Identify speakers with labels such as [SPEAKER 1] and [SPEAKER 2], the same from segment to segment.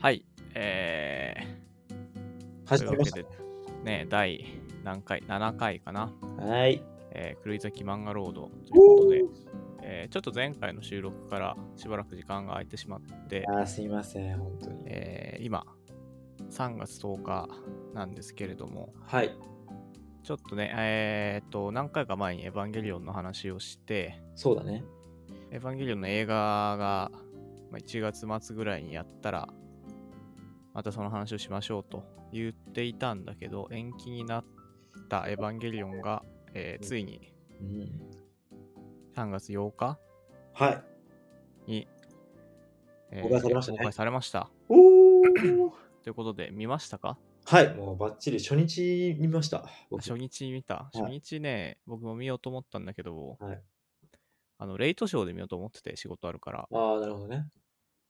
[SPEAKER 1] はい、えー、
[SPEAKER 2] 始
[SPEAKER 1] というわ
[SPEAKER 2] まりま
[SPEAKER 1] け
[SPEAKER 2] し
[SPEAKER 1] で、ね、第何回、7回かな、
[SPEAKER 2] た。はい。
[SPEAKER 1] えー、狂い咲き漫画ロードということで、えーちょっと前回の収録からしばらく時間が空いてしまって、
[SPEAKER 2] あーすいません、本当に。
[SPEAKER 1] えー今、3月10日なんですけれども、
[SPEAKER 2] はい。
[SPEAKER 1] ちょっとね、えーっと、何回か前にエヴァンゲリオンの話をして、
[SPEAKER 2] そうだね。
[SPEAKER 1] エヴァンゲリオンの映画が、まあ、1月末ぐらいにやったら、またその話をしましょうと言っていたんだけど、延期になったエヴァンゲリオンが、えーついに
[SPEAKER 2] うん。
[SPEAKER 1] 3月8日
[SPEAKER 2] はい。
[SPEAKER 1] に、え
[SPEAKER 2] 公開されましたね
[SPEAKER 1] 公開されました。
[SPEAKER 2] おー
[SPEAKER 1] ということで、見ましたか
[SPEAKER 2] はい、もうバッチリ初日見ました。僕
[SPEAKER 1] 初日見た、
[SPEAKER 2] い
[SPEAKER 1] 初日ね、僕も見ようと思ったんだけど、
[SPEAKER 2] はい
[SPEAKER 1] あのレイトショーで見ようと思ってて、仕事あるから。
[SPEAKER 2] ああ、なるほどね。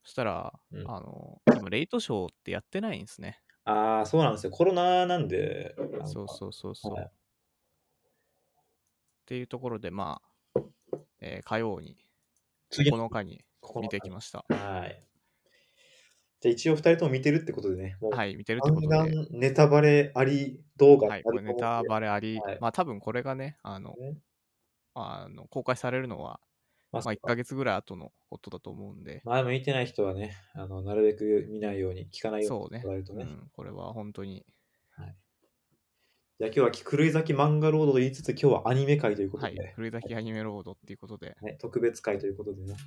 [SPEAKER 1] そしたら、
[SPEAKER 2] うん
[SPEAKER 1] あの、でもレイトショーってやってないんですね。
[SPEAKER 2] ああ、そうなんですよ。コロナなんで。なんか
[SPEAKER 1] そうそうそうそう。
[SPEAKER 2] はい
[SPEAKER 1] っていうところで、まあ、えー火曜に、
[SPEAKER 2] 次
[SPEAKER 1] この日に
[SPEAKER 2] ここの
[SPEAKER 1] 見てきました。
[SPEAKER 2] はい。じゃあ一応二人とも見てるってことでね。もう、
[SPEAKER 1] はい、見てるって
[SPEAKER 2] ガ
[SPEAKER 1] こ
[SPEAKER 2] ン
[SPEAKER 1] と
[SPEAKER 2] ガ
[SPEAKER 1] で、
[SPEAKER 2] ンネタバレあり動画
[SPEAKER 1] は
[SPEAKER 2] に
[SPEAKER 1] い、
[SPEAKER 2] な
[SPEAKER 1] こ
[SPEAKER 2] る
[SPEAKER 1] れネタ
[SPEAKER 2] レ。
[SPEAKER 1] バレあり、
[SPEAKER 2] はい
[SPEAKER 1] まあ多分これがね、あの、
[SPEAKER 2] ね
[SPEAKER 1] あの公開されるのは、
[SPEAKER 2] まあ
[SPEAKER 1] まあ1ヶ月ぐらい後のことだと思うんで、
[SPEAKER 2] 前も見てない人はね、あのなるべく見ないように、聞かないよう
[SPEAKER 1] そうね
[SPEAKER 2] にしてもらえると
[SPEAKER 1] う
[SPEAKER 2] ね。
[SPEAKER 1] ん、これは本当に、
[SPEAKER 2] じゃあ今日は狂い咲き漫画ロードと言いつつ、今日はアニメ会ということ
[SPEAKER 1] はい
[SPEAKER 2] で、、
[SPEAKER 1] 古崎アニメロードっていうことで、
[SPEAKER 2] ね、特別会ということでね。は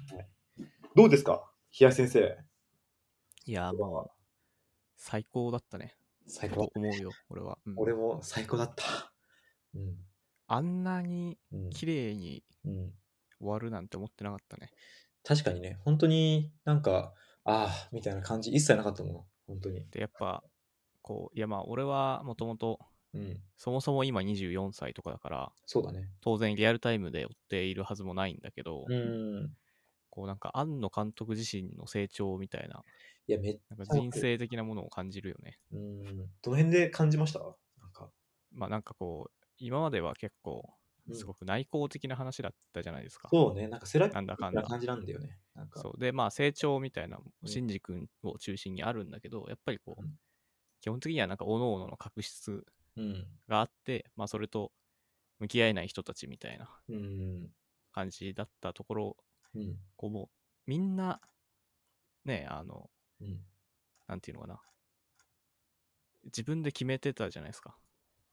[SPEAKER 2] い、どうですか冷や先生。
[SPEAKER 1] いやー、まあ、最高だったね、
[SPEAKER 2] 最高だっ
[SPEAKER 1] と
[SPEAKER 2] た
[SPEAKER 1] 思うよ、俺は。うん
[SPEAKER 2] 俺も最高だった。うん。
[SPEAKER 1] あんなに
[SPEAKER 2] うん
[SPEAKER 1] 綺麗に
[SPEAKER 2] うん、
[SPEAKER 1] 終わるなんて思ってなかったね。
[SPEAKER 2] 確かにね、本当になんか、ああ、みたいな感じ、一切なかったもん。本当に。
[SPEAKER 1] でやっぱこういやまあ俺はもともと
[SPEAKER 2] うん。
[SPEAKER 1] そもそも今24歳とかだから
[SPEAKER 2] そうだね。
[SPEAKER 1] 当然リアルタイムで追っているはずもないんだけど、
[SPEAKER 2] うん。
[SPEAKER 1] こうなんか庵野監督自身の成長みたいない
[SPEAKER 2] や、めっ
[SPEAKER 1] なんか人生的なものを感じるよね。
[SPEAKER 2] うん。どの辺で感じましたなんか。
[SPEAKER 1] まあなんかこう今までは結構
[SPEAKER 2] うん
[SPEAKER 1] すごく内向的な話だったじゃないですか。
[SPEAKER 2] そうね、なんかセラピ
[SPEAKER 1] なんだか
[SPEAKER 2] ー
[SPEAKER 1] んだ
[SPEAKER 2] な感じなんだよね。なんか。
[SPEAKER 1] そうでまあ成長みたいな
[SPEAKER 2] うん
[SPEAKER 1] シンジ君を中心にあるんだけどやっぱりこう、
[SPEAKER 2] うん
[SPEAKER 1] 基本的にはなんか各々の確執
[SPEAKER 2] うん。
[SPEAKER 1] があってまあそれと向き合えない人たちみたいな
[SPEAKER 2] うん。
[SPEAKER 1] 感じだったところ
[SPEAKER 2] うん。
[SPEAKER 1] こうもうみんなねあの
[SPEAKER 2] うん。
[SPEAKER 1] なんていうのかな自分で決めてたじゃないですか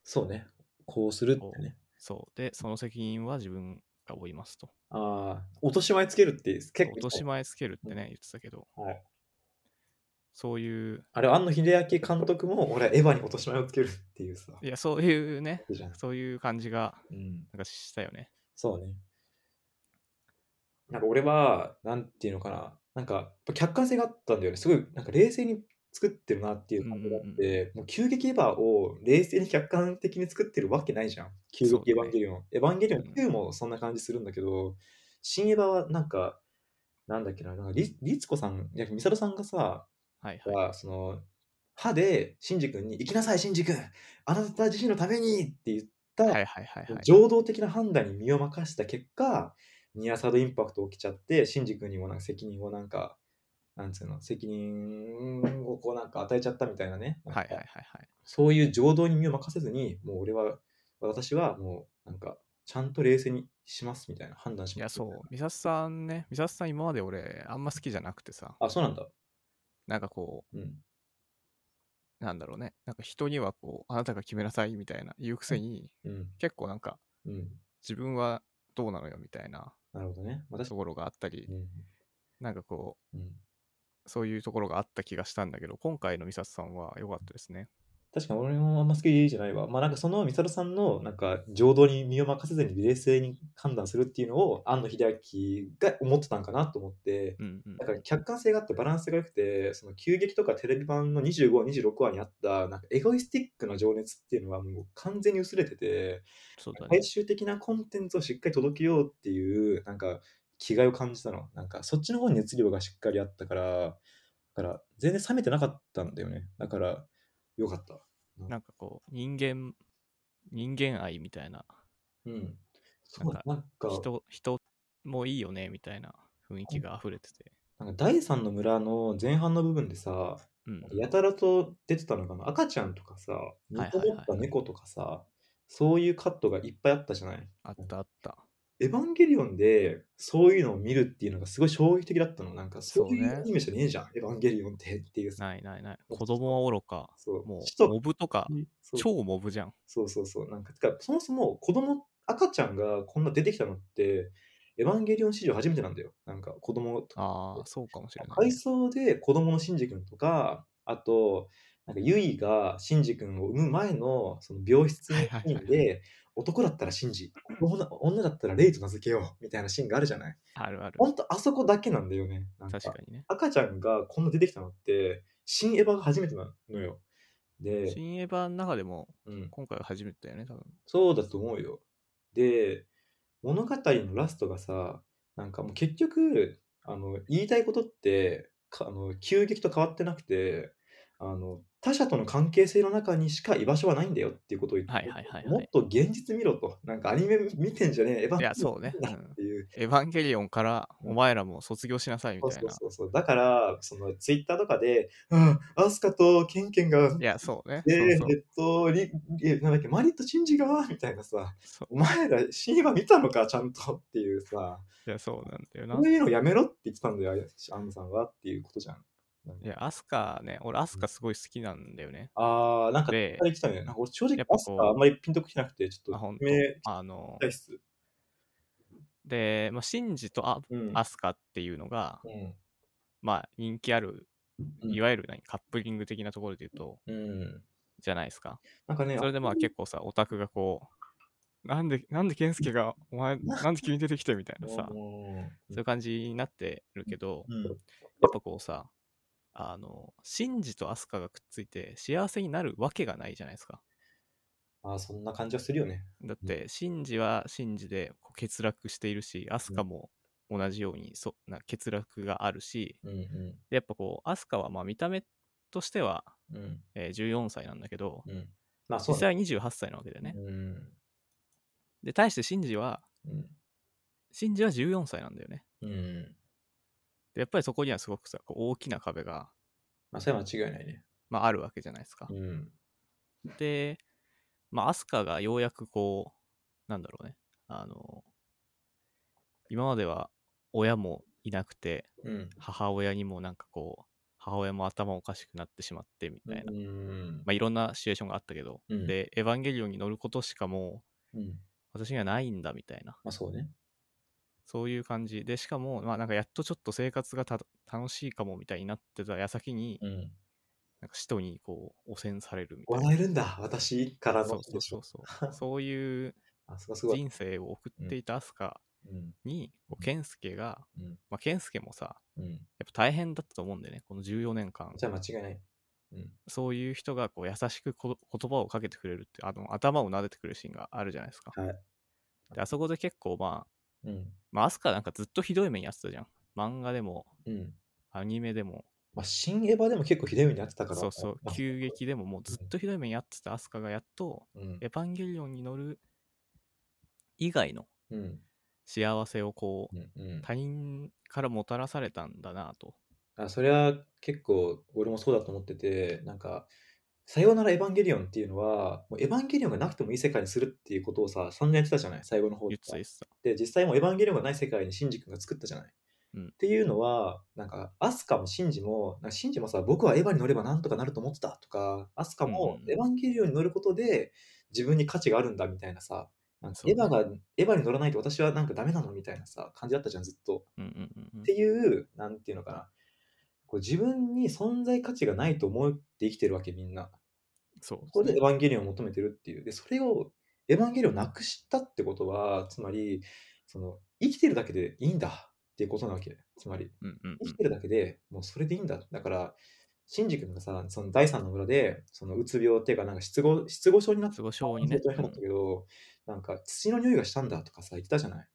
[SPEAKER 2] そうね。こうするってね。
[SPEAKER 1] そうでその責任は自分が負いますと
[SPEAKER 2] ああ、落とし前つけるって結構。
[SPEAKER 1] 落とし前つけるってね言ってたけど、
[SPEAKER 2] はい
[SPEAKER 1] そういう
[SPEAKER 2] あれ、庵野秀明監督も俺はエヴァに落とし前をつけるっていうさ。
[SPEAKER 1] いやそういうね
[SPEAKER 2] いいじゃん。
[SPEAKER 1] そういう感じが
[SPEAKER 2] うん。
[SPEAKER 1] なんかしたよね
[SPEAKER 2] そうね。なんか俺は、なんていうのかな。なんか、やっぱ客観性があったんだよね。すごい、なんか冷静に作ってるなっていう感じがあって、もう急激エヴァを冷静に客観的に作ってるわけないじゃん。急
[SPEAKER 1] そう
[SPEAKER 2] 激エ
[SPEAKER 1] だね
[SPEAKER 2] ヴァンゲリオン。エヴァンゲリオン
[SPEAKER 1] うん
[SPEAKER 2] 2もそんな感じするんだけど、新エヴァはなんか、なんだっけな、なんかリリツコさん、いや、ミサトさんがさ、
[SPEAKER 1] はいはい
[SPEAKER 2] はその歯でシンジ君に「行きなさいシンジ君あなた自身のために!」って言った、
[SPEAKER 1] はいはいはいはい
[SPEAKER 2] 情動的な判断に身を任した結果ニアサードインパクト起きちゃってシンジ君にもなんか責任をなんかなんつうの責任をこうなんか与えちゃったみたいなね、
[SPEAKER 1] はいはいはい
[SPEAKER 2] なんか
[SPEAKER 1] はい
[SPEAKER 2] そういう情動に身を任せずにもう俺は私はもうなんかちゃんと冷静にしますみたいな判断し
[SPEAKER 1] いや
[SPEAKER 2] ます
[SPEAKER 1] そう美里さんね美里さん今まで俺あんま好きじゃなくてさ
[SPEAKER 2] あそうなんだ
[SPEAKER 1] なんかこう
[SPEAKER 2] うん
[SPEAKER 1] なんだろうね、なんか人にはこう、あなたが決めなさいみたいな言うくせに、
[SPEAKER 2] うん
[SPEAKER 1] 結構なんか
[SPEAKER 2] うん
[SPEAKER 1] 自分はどうなのよみたいな
[SPEAKER 2] なるほどね私
[SPEAKER 1] ところがあったり
[SPEAKER 2] う、ん
[SPEAKER 1] なんかこ
[SPEAKER 2] うん
[SPEAKER 1] う、そういうところがあった気がしたんだけど、今回のミサトさんは良かったですね。
[SPEAKER 2] 確かに俺もあんま好きじゃないわ。まあなんかそのミサルさんのなんか情動に身を任せずに冷静に判断するっていうのを庵野秀明が思ってたんかなと思って、
[SPEAKER 1] うんうん
[SPEAKER 2] だ。から客観性があってバランスが良くて、その急激とかテレビ版の25話、26話にあったなんかエゴイスティックな情熱っていうのはもう完全に薄れてて、
[SPEAKER 1] そうだね
[SPEAKER 2] 最。終的なコンテンツをしっかり届けようっていうなんか気概を感じたの。なんかそっちの方に熱量がしっかりあったから、から全然冷めてなかったんだよね。だからよかった。
[SPEAKER 1] なんかこう、人間、人間愛みたいな、
[SPEAKER 2] うん。そう
[SPEAKER 1] なんか
[SPEAKER 2] なんか
[SPEAKER 1] 人、人もいいよねみたいな雰囲気が溢れてて。
[SPEAKER 2] なんか第三の村の前半の部分でさ、
[SPEAKER 1] うん。
[SPEAKER 2] やたらと出てたのがあの赤ちゃんとかさ、
[SPEAKER 1] は
[SPEAKER 2] 煮
[SPEAKER 1] い
[SPEAKER 2] こもった猫とかさ、そういうカットがいっぱいあったじゃない。
[SPEAKER 1] あったあった。
[SPEAKER 2] エヴァンゲリオンでそういうのを見るっていうのがすごい衝撃的だったの。なんかそうい
[SPEAKER 1] そうね
[SPEAKER 2] うアニメじゃねえじゃん、エヴァンゲリオンってっていうさ。
[SPEAKER 1] ないないない。子供はおろか、
[SPEAKER 2] そう
[SPEAKER 1] も
[SPEAKER 2] 死
[SPEAKER 1] う、
[SPEAKER 2] と
[SPEAKER 1] モブとか、
[SPEAKER 2] そう
[SPEAKER 1] 超モブじゃん。
[SPEAKER 2] そうそうそう。なんか、てかそもそも子供、赤ちゃんがこんな出てきたのって、エヴァンゲリオン史上初めてなんだよ。なんか子供とか。
[SPEAKER 1] ああ、そうかもしれない
[SPEAKER 2] 回
[SPEAKER 1] ね。
[SPEAKER 2] 想で子供のシンジ君とか、あと、なんかユイがシンジ君を産む前のその病室のシ
[SPEAKER 1] はいはい
[SPEAKER 2] ーン
[SPEAKER 1] はい
[SPEAKER 2] で、男だったらシンジ、女女だったらレイと名付けようみたいなシーンがあるじゃない。
[SPEAKER 1] あるある。
[SPEAKER 2] ほんとあそこだけなんだよね。なん
[SPEAKER 1] 確かにね。
[SPEAKER 2] 赤ちゃんがこんな出てきたのって、新エヴァが初めてなのよ。で、
[SPEAKER 1] 新エヴァの中でも、
[SPEAKER 2] うん、
[SPEAKER 1] 今回は初めてだよね、多分。
[SPEAKER 2] そうだと思うよ。で、物語のラストがさ、なんかもう結局、あの言いたいことってかあの、急激と変わってなくてあの、他者との関係性の中にしか居場所はないんだよっていうことを言って、
[SPEAKER 1] はいはいはいはい
[SPEAKER 2] もっと現実見ろと、なんかアニメ見てんじゃねえ、エヴァン
[SPEAKER 1] いや、そうね。
[SPEAKER 2] ゲ
[SPEAKER 1] う
[SPEAKER 2] リオンだ
[SPEAKER 1] ん
[SPEAKER 2] っていう。
[SPEAKER 1] エヴァンゲリオンから、
[SPEAKER 2] うん
[SPEAKER 1] お前らも卒業しなさいみ
[SPEAKER 2] そう
[SPEAKER 1] たい
[SPEAKER 2] そう
[SPEAKER 1] な。
[SPEAKER 2] そうそうだから、そのツイッターとかで、ああ、アスカとケンケンが
[SPEAKER 1] いや、そうね。
[SPEAKER 2] で、
[SPEAKER 1] そう
[SPEAKER 2] えっと、リえなんだっけ、マリット・チンジがみたいなさ、
[SPEAKER 1] そうそう
[SPEAKER 2] お前ら、シーバ見たのか、ちゃんとっていうさ、
[SPEAKER 1] いや、そうなんだよな
[SPEAKER 2] こ。ういうのやめろって言ってたんだよ、アンさんはっていうことじゃん。
[SPEAKER 1] いや、アスカね、俺アスカすごい好きなんだよね。
[SPEAKER 2] あー、なんか、
[SPEAKER 1] で
[SPEAKER 2] あれ来たね。なんか俺、正直
[SPEAKER 1] やっ、ぱこう
[SPEAKER 2] アスカあんまりピンときてなくて、ちょ
[SPEAKER 1] あ、
[SPEAKER 2] っと
[SPEAKER 1] ほん、と
[SPEAKER 2] 説明。
[SPEAKER 1] あの、
[SPEAKER 2] したいっす。
[SPEAKER 1] で、まあ、シンジとア
[SPEAKER 2] うん。
[SPEAKER 1] アスカっていうのが、
[SPEAKER 2] うん。
[SPEAKER 1] まあ、人気ある、
[SPEAKER 2] うん
[SPEAKER 1] いわゆる何カップリング的なところで言うと、
[SPEAKER 2] うん。
[SPEAKER 1] じゃないですか。
[SPEAKER 2] なんかね、
[SPEAKER 1] それでまあ結構さ、オタクがこう、なんで、なんで健介が、お前、なんで君出てきてみたい なさ
[SPEAKER 2] う、ん
[SPEAKER 1] そういう感じになってるけど、
[SPEAKER 2] うん
[SPEAKER 1] やっぱこうさ、あの、シンジとアスカがくっついて幸せになるわけがないじゃないですか。
[SPEAKER 2] あー、そんな感じはするよね。
[SPEAKER 1] だって、シンジはシンジでこう欠落しているし、アスカも同じようにそな欠落があるし、
[SPEAKER 2] うんう
[SPEAKER 1] でやっぱこう、アスカはまあ見た目としては、
[SPEAKER 2] ん。うん
[SPEAKER 1] えー14歳なんだけど、
[SPEAKER 2] うん。まあ、そ
[SPEAKER 1] 実
[SPEAKER 2] うだ
[SPEAKER 1] 際は28歳なわけだよね。
[SPEAKER 2] うん。
[SPEAKER 1] で、対してシンジは、
[SPEAKER 2] うん。
[SPEAKER 1] シンジは14歳なんだよね。
[SPEAKER 2] うん。
[SPEAKER 1] でやっぱりそこにはすごくさ、こう大きな壁が、
[SPEAKER 2] まあ、それは間違いないね。
[SPEAKER 1] まあ、あるわけじゃないですか。
[SPEAKER 2] うん。
[SPEAKER 1] で、まあ、アスカがようやくこう、なんだろうね、あの、今までは親もいなくて、
[SPEAKER 2] うん。
[SPEAKER 1] 母親にもなんかこう、母親も頭おかしくなってしまってみたいな、
[SPEAKER 2] うん
[SPEAKER 1] まあ、いろんなシチュエーションがあったけど、
[SPEAKER 2] うん
[SPEAKER 1] で、エヴァンゲリオンに乗ることしかも
[SPEAKER 2] うん。
[SPEAKER 1] う私にはないんだみたいな、
[SPEAKER 2] まあそうね。
[SPEAKER 1] そういう感じで、しかも、まあ、なんかやっとちょっと生活がた楽しいかもみたいになってた矢先に、
[SPEAKER 2] うん。
[SPEAKER 1] なんか使途にこう汚染されるみたい
[SPEAKER 2] 笑
[SPEAKER 1] な。
[SPEAKER 2] えるんだ、私から
[SPEAKER 1] そ
[SPEAKER 2] の
[SPEAKER 1] うそうそう
[SPEAKER 2] う。
[SPEAKER 1] そう。そういう
[SPEAKER 2] あ、 すごいすごい。
[SPEAKER 1] 人生を送っていたアスカ
[SPEAKER 2] うん。
[SPEAKER 1] に、こうケンスケが、
[SPEAKER 2] うん
[SPEAKER 1] まあ、ケンスケもさ、
[SPEAKER 2] う
[SPEAKER 1] や
[SPEAKER 2] ん。
[SPEAKER 1] っぱ大変だったと思うんでね、この14年間。
[SPEAKER 2] じゃあ間違いない。うん。
[SPEAKER 1] そういう人がこう優しくこ言葉をかけてくれるって、あの頭を撫でてくれるシーンがあるじゃないですか。
[SPEAKER 2] はい
[SPEAKER 1] であそこで結構、まあ、
[SPEAKER 2] うん。
[SPEAKER 1] まあ、アスカなんかずっとひどい目に遭ってたじゃん。漫画でも、
[SPEAKER 2] うん。
[SPEAKER 1] アニメでも、
[SPEAKER 2] まあ、新エヴァでも結構ひどい目にあってたから。
[SPEAKER 1] そうそう、
[SPEAKER 2] あ
[SPEAKER 1] 急。激でも、もうずっとひどい目に遭ってたアスカがやっと、
[SPEAKER 2] うん
[SPEAKER 1] エ。ヴァンゲリオンに乗る以外の
[SPEAKER 2] うん。
[SPEAKER 1] 幸せをこう、
[SPEAKER 2] うんうん。
[SPEAKER 1] 他人からもたらされたんだなと。
[SPEAKER 2] あ、それは結構俺もそうだと思ってて、なんか、さようならエヴァンゲリオンっていうのは、もうエヴァンゲリオンがなくてもいい世界にするっていうことをさ、散々やってたじゃない最後の方
[SPEAKER 1] 言
[SPEAKER 2] で
[SPEAKER 1] ってた言ってた。
[SPEAKER 2] で、実際もうエヴァンゲリオンがない世界にシンジ君が作ったじゃない。
[SPEAKER 1] うん
[SPEAKER 2] っていうのは、なんか、アスカもシンジも、なんかシンジもさ、僕はエヴァに乗ればなんとかなると思ってたとか、アスカも
[SPEAKER 1] うんうん
[SPEAKER 2] エヴァンゲリオンに乗ることで自分に価値があるんだみたいなさ、なんか
[SPEAKER 1] そう
[SPEAKER 2] エ
[SPEAKER 1] ね
[SPEAKER 2] ヴァが、エヴァに乗らないと私はなんかダメなのみたいなさ、感じだったじゃん、ずっと。
[SPEAKER 1] うんうんうんうん
[SPEAKER 2] っていう、なんていうのかな。こう自分に存在価値がないと思って生きてるわけ、みんな。
[SPEAKER 1] そう
[SPEAKER 2] そこ
[SPEAKER 1] で
[SPEAKER 2] ですエ
[SPEAKER 1] ね。
[SPEAKER 2] ヴァンゲリオンを求めてるっていう。で、それを、エヴァンゲリオンをなくしたってことは、つまり、その、生きてるだけでいいんだっていうことなわけ。つまり、
[SPEAKER 1] うんうんう
[SPEAKER 2] 生
[SPEAKER 1] ん
[SPEAKER 2] きてるだけでもうそれでいいんだ。だから、シンジ君がさ、その第三の村で、そのうつ病っていうか、なんか失語、失語症になって
[SPEAKER 1] すごい性にね。
[SPEAKER 2] 本当にそうだったけど、なんか土の匂いがしたんだとかさ、言ってたじゃない。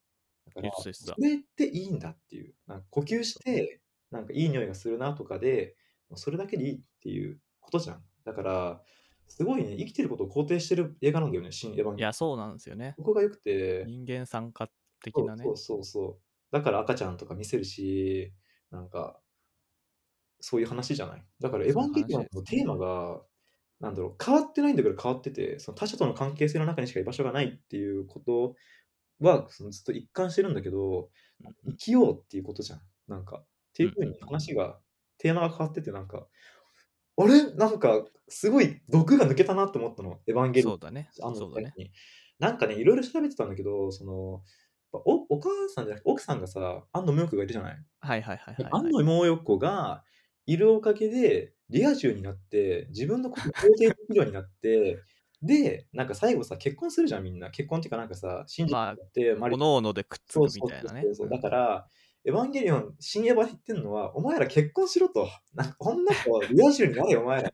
[SPEAKER 2] だから
[SPEAKER 1] 言ってた言ってた
[SPEAKER 2] それっていいんだっていう。なんか呼吸して、なんかいい匂いがするなとかで、もうそれだけでいいっていうことじゃん。だから、すごいね、生きてることを肯定してる映画なんだよね、新エヴァン
[SPEAKER 1] い
[SPEAKER 2] ゲリオン。
[SPEAKER 1] や、そうなんですよね
[SPEAKER 2] こ。こが良くて、
[SPEAKER 1] 人間参加的
[SPEAKER 2] そう
[SPEAKER 1] なね
[SPEAKER 2] そ。うそうそう。だから赤ちゃんとか見せるし、なんか、そういう話じゃない。だから、エヴァンゲリオンのテーマが、なんだろう、変わってないんだけど変わってて、その他者との関係性の中にしか居場所がないっていうことは、そのずっと一貫してるんだけど、生きようっていうことじゃん。なんか、っていうふうに話が、テーマが変わってて、なんか、あれなんか、すごい毒が抜けたなと思ったの、エヴァンゲリオン
[SPEAKER 1] そうだね。
[SPEAKER 2] あの
[SPEAKER 1] そうだね。
[SPEAKER 2] になんかね、いろいろ調べてたんだけど、その、やっぱおお母さんじゃなくて奥さんがさ、安野妙子がいるじゃない。
[SPEAKER 1] はいはいはいはい、
[SPEAKER 2] 安
[SPEAKER 1] はい。
[SPEAKER 2] 野妙子がいるおかげで、リア充になって、自分のことを肯定できるようになって、で、なんか最後さ、結婚するじゃん、みんな。結婚っていうか、なんかさ、信じて
[SPEAKER 1] まあ
[SPEAKER 2] って、マ
[SPEAKER 1] おのおのでくっつ
[SPEAKER 2] そう
[SPEAKER 1] く
[SPEAKER 2] そ
[SPEAKER 1] み
[SPEAKER 2] う
[SPEAKER 1] たい
[SPEAKER 2] そ
[SPEAKER 1] な
[SPEAKER 2] う
[SPEAKER 1] ね
[SPEAKER 2] そう。そうだから、エヴァンゲリオン、新エヴァで言ってるのは、お前ら結婚しろと。なんか女とリア充になれよ、お 前らっ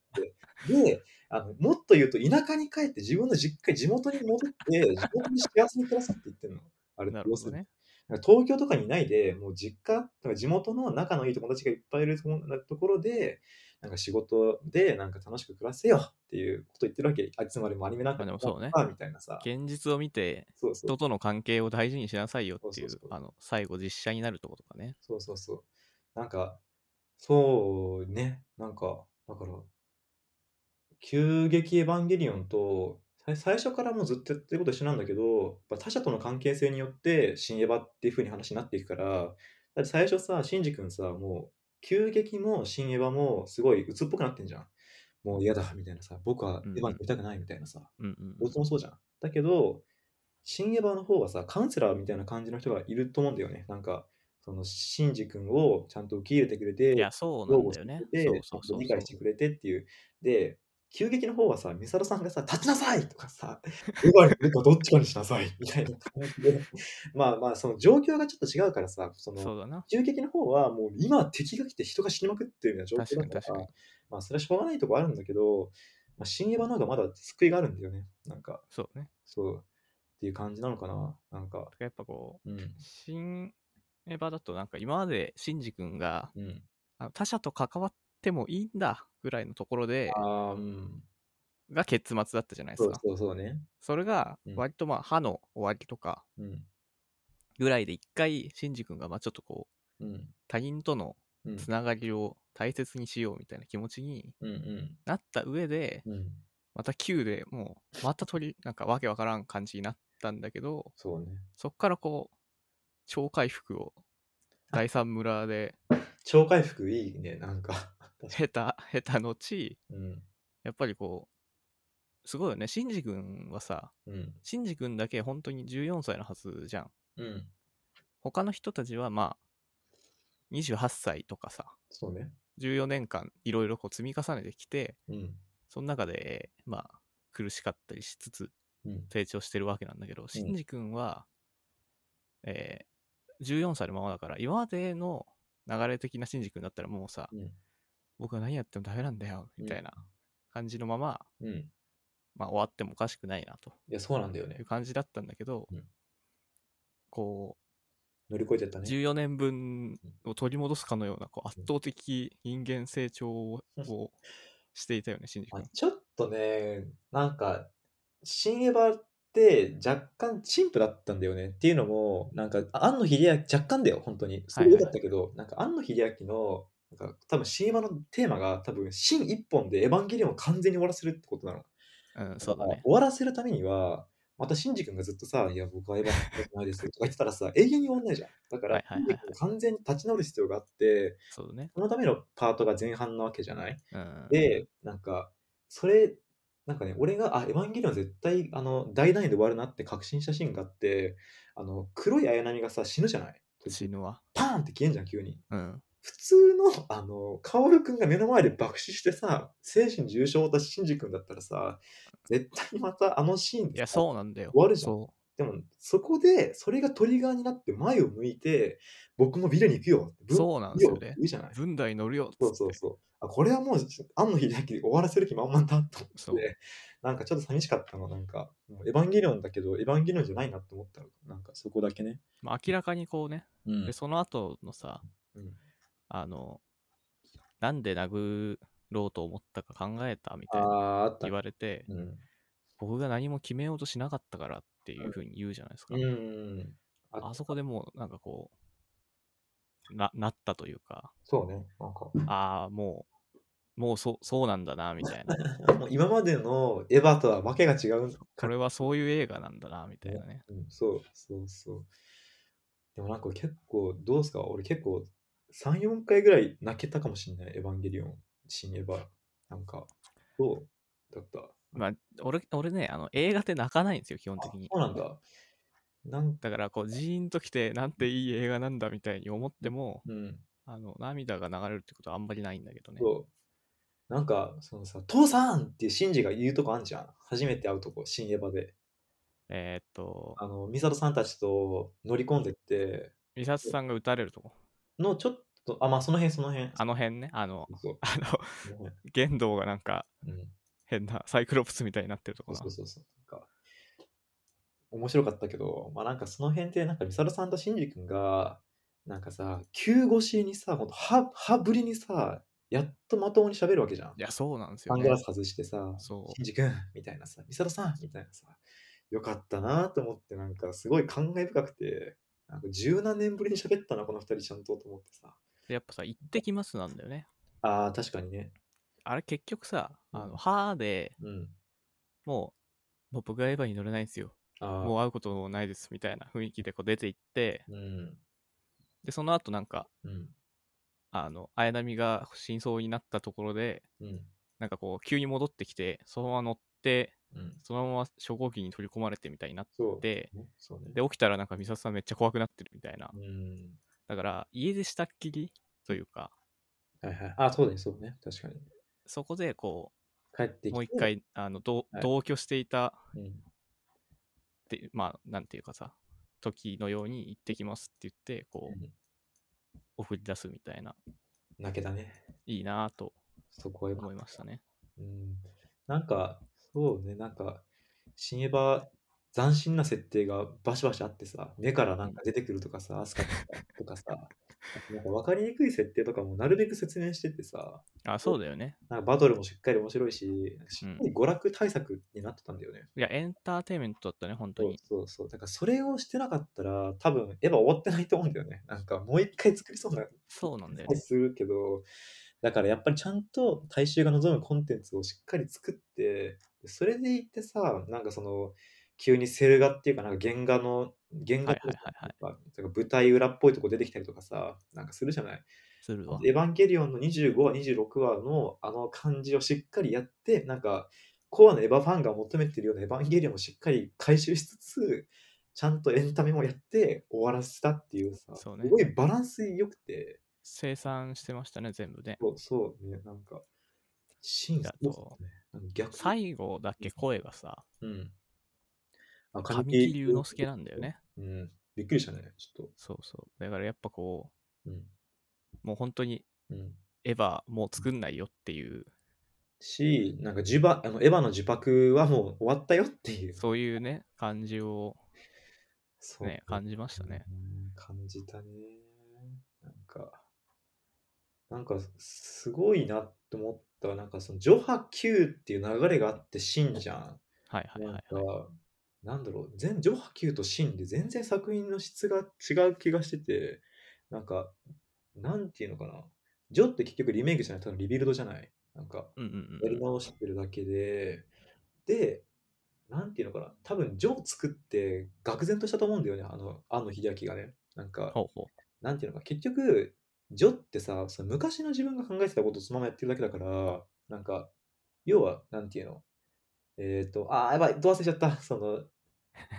[SPEAKER 2] て。であの、もっと言うと、田舎に帰って自分の実家、地元に戻って、地元に幸せに暮らすって言ってるの。あれ、
[SPEAKER 1] なる
[SPEAKER 2] 要
[SPEAKER 1] ほ
[SPEAKER 2] す
[SPEAKER 1] ど
[SPEAKER 2] るに
[SPEAKER 1] ね。
[SPEAKER 2] なんか東京とかにいないで、もう実家、とか地元の仲のいい友達がいっぱいいるとこところで、なんか仕事でなんか楽しく暮らせよっていうこと言ってるわけ。あいつまでもアニメなんか
[SPEAKER 1] まあでもそうね
[SPEAKER 2] あみたいなさ。
[SPEAKER 1] 現実を見て
[SPEAKER 2] そうそう
[SPEAKER 1] 人との関係を大事にしなさいよっていう
[SPEAKER 2] そうそうそう
[SPEAKER 1] あの最後実写になるとことかね
[SPEAKER 2] そうそうそう。なんか、そうね、なんか、だから、急激エヴァンゲリオンと、さ最初からもうずっとやってることは一緒なんだけど、やっぱ他者との関係性によって、新エヴァっていう風に話になっていくから、だって最初さ、シンジ君さ、もう、急激も新エヴァもすごい鬱っぽくなってんじゃん。もう嫌だ、みたいなさ、僕はエヴァに見たくないみたいなさ、
[SPEAKER 1] うんうん
[SPEAKER 2] 大津もそうじゃん。だけど、新エヴァの方はさ、カウンセラーみたいな感じの人がいると思うんだよね。なんか、その、シンジ君をちゃんと受け入れてくれて、
[SPEAKER 1] いやそうなんだよね
[SPEAKER 2] 擁護してくれて
[SPEAKER 1] そうそう
[SPEAKER 2] ちゃ
[SPEAKER 1] そ
[SPEAKER 2] ん
[SPEAKER 1] う
[SPEAKER 2] と理解してくれてっていう。で、急激の方はさ、ミサロさんがさ、立ちなさいとかさ、 エヴァにいるかどっちかにしなさいみたいな感じで、 まあまあ、その状況がちょっと違うからさ、その、
[SPEAKER 1] そうだな
[SPEAKER 2] 急激の方はもう今敵が来て人が死にまくってるような状況だ
[SPEAKER 1] 確か
[SPEAKER 2] か
[SPEAKER 1] に確からに、
[SPEAKER 2] まあそれはしょうがないとこあるんだけど、まあ、新エヴァの方がまだ救いがあるんだよね。なんか、
[SPEAKER 1] そうね
[SPEAKER 2] そう、っていう感じなのかな。なんか
[SPEAKER 1] だ、からやっぱこう
[SPEAKER 2] うん、
[SPEAKER 1] 新エヴァだとなんか今までシンジ君が
[SPEAKER 2] うん。
[SPEAKER 1] あの他者と関わってもいいんだぐらいのところで
[SPEAKER 2] ああ、うん。
[SPEAKER 1] が結末だったじゃないで
[SPEAKER 2] そ
[SPEAKER 1] す
[SPEAKER 2] う
[SPEAKER 1] か
[SPEAKER 2] そうそうね。
[SPEAKER 1] それが
[SPEAKER 2] うん
[SPEAKER 1] 割とまあ歯の終わりとか
[SPEAKER 2] うん。
[SPEAKER 1] ぐらいで一回シンジ君がまあちょっとこう
[SPEAKER 2] うん。
[SPEAKER 1] 他人との
[SPEAKER 2] うん。
[SPEAKER 1] つながりを大切にしようみたいな気持ちに
[SPEAKER 2] うん。うん
[SPEAKER 1] なった上で、
[SPEAKER 2] うん。
[SPEAKER 1] また Q でもうまた鳥なんかわけわからん感じになったんだけど
[SPEAKER 2] そうね。
[SPEAKER 1] そっからこう超回復を第三村で
[SPEAKER 2] 超回復いいね、なんか。 確
[SPEAKER 1] 下
[SPEAKER 2] か
[SPEAKER 1] 手下手のち
[SPEAKER 2] にうん。
[SPEAKER 1] やっぱりこうすごいよねシンジ君はさ
[SPEAKER 2] うん。
[SPEAKER 1] シンジ君だけ本当に14歳のはずじゃん
[SPEAKER 2] うん。
[SPEAKER 1] 他の人たちはまあ28歳とかさ
[SPEAKER 2] そうね。
[SPEAKER 1] 14年間いろいろこう積み重ねてきて
[SPEAKER 2] うん。
[SPEAKER 1] その中でまあ苦しかったりしつつ
[SPEAKER 2] うん。
[SPEAKER 1] 成長してるわけなんだけど、シンジ君は、えー14歳のままだから、今までの流れ的なシンジ君だったらもうさ、
[SPEAKER 2] うん。
[SPEAKER 1] 僕は何やってもダメなんだよ、みたいな感じのまま、
[SPEAKER 2] うん。い
[SPEAKER 1] まあ終わってもおかしくないな、と
[SPEAKER 2] や、そうなんだよ
[SPEAKER 1] い
[SPEAKER 2] ね
[SPEAKER 1] う。感じだったんだけど、
[SPEAKER 2] うん
[SPEAKER 1] こ
[SPEAKER 2] 乗り越えちゃった
[SPEAKER 1] う、
[SPEAKER 2] ね。
[SPEAKER 1] 14年分を取り戻すかのような、こう圧倒的人間成長を
[SPEAKER 2] うん
[SPEAKER 1] を していたよね、シンジ
[SPEAKER 2] あ
[SPEAKER 1] 君。
[SPEAKER 2] ちょっとね、なんか、新エヴァって若干陳腐だったんだよねっていうのも、なんか、あ庵野秀明、若干だよ、本当に。それ良かったけど、なんか庵野秀明の、なんか多分新エヴァのテーマが多分、新一本でエヴァンゲリオンを完全に終わらせるってことなの。
[SPEAKER 1] うん、そうだ
[SPEAKER 2] から
[SPEAKER 1] ね。
[SPEAKER 2] 終わらせるためには、またシンジ君がずっとさ、いや、僕はエヴァンゲリオンじゃないですとか言ってたらさ、永遠に終わんないじゃん。だから、
[SPEAKER 1] はいはいはいはい
[SPEAKER 2] シンジ君完全に立ち直る必要があって、
[SPEAKER 1] そうだね。
[SPEAKER 2] そのためのパートが前半なわけじゃない
[SPEAKER 1] うん。
[SPEAKER 2] で、なんか、それ、なんかね、俺が、あ、エヴァンゲリオン絶対、あの、大団円で終わるなって確信したシーンがあって、あの、黒い綾波がさ、死ぬじゃない
[SPEAKER 1] 死ぬわ。
[SPEAKER 2] パーンって消えんじゃん、急に。
[SPEAKER 1] うん。
[SPEAKER 2] 普通の、あの、薫くんが目の前で爆死してさ、精神重傷を負ったシンジ君だったらさ、絶対またあのシーン
[SPEAKER 1] い
[SPEAKER 2] で
[SPEAKER 1] や、
[SPEAKER 2] さ
[SPEAKER 1] そうなんだよ。
[SPEAKER 2] 終わるじゃん
[SPEAKER 1] そう。
[SPEAKER 2] でも、そこで、それがトリガーになって前を向いて、僕もビルに行くよ。
[SPEAKER 1] そうなんですよね
[SPEAKER 2] ビルに行くって言うじゃない
[SPEAKER 1] 分台乗るよっつって
[SPEAKER 2] そうそうそう。あこれはもう、庵野秀明終わらせる気満々だと思
[SPEAKER 1] そう
[SPEAKER 2] って、なんかちょっと寂しかったの、なんか、もうエヴァンゲリオンだけど、エヴァンゲリオンじゃないなって思ったの、なんかそこだけね。
[SPEAKER 1] まあ、明らかにこうね、
[SPEAKER 2] うん
[SPEAKER 1] でその後のさ、
[SPEAKER 2] うん
[SPEAKER 1] あのなんで殴ろうと思ったか考えたみ
[SPEAKER 2] あ
[SPEAKER 1] たいな
[SPEAKER 2] あー、あった
[SPEAKER 1] 言。われて、
[SPEAKER 2] うん。
[SPEAKER 1] 僕が何も決めようとしなかったからっていうふうに言うじゃないですか。
[SPEAKER 2] うん。あ
[SPEAKER 1] あそこでもうなんかこう、な、なったというか、
[SPEAKER 2] そうね。なんか、
[SPEAKER 1] ああ、もう、もうそそうなんだな、みたい な。
[SPEAKER 2] もう今までのエヴァとはわけが違う
[SPEAKER 1] これはそういう映画なんだな、みたいなね。
[SPEAKER 2] うん、そうそうそう。でもなんか結構、どうですか俺結構3、4回ぐらい泣けたかもしんない、エヴァンゲリオン、新エヴァ。なんか、どうだった
[SPEAKER 1] まあ、俺、俺ね、あの、映画って泣かないんですよ、基本
[SPEAKER 2] あ
[SPEAKER 1] 的に
[SPEAKER 2] そ。うなんだ。なん
[SPEAKER 1] だから、こう、ジーンときて、なんていい映画なんだ、みたいに思っても、
[SPEAKER 2] うん、
[SPEAKER 1] あの、涙が流れるってことはあんまりないんだけどね。
[SPEAKER 2] そう。なんか、そのさ、父さんってシンジが言うとこあんじゃん。初めて会うとこ、新エヴァで。
[SPEAKER 1] えーっと、
[SPEAKER 2] あの、ミサトさんたちと乗り込んでって、
[SPEAKER 1] 美里さんが撃たれるとこ。
[SPEAKER 2] のちょっと、あ、まあその辺その辺。
[SPEAKER 1] あの辺ね、あの、
[SPEAKER 2] そう
[SPEAKER 1] あの、
[SPEAKER 2] その辺
[SPEAKER 1] 玄道がなんか、
[SPEAKER 2] うん
[SPEAKER 1] 変なサイクロプスみたいになってるとこ
[SPEAKER 2] そう
[SPEAKER 1] な
[SPEAKER 2] そう。そうそう。なんか面白かったけど、まあなんかその辺で、なんかミサルさんとシンジ君が、なんかさ、急越しにさ、ほんと歯歯ぶりにさ、やっとまともに喋るわけじゃん
[SPEAKER 1] い。や、そうなんです
[SPEAKER 2] サ
[SPEAKER 1] よ
[SPEAKER 2] ン
[SPEAKER 1] ね
[SPEAKER 2] グ。ラス外してさ、
[SPEAKER 1] そう
[SPEAKER 2] シンジ君みたいなさ、ミサルさんみたいなさ、よかったなと思って、なんかすごい感慨深くて、なんか十何年ぶりに喋ったな、この二人ちゃんとと思ってさ。
[SPEAKER 1] でやっぱさ、行ってきますなんだよね。
[SPEAKER 2] ああ、確かにね。
[SPEAKER 1] あれ結局さ、
[SPEAKER 2] うん
[SPEAKER 1] あの、歯で
[SPEAKER 2] うん。
[SPEAKER 1] もう、もう僕がエヴァに乗れないんですよ。
[SPEAKER 2] ああ。
[SPEAKER 1] もう会うこともないですみたいな雰囲気でこう出て行って、
[SPEAKER 2] うん。
[SPEAKER 1] で、その後なんか、
[SPEAKER 2] うん。
[SPEAKER 1] あの、綾波が真相になったところで、
[SPEAKER 2] うん。
[SPEAKER 1] なんかこう、急に戻ってきて、そのまま乗って、
[SPEAKER 2] うん。
[SPEAKER 1] そのまま初号機に取り込まれてみたいになっ
[SPEAKER 2] そう。
[SPEAKER 1] て、
[SPEAKER 2] ね、そうね。
[SPEAKER 1] で、起きたらなんか美里さんめっちゃ怖くなってるみたいな
[SPEAKER 2] う。ん。
[SPEAKER 1] だから、家でしたっきりというか、
[SPEAKER 2] はいはい。あ、そうね、そうね。確かに。
[SPEAKER 1] そこでこ
[SPEAKER 2] 帰ってきて。
[SPEAKER 1] う、もう一。回、あの、同
[SPEAKER 2] はい
[SPEAKER 1] 同居していた
[SPEAKER 2] うん。
[SPEAKER 1] ってまあなんていうかさ時のように行ってきますって言ってこう送り出すみたいな
[SPEAKER 2] 泣けたね。
[SPEAKER 1] いいなぁと
[SPEAKER 2] そこはよかっ
[SPEAKER 1] 思いましたね
[SPEAKER 2] た。うん。なんか、そうね、なんか、新エヴァ、斬新な設定がバシバシあってさ、目からなんか出てくるとかさ、アスカとかさ、 なんか分かりにくい設定とかもなるべく説明してってさ、
[SPEAKER 1] あそうだよね
[SPEAKER 2] なんかバトルもしっかり面白いし、なんかしっかり娯楽対策になってたんだよね。
[SPEAKER 1] いやエンターテインメントだったね本当に
[SPEAKER 2] そうそうそう。だからそれをしてなかったら、多分エヴァ終わってないと思うんだよね。なんかもう一回作りそうな
[SPEAKER 1] そうなんだよ
[SPEAKER 2] はい
[SPEAKER 1] ね
[SPEAKER 2] するけど、だからやっぱりちゃんと大衆が望むコンテンツをしっかり作って、でそれでいってさ、なんかその、急にセル画っていうか、なんか原画の、原画
[SPEAKER 1] はい
[SPEAKER 2] と
[SPEAKER 1] はい
[SPEAKER 2] か
[SPEAKER 1] はいはい
[SPEAKER 2] なんか舞台裏っぽいとこ出てきたりとかさ、なんかするじゃない。
[SPEAKER 1] するわ
[SPEAKER 2] エヴァンゲリオンの25話、26話のあの感じをしっかりやって、なんか、コアのエヴァファンが求めてるようなエヴァンゲリオンをしっかり回収しつつ、ちゃんとエンタメもやって終わらせたっていうさ、
[SPEAKER 1] そうね
[SPEAKER 2] すごいバランス良くて、
[SPEAKER 1] 生産してましたね全部ね
[SPEAKER 2] そうそうね、なんか、シーン
[SPEAKER 1] だ
[SPEAKER 2] が
[SPEAKER 1] と
[SPEAKER 2] そうね、なんか逆に
[SPEAKER 1] 最後だけ声がさ
[SPEAKER 2] うん。あ
[SPEAKER 1] 神木隆之介なんだよ。ね
[SPEAKER 2] 神木うん。びっくりしたね、ちょっ
[SPEAKER 1] そうそうだからやっぱこ
[SPEAKER 2] と。うん。
[SPEAKER 1] うもう本当に
[SPEAKER 2] うん、
[SPEAKER 1] エヴァもう作んないよっていう
[SPEAKER 2] し、なんか、呪縛あのエヴァの呪縛はもう終わったよっていう。
[SPEAKER 1] そういうね感じを
[SPEAKER 2] そう
[SPEAKER 1] ね感じましたね
[SPEAKER 2] うん感じたね。なんか、なんか、すごいなって思った。なんか、その、ジョハ Q っていう流れがあって、シンじゃん。
[SPEAKER 1] はいはいはい
[SPEAKER 2] なん
[SPEAKER 1] はい
[SPEAKER 2] か、なんだろう、全上波球と芯で全然作品の質が違う気がしてて、なんか、なんていうのかな、ジョって結局リメイクじゃない、多分リビルドじゃない。なんか、
[SPEAKER 1] うんうん
[SPEAKER 2] や
[SPEAKER 1] うん
[SPEAKER 2] り直してるだけで、で、なんていうのかな、多分ジョー作って、愕然としたと思うんだよね、あの、庵野秀明がね。なんか、
[SPEAKER 1] ほうほう
[SPEAKER 2] なんていうのか、結局、ジョってさ、その昔の自分が考えてたことをそのままやってるだけだから、なんか、要は、なんていうの、えっ、と、あー、やばい、どう忘れちゃった、 その、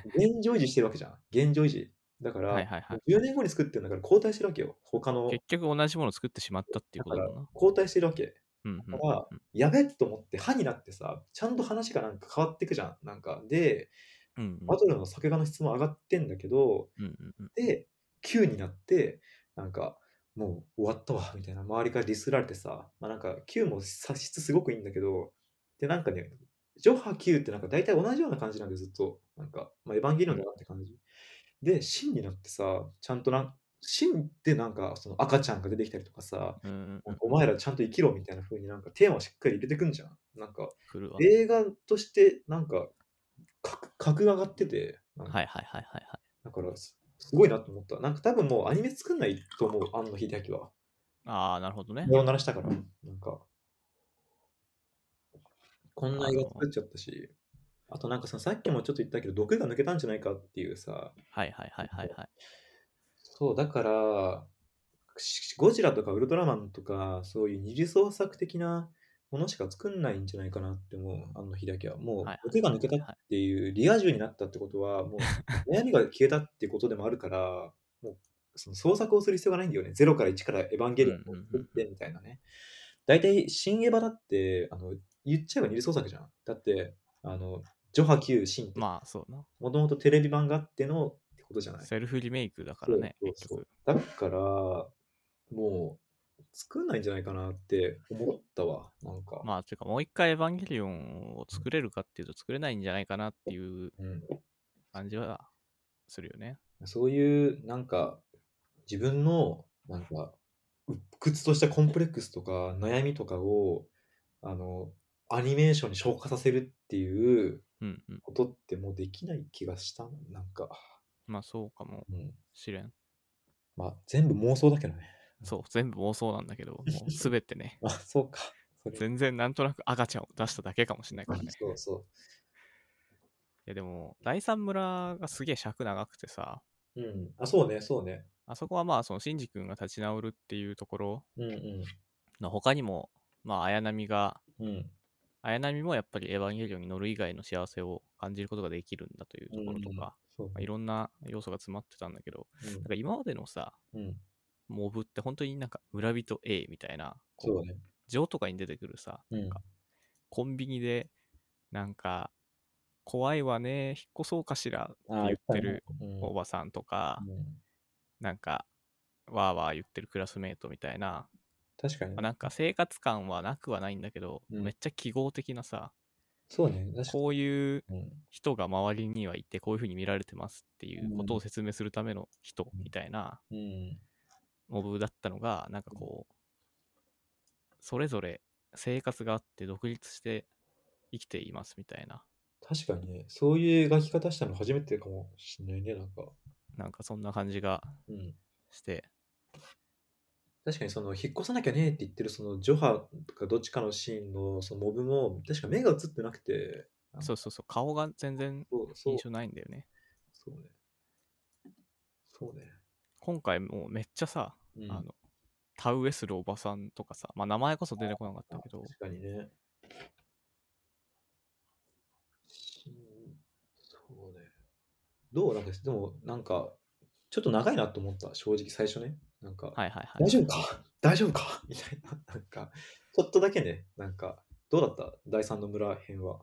[SPEAKER 2] 現状維持してるわけじゃん。現状維持。だから、
[SPEAKER 1] はいはいはい
[SPEAKER 2] 10年後に作ってるんだから交代してるわけよ。他の、
[SPEAKER 1] 結局同じものを作ってしまったっていうことだもんな。
[SPEAKER 2] 交代してるわけ。
[SPEAKER 1] うんうん
[SPEAKER 2] だから
[SPEAKER 1] うん
[SPEAKER 2] やべっと思って、歯になってさ、ちゃんと話がなんか変わってくじゃん。なんか、で、
[SPEAKER 1] うんうん
[SPEAKER 2] バトルの作画の質も上がってんだけど、
[SPEAKER 1] うんうんうん
[SPEAKER 2] で9になってなんかもう終わったわみたいな周りからディスられてさ、まあ、なんか9もさ質すごくいいんだけどでなんかねジョハ9ってなんか大体同じような感じなんでずっとなんか、まあ、エヴァンゲリオンだなって感じで真になってさちゃんとなんシンってなんかその赤ちゃんが出てきたりとかさ、
[SPEAKER 1] うんうん
[SPEAKER 2] なんかお前らちゃんと生きろみたいな風になんかテーマをしっかり入れてくんじゃん。なんか
[SPEAKER 1] 来るわ。はい
[SPEAKER 2] 映画としてなんか格格が上がってて、なんか
[SPEAKER 1] はいはいはいはい。
[SPEAKER 2] だからすすごいなと思った。なんか多分もうアニメ作んないと思う、庵野秀明は。
[SPEAKER 1] ああ、なるほどね
[SPEAKER 2] も。う鳴らしたから、なんか。こんな映画作っちゃったし、あとなんかさ、さっきもちょっと言ったけど、毒が抜けたんじゃないかっていうさ、
[SPEAKER 1] はいはいはいはいはい。
[SPEAKER 2] そう、だから、しゴジラとかウルトラマンとか、そういう二次創作的なものしか作んないんじゃないかなって思う、あの日だけは。もう
[SPEAKER 1] はい、
[SPEAKER 2] 毒が抜けたっていう、リア充になったってことは、も う、悩みが消えたってことでもあるから、もう、その創作をする必要がないんだよね。ゼロから1からエヴァンゲリオンを作ってみたいなね。大体、新エヴァだって、あの、言っちゃえば二次創作じゃん。だって、あの、ジョハ Q 新って、も
[SPEAKER 1] まあそうな。
[SPEAKER 2] ともとテレビ版があってのってことじゃない。
[SPEAKER 1] セルフリメイクだからね。
[SPEAKER 2] そう
[SPEAKER 1] 結
[SPEAKER 2] そう
[SPEAKER 1] 局
[SPEAKER 2] そうだから、もう、作んないんじゃないかなって思ったわ、なんか。
[SPEAKER 1] まあ、ていうかもう一回エヴァンゲリオンを作れるかっていうと作れないんじゃないかなっていう
[SPEAKER 2] うん、
[SPEAKER 1] 感じはするよね。
[SPEAKER 2] そういう、なんか、自分の、なんか、鬱屈としたコンプレックスとか、悩みとかを、あの、アニメーションに昇華させるっていう
[SPEAKER 1] うんうん。
[SPEAKER 2] ことってもうできない気がした、なんか。
[SPEAKER 1] まあそうかも
[SPEAKER 2] うん、
[SPEAKER 1] しれん。
[SPEAKER 2] まあ、全部妄想だけどね。 、
[SPEAKER 1] そう、全部妄想なんだけど、もうすべてね
[SPEAKER 2] あ、そうか。それ
[SPEAKER 1] 全然なんとなく赤ちゃんを出しただけかもしれないからね。い
[SPEAKER 2] そうそ
[SPEAKER 1] やでも、第三村がすげえ尺長くてさ、
[SPEAKER 2] う。うん。あ、そうね、そうね。
[SPEAKER 1] あそこはまあそのシンジ君が立ち直るっていうところ
[SPEAKER 2] うん
[SPEAKER 1] の他にも、まあ綾波が、
[SPEAKER 2] うん。うん。
[SPEAKER 1] 綾波もやっぱりエヴァンゲリオンに乗る以外の幸せを感じることができるんだというところとか、
[SPEAKER 2] うん
[SPEAKER 1] ま
[SPEAKER 2] そう
[SPEAKER 1] あいろんな要素が詰まってたんだけど、
[SPEAKER 2] うん
[SPEAKER 1] なんか今までのさ、
[SPEAKER 2] うん、
[SPEAKER 1] モブって本当になんか村人 A みたいな、こ
[SPEAKER 2] そうね。
[SPEAKER 1] 城とかに出てくるさ、
[SPEAKER 2] うん
[SPEAKER 1] かコンビニで、なんか、怖いわね、引っ越そうかしらって
[SPEAKER 2] ああ
[SPEAKER 1] 言ってる
[SPEAKER 2] 言
[SPEAKER 1] お
[SPEAKER 2] っ
[SPEAKER 1] ばさんとか
[SPEAKER 2] たね、うんうん
[SPEAKER 1] なんか、わーわー言ってるクラスメートみたいな、
[SPEAKER 2] 確かに
[SPEAKER 1] まあ。なんか生活感はなくはないんだけど、
[SPEAKER 2] うん
[SPEAKER 1] めっちゃ記号的なさ、
[SPEAKER 2] そうね。確か
[SPEAKER 1] こういう
[SPEAKER 2] に。
[SPEAKER 1] 人が周りにはいて、こういうふうに見られてますっていうこと
[SPEAKER 2] う
[SPEAKER 1] を説明するための人みたいな
[SPEAKER 2] うん。うん
[SPEAKER 1] モブだったのが、なんかこう、それぞれ生活があって独立して生きていますみたいな、
[SPEAKER 2] 確かにね、そういう描き方したの初めてかもしれないね、なんか。
[SPEAKER 1] なんかそんな感じが
[SPEAKER 2] うん。
[SPEAKER 1] して、
[SPEAKER 2] 確かにその、引っ越さなきゃねって言ってる、その、ジョハかどっちかのシーンの、そのモブも、確か目が映ってなくて、うん
[SPEAKER 1] そうそうそう、顔が全然
[SPEAKER 2] そう、そう
[SPEAKER 1] 印、象ないんだよね。
[SPEAKER 2] そうね。そうね。
[SPEAKER 1] 今回もうめっちゃさ、
[SPEAKER 2] うん、
[SPEAKER 1] あの、田植えするおばさんとかさ、まあ名前こそ出てこなかったけど、
[SPEAKER 2] 確かにね。しそうね。どうなんですでも、なんか、ちょっと長いなと思った、正直、最初ね。なんか、
[SPEAKER 1] はいはいはい。
[SPEAKER 2] 大丈夫か大丈夫かみたいな、なんか、ちょっとだけね、なんか、どうだった第三の村編は。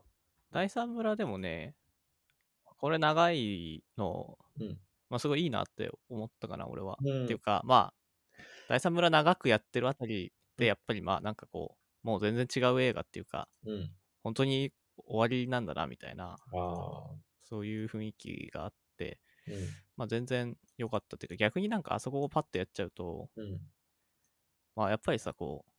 [SPEAKER 1] 第三村でもね、これ長いの、
[SPEAKER 2] うん
[SPEAKER 1] まあすごいいいなって思ったかな、俺は。
[SPEAKER 2] うん
[SPEAKER 1] っていうか、まあ、第三村長くやってるあたりで、やっぱりまあなんかこう、もう全然違う映画っていうか、
[SPEAKER 2] うん。
[SPEAKER 1] 本当に終わりなんだな、みたいな、
[SPEAKER 2] ああ。
[SPEAKER 1] そういう雰囲気があって、
[SPEAKER 2] う
[SPEAKER 1] まあ全然良かったっていうか、逆になんかあそこをパッとやっちゃうと、
[SPEAKER 2] ん。うん。
[SPEAKER 1] まあやっぱりさ、こう、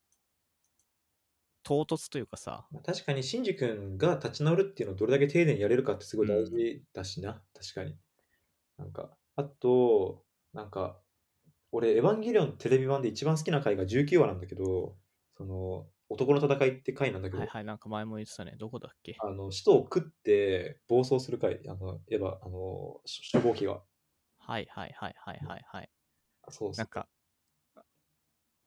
[SPEAKER 1] 唐突というかさ、
[SPEAKER 2] まあ確かに、シンジ君が立ち直るっていうのをどれだけ丁寧にやれるかってすごい大事だしな、確かに。なんか、あと、なんか、俺、エヴァンゲリオンテレビ版で一番好きな回が19話なんだけど、その、男の戦いって回なんだけど、
[SPEAKER 1] はいはい、なんか前も言ってたね、どこだっけ
[SPEAKER 2] あの、使徒を食って暴走する回、あの、エヴァ、あの、し消防機が。
[SPEAKER 1] はいはいはいはいはいはい。
[SPEAKER 2] そうそ
[SPEAKER 1] なん
[SPEAKER 2] う。
[SPEAKER 1] か、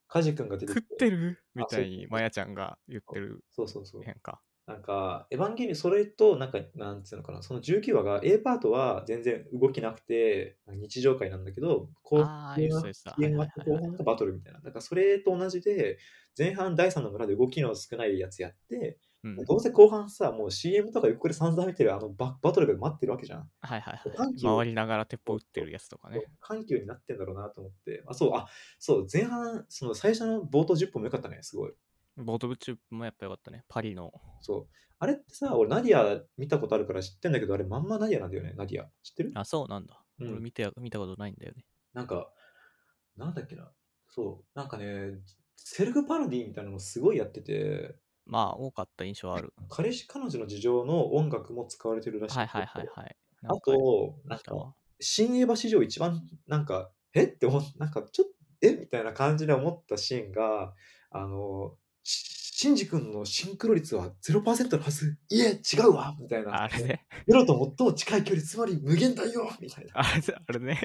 [SPEAKER 2] カジ君が出て
[SPEAKER 1] 食
[SPEAKER 2] き、
[SPEAKER 1] っててるみ
[SPEAKER 2] あそう
[SPEAKER 1] たいに、マヤちゃんが言ってる
[SPEAKER 2] そうそうそう。
[SPEAKER 1] 変化。
[SPEAKER 2] なんか、エヴァンゲリオン、それと、なんか、なんつうのかな、その19話が、A パートは全然動きなくて、日常会なんだけど、こう、
[SPEAKER 1] ああ、
[SPEAKER 2] ゲ
[SPEAKER 1] 言
[SPEAKER 2] ー
[SPEAKER 1] っ
[SPEAKER 2] ム
[SPEAKER 1] てた言
[SPEAKER 2] が
[SPEAKER 1] ってた。
[SPEAKER 2] ゲームがあって後半がバトルみたいな。なんか、それと同じで、前半第3の村で動きの少ないやつやって、
[SPEAKER 1] うん
[SPEAKER 2] どうせ後半さ、もう CM とかよくこれ散々見てるあのババトルが待ってるわけじゃん。
[SPEAKER 1] はいはいは
[SPEAKER 2] 緩
[SPEAKER 1] い。
[SPEAKER 2] 急を
[SPEAKER 1] 回りながら鉄砲撃ってるやつとかね。
[SPEAKER 2] 緩急になってんだろうなと思って。あ、そう、あ、そう、前半、その最初の冒頭10分も良かったね、すごい。
[SPEAKER 1] ボートブチュもやっぱよかったね。パリの。
[SPEAKER 2] そう。あれってさ、俺、ナディア見たことあるから知ってんだけど、あれ、まんまナディアなんだよね、ナディア。知ってる
[SPEAKER 1] あ、そうなんだ。
[SPEAKER 2] うん
[SPEAKER 1] 俺見て見たことないんだよね。
[SPEAKER 2] なんか、なんだっけな、そう、なんかね、セルフパロディみたいなのすごいやってて、
[SPEAKER 1] まあ、多かった印象はある。
[SPEAKER 2] 彼氏彼女の事情の音楽も使われてるらしくて、
[SPEAKER 1] はいはいはいはい。
[SPEAKER 2] あと、なん
[SPEAKER 1] なん
[SPEAKER 2] か、
[SPEAKER 1] か
[SPEAKER 2] 新エヴァ史上一番、なんか、えって思っなんか、ちょっと、えみたいな感じで思ったシーンが、あの、しシンジ君のシンクロ率は0%のはず、いえ、違うわみたいな。
[SPEAKER 1] あれね、
[SPEAKER 2] ゼロと最も近い距離、つまり無限大よみたいな。
[SPEAKER 1] あれあれね、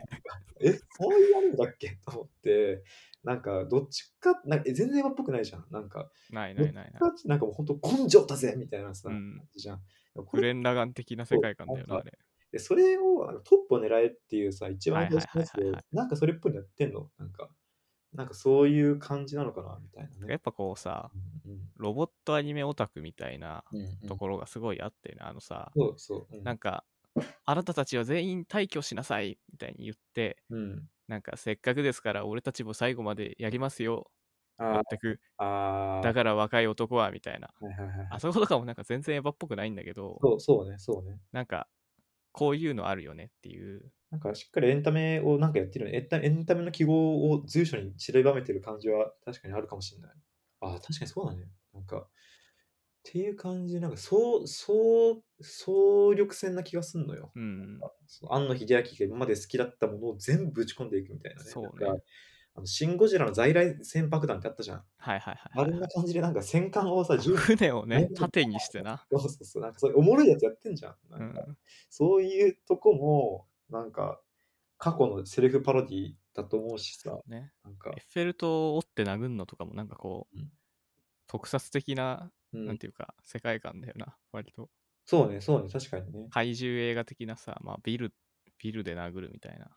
[SPEAKER 2] え、そういうアニメだっけ と思って、なんか、どっちか、なんかえ全然エヴァっぽくないじゃん。なんか、
[SPEAKER 1] ないないないない。
[SPEAKER 2] なんかもう本当根性だぜみたいなさ、
[SPEAKER 1] うん
[SPEAKER 2] 感じじゃん。こ
[SPEAKER 1] グ
[SPEAKER 2] れ
[SPEAKER 1] レン・ラガン的な世界観だよな、あれ。
[SPEAKER 2] でそれをあのトップを狙えっていうさ、一番
[SPEAKER 1] はいはい
[SPEAKER 2] 最初
[SPEAKER 1] はいは
[SPEAKER 2] の
[SPEAKER 1] い
[SPEAKER 2] やつで、なんかそれっぽいのやってんのなんか、なんかそういう感じなのかなみたいな
[SPEAKER 1] や
[SPEAKER 2] ね
[SPEAKER 1] っ。ぱこうさ、
[SPEAKER 2] うん
[SPEAKER 1] ロボットアニメオタクみたいな
[SPEAKER 2] うんうんうん
[SPEAKER 1] ところがすごいあってね、あのさ、
[SPEAKER 2] そうそう。う
[SPEAKER 1] なんか、あなたたちは全員退去しなさいみたいに言って、
[SPEAKER 2] うん、
[SPEAKER 1] なんかせっかくですから俺たちも最後までやりますよ、
[SPEAKER 2] あ
[SPEAKER 1] 全く。
[SPEAKER 2] ーあー、
[SPEAKER 1] だから若い男はみたいな。
[SPEAKER 2] はいはいはい
[SPEAKER 1] あそことかもなんか全然エヴァっぽくないんだけど、
[SPEAKER 2] そうそうね、そうね。
[SPEAKER 1] なんかこういうのあるよねっていう。
[SPEAKER 2] なんかしっかりエンタメをなんかやってるよねエンタ。エンタメの記号を随所に散りばめてる感じは確かにあるかもしれない。ああ、確かにそうだね。なんか、っていう感じで、なんか、そう、そう、総力戦な気がすんのよ。
[SPEAKER 1] うん。
[SPEAKER 2] その庵野秀明が今まで好きだったものを全部打ち込んでいくみたいなね。
[SPEAKER 1] そうね
[SPEAKER 2] なんかあのシン・ゴジラの在来船爆弾ってあったじゃん。
[SPEAKER 1] はいはいは
[SPEAKER 2] あ
[SPEAKER 1] い
[SPEAKER 2] れ
[SPEAKER 1] はい、は
[SPEAKER 2] な感じでなんか戦艦をさ、
[SPEAKER 1] い。
[SPEAKER 2] 10
[SPEAKER 1] 船をね
[SPEAKER 2] う、ん
[SPEAKER 1] 縦にしてな。
[SPEAKER 2] そうそうそう、なんかそういうおもろいやつやってんじゃん。
[SPEAKER 1] う
[SPEAKER 2] なん
[SPEAKER 1] ん
[SPEAKER 2] か。そういうとこも、なんか過去のセルフパロディだと思うしさ、
[SPEAKER 1] ね。
[SPEAKER 2] なんか
[SPEAKER 1] エッ、フェル塔を折って殴るのとかもなんかこう、
[SPEAKER 2] うん
[SPEAKER 1] 特撮的な、
[SPEAKER 2] うん
[SPEAKER 1] なんていうか、世界観だよな、割と。
[SPEAKER 2] そうね、そうね、確かにね。
[SPEAKER 1] 怪獣映画的なさ、まあビル、ビルで殴るみたいな。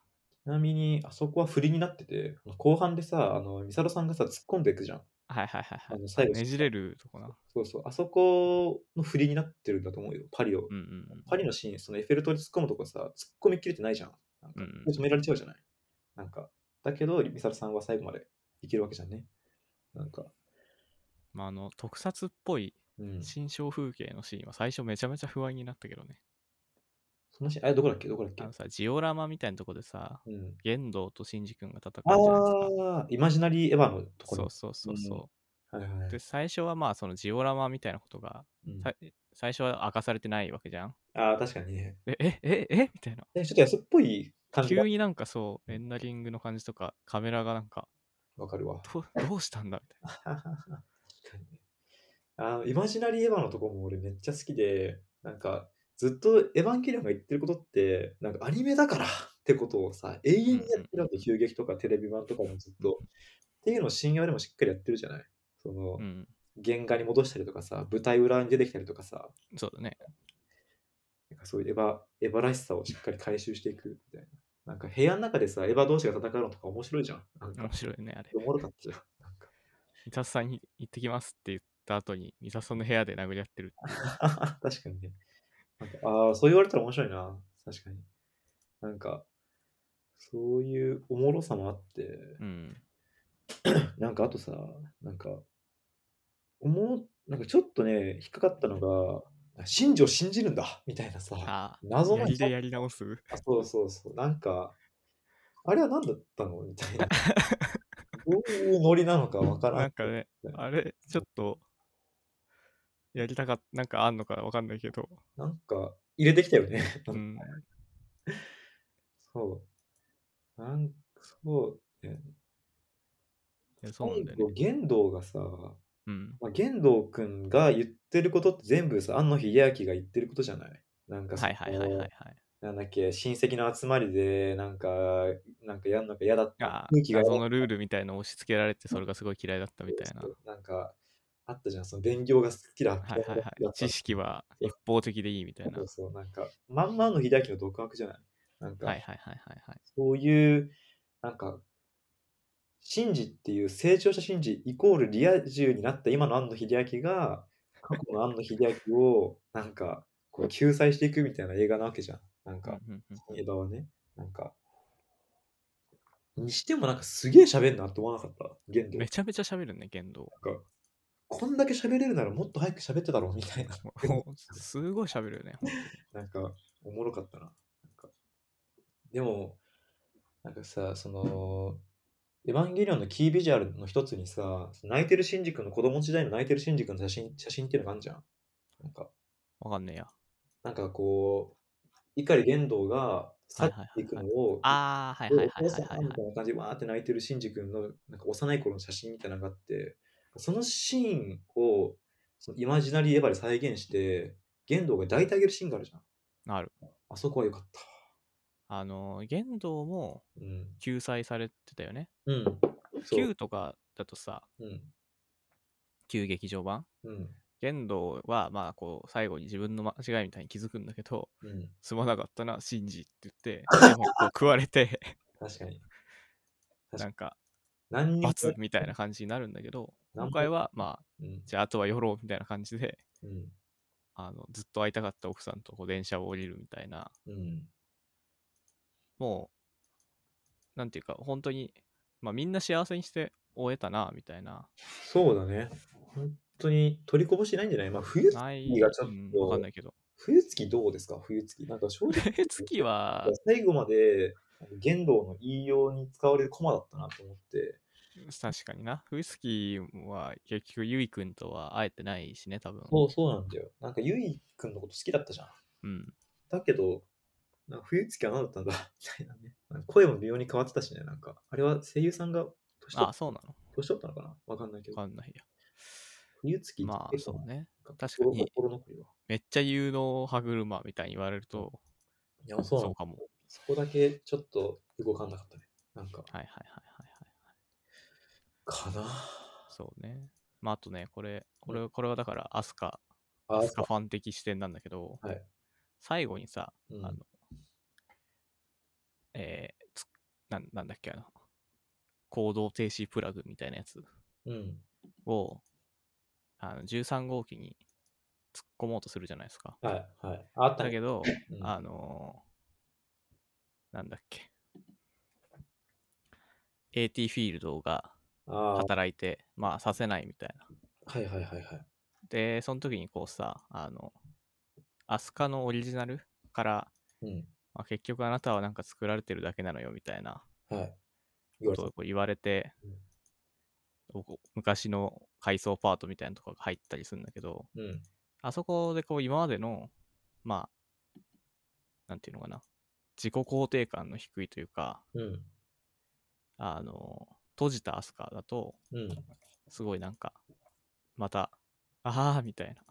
[SPEAKER 2] ちなみに、あそこは振りになってて、後半でさ、あの、ミサロさんがさ、突っ込んでいくじゃん。
[SPEAKER 1] はいはいはい
[SPEAKER 2] あ
[SPEAKER 1] はい。
[SPEAKER 2] の最後
[SPEAKER 1] ねじれるとこな。
[SPEAKER 2] そうそう、あそこの振りになってるんだと思うよ、パリを。
[SPEAKER 1] うんうん
[SPEAKER 2] パリのシーン、そのエッフェル塔に突っ込むとこさ、突っ込みきれてないじゃん。なんか
[SPEAKER 1] うんうん
[SPEAKER 2] 止められちゃうじゃない。なんか、だけど、ミサルさんは最後までいけるわけじゃんね。なんか、
[SPEAKER 1] まあ、あの特撮っぽい
[SPEAKER 2] うん。
[SPEAKER 1] 新象風景のシーンは最初めちゃめちゃ不安になったけどね。
[SPEAKER 2] そのシーン、あれ、どこだっけどこだっけ
[SPEAKER 1] あのさ、ジオラマみたいなとこでさ、
[SPEAKER 2] うん。
[SPEAKER 1] 玄道とシンジ君が戦うじ
[SPEAKER 2] あ
[SPEAKER 1] ゃないで
[SPEAKER 2] あー、イマジナリーエヴァのと
[SPEAKER 1] すか。
[SPEAKER 2] こ
[SPEAKER 1] そ
[SPEAKER 2] ろ
[SPEAKER 1] う。そうそうそ
[SPEAKER 2] はいは
[SPEAKER 1] う。で、
[SPEAKER 2] い。
[SPEAKER 1] 最初はまあそのジオラマみたいなことが、
[SPEAKER 2] うん
[SPEAKER 1] さ最初は明かされてないわけじゃん。
[SPEAKER 2] ああ、確かにね。
[SPEAKER 1] でえ、え、えみたいな。
[SPEAKER 2] えちょっと安っぽい感じが
[SPEAKER 1] 急になんかそう、レンダリングの感じとか、カメラがなんか、
[SPEAKER 2] わかるわ。
[SPEAKER 1] どうどうしたんだみたいな。
[SPEAKER 2] 確かにねあのイマジナリーエヴァのとこも俺めっちゃ好きで、なんかずっとエヴァンゲリオンが言ってることって、なんかアニメだから ってことをさ、永遠にやってるわけ、急激とかテレビ版とかもずっと。っていうのを深夜でもしっかりやってるじゃない。その
[SPEAKER 1] う、ん。
[SPEAKER 2] 原画に戻したりとかさ、舞台裏に出てきたりとかさ、
[SPEAKER 1] そうだね。
[SPEAKER 2] なんかそういうエヴァ、エヴァらしさをしっかり回収していくみたいな。なんか部屋の中でさ、エヴァ同士が戦うのとか面白いじゃん。なんか
[SPEAKER 1] 面、白いね、あれ。
[SPEAKER 2] おもろかったじゃん。なんか
[SPEAKER 1] 三田さんに行ってきますって言った後に、三田さんの部屋で殴り合ってる。
[SPEAKER 2] 確か にね。なんかああ、そう言われたら面白いな。確かに。なんか、そういうおもろさもあって、
[SPEAKER 1] うん。
[SPEAKER 2] なんかあとさ、なんか、おも、なんかちょっとね、引っかかったのが、真珠を信じるんだみたいなさ、
[SPEAKER 1] ああ、
[SPEAKER 2] 謎
[SPEAKER 1] や
[SPEAKER 2] の
[SPEAKER 1] りでやり直す。
[SPEAKER 2] あそうそうそう、なんか、あれは何だったのみたいな。どういうノリなのかわからん。
[SPEAKER 1] なんかね、あれ、ちょっと、やりたかっなんかあんのかわかんないけど、
[SPEAKER 2] なんか、入れてきたよね。
[SPEAKER 1] うん、
[SPEAKER 2] そう。なんか、そう。ね
[SPEAKER 1] いやそうなんだよね
[SPEAKER 2] 今度玄道がさ、
[SPEAKER 1] うん、
[SPEAKER 2] まあ、玄道くんが言ってることって全部さ、安野秀明が言ってることじゃないなんかそ
[SPEAKER 1] はい
[SPEAKER 2] の
[SPEAKER 1] はいはいはいはい。
[SPEAKER 2] なんだっけ、親戚の集まりで、なんか、なんかやんのか嫌だった
[SPEAKER 1] あ。
[SPEAKER 2] 空気が嫌だ
[SPEAKER 1] 謎
[SPEAKER 2] った
[SPEAKER 1] のルールみたいのを押し付けられて、それがすごい嫌いだったみたいな。
[SPEAKER 2] そうなんか、あったじゃん、その勉強が好きだ。
[SPEAKER 1] はいはいはい。知識は一方的でいいみたいな。
[SPEAKER 2] そ
[SPEAKER 1] は
[SPEAKER 2] う
[SPEAKER 1] い
[SPEAKER 2] そう、なんか、まんまの秀明の独白じゃないなんか、
[SPEAKER 1] はいはいはいはい。
[SPEAKER 2] そういう、なんか、シンジっていう成長したシンジイコールリア充になった今の安野秀明が、過去の安野秀明を、なんか、こう救済していくみたいな映画なわけじゃん。なんか、
[SPEAKER 1] うんうんうん
[SPEAKER 2] 枝はね、なんか、にしてもなんかすげえ喋んなって思わなかった、言動。な
[SPEAKER 1] め
[SPEAKER 2] ん
[SPEAKER 1] ちゃめちゃ喋るね、言動。
[SPEAKER 2] か、こんだけ喋れるならもっと早く喋ってたろうみたいな。
[SPEAKER 1] もうすごい喋るよね。
[SPEAKER 2] なんか、おもろかったな。なんかでも、なんかさ、その、エヴァンゲリオンのキービジュアルの一つにさ、泣いてるシンジ君の子供時代の泣いてるシンジ君の写真写真っていうのがあるじゃん。なんか、
[SPEAKER 1] わかんねえや。
[SPEAKER 2] なんかこう、碇玄道が去
[SPEAKER 1] はい
[SPEAKER 2] っ
[SPEAKER 1] はいはい
[SPEAKER 2] ていくのを、
[SPEAKER 1] ああ、はい
[SPEAKER 2] お
[SPEAKER 1] はいはい
[SPEAKER 2] 父
[SPEAKER 1] は
[SPEAKER 2] さ
[SPEAKER 1] い、はい
[SPEAKER 2] んみ。たいな感じでわーって泣いてるシンジ君のなんか幼い頃の写真みたいなのがあってそのシーンをそのイマジナリーエヴァで再現して玄道が抱いてあげるシーンがあるじゃん
[SPEAKER 1] ある。
[SPEAKER 2] あそこはよかった
[SPEAKER 1] あの、玄道も
[SPEAKER 2] うん
[SPEAKER 1] 救済されてたよね。
[SPEAKER 2] うんそう
[SPEAKER 1] Q とかだとさ、
[SPEAKER 2] うん
[SPEAKER 1] 旧劇場版
[SPEAKER 2] うん
[SPEAKER 1] 玄道は、まあ、こう、最後に自分の間違いみたいに気づくんだけど、
[SPEAKER 2] うん
[SPEAKER 1] すまなかったな、シンジって言って、でもこう食われて、
[SPEAKER 2] 確かに
[SPEAKER 1] なんか、
[SPEAKER 2] 何にも
[SPEAKER 1] 罰みたいな感じになるんだけど、
[SPEAKER 2] な
[SPEAKER 1] 今
[SPEAKER 2] んも
[SPEAKER 1] 回は、まあ、
[SPEAKER 2] うん
[SPEAKER 1] じゃあ、あとは寄ろうみたいな感じで、
[SPEAKER 2] うん
[SPEAKER 1] あの、ずっと会いたかった奥さんとこう電車を降りるみたいな、
[SPEAKER 2] うん
[SPEAKER 1] もう、なんていうか、本当に、まあ、みんな幸せにして終えたな、みたいな。
[SPEAKER 2] そうだね本当に取りこぼしてないんじゃないまあ冬月
[SPEAKER 1] ない、
[SPEAKER 2] がちょっと
[SPEAKER 1] うんわかんないけど。
[SPEAKER 2] 冬月どうですか冬月なんか正直
[SPEAKER 1] 月は、
[SPEAKER 2] 最後まで言動の言いように使われるコマだったなと思って
[SPEAKER 1] 確かにな。ウイスキーは結局、ゆいくんとは会えてないしね、多分。
[SPEAKER 2] そうそうなんだよなんかゆいくんのこと好きだったじゃん
[SPEAKER 1] うん。
[SPEAKER 2] だけどなんか冬月は何だったんだみたいなねなんか声も微妙に変わってたしねなんかあれは声優さんが年取
[SPEAKER 1] あ
[SPEAKER 2] っ
[SPEAKER 1] そうなの
[SPEAKER 2] 年取ったのかなわかんないけ
[SPEAKER 1] わ
[SPEAKER 2] ど
[SPEAKER 1] かんないや。
[SPEAKER 2] 冬月
[SPEAKER 1] まあ、
[SPEAKER 2] 結構
[SPEAKER 1] そうね。
[SPEAKER 2] なん
[SPEAKER 1] 確かに
[SPEAKER 2] 心残りは
[SPEAKER 1] めっちゃ有能歯車みたいに言われると、
[SPEAKER 2] いやそうな
[SPEAKER 1] そ
[SPEAKER 2] の
[SPEAKER 1] うかも。
[SPEAKER 2] そこだけちょっと動かんなかったねなんか
[SPEAKER 1] はいはいはいはいはい。
[SPEAKER 2] かな
[SPEAKER 1] そうね。まあ、あとね、これ、これ、これはだから、アスカ、
[SPEAKER 2] あ
[SPEAKER 1] アスカファン的視点なんだけど、
[SPEAKER 2] はい
[SPEAKER 1] 最後にさ、
[SPEAKER 2] うん
[SPEAKER 1] あの、えーつなん、なんだっけ、あの、行動停止プラグみたいなやつ
[SPEAKER 2] うん
[SPEAKER 1] を、あの13号機に突っ込もうとするじゃないですか。
[SPEAKER 2] はいはいあった
[SPEAKER 1] だ
[SPEAKER 2] ね
[SPEAKER 1] けど、
[SPEAKER 2] うん
[SPEAKER 1] あのーなんだっけ。AT フィールドが
[SPEAKER 2] あー
[SPEAKER 1] 働いて、まあ、させないみたいな。
[SPEAKER 2] はいはいはいはい
[SPEAKER 1] で、その時にこうさ、あの、アスカのオリジナルから、
[SPEAKER 2] うん
[SPEAKER 1] まあ、結局あなたはなんか作られてるだけなのよみたいな
[SPEAKER 2] はい。
[SPEAKER 1] こ
[SPEAKER 2] 言われ
[SPEAKER 1] と
[SPEAKER 2] た
[SPEAKER 1] をこう言われて、こう昔の回想パートみたいなとこが入ったりするんだけど、
[SPEAKER 2] うん。
[SPEAKER 1] あそこでこう今までの、まあ、なんていうのかな、自己肯定感の低いというか、
[SPEAKER 2] うん。
[SPEAKER 1] あの、閉じたアスカだと、
[SPEAKER 2] うん。
[SPEAKER 1] すごいなんか、また、ああ、みたいな、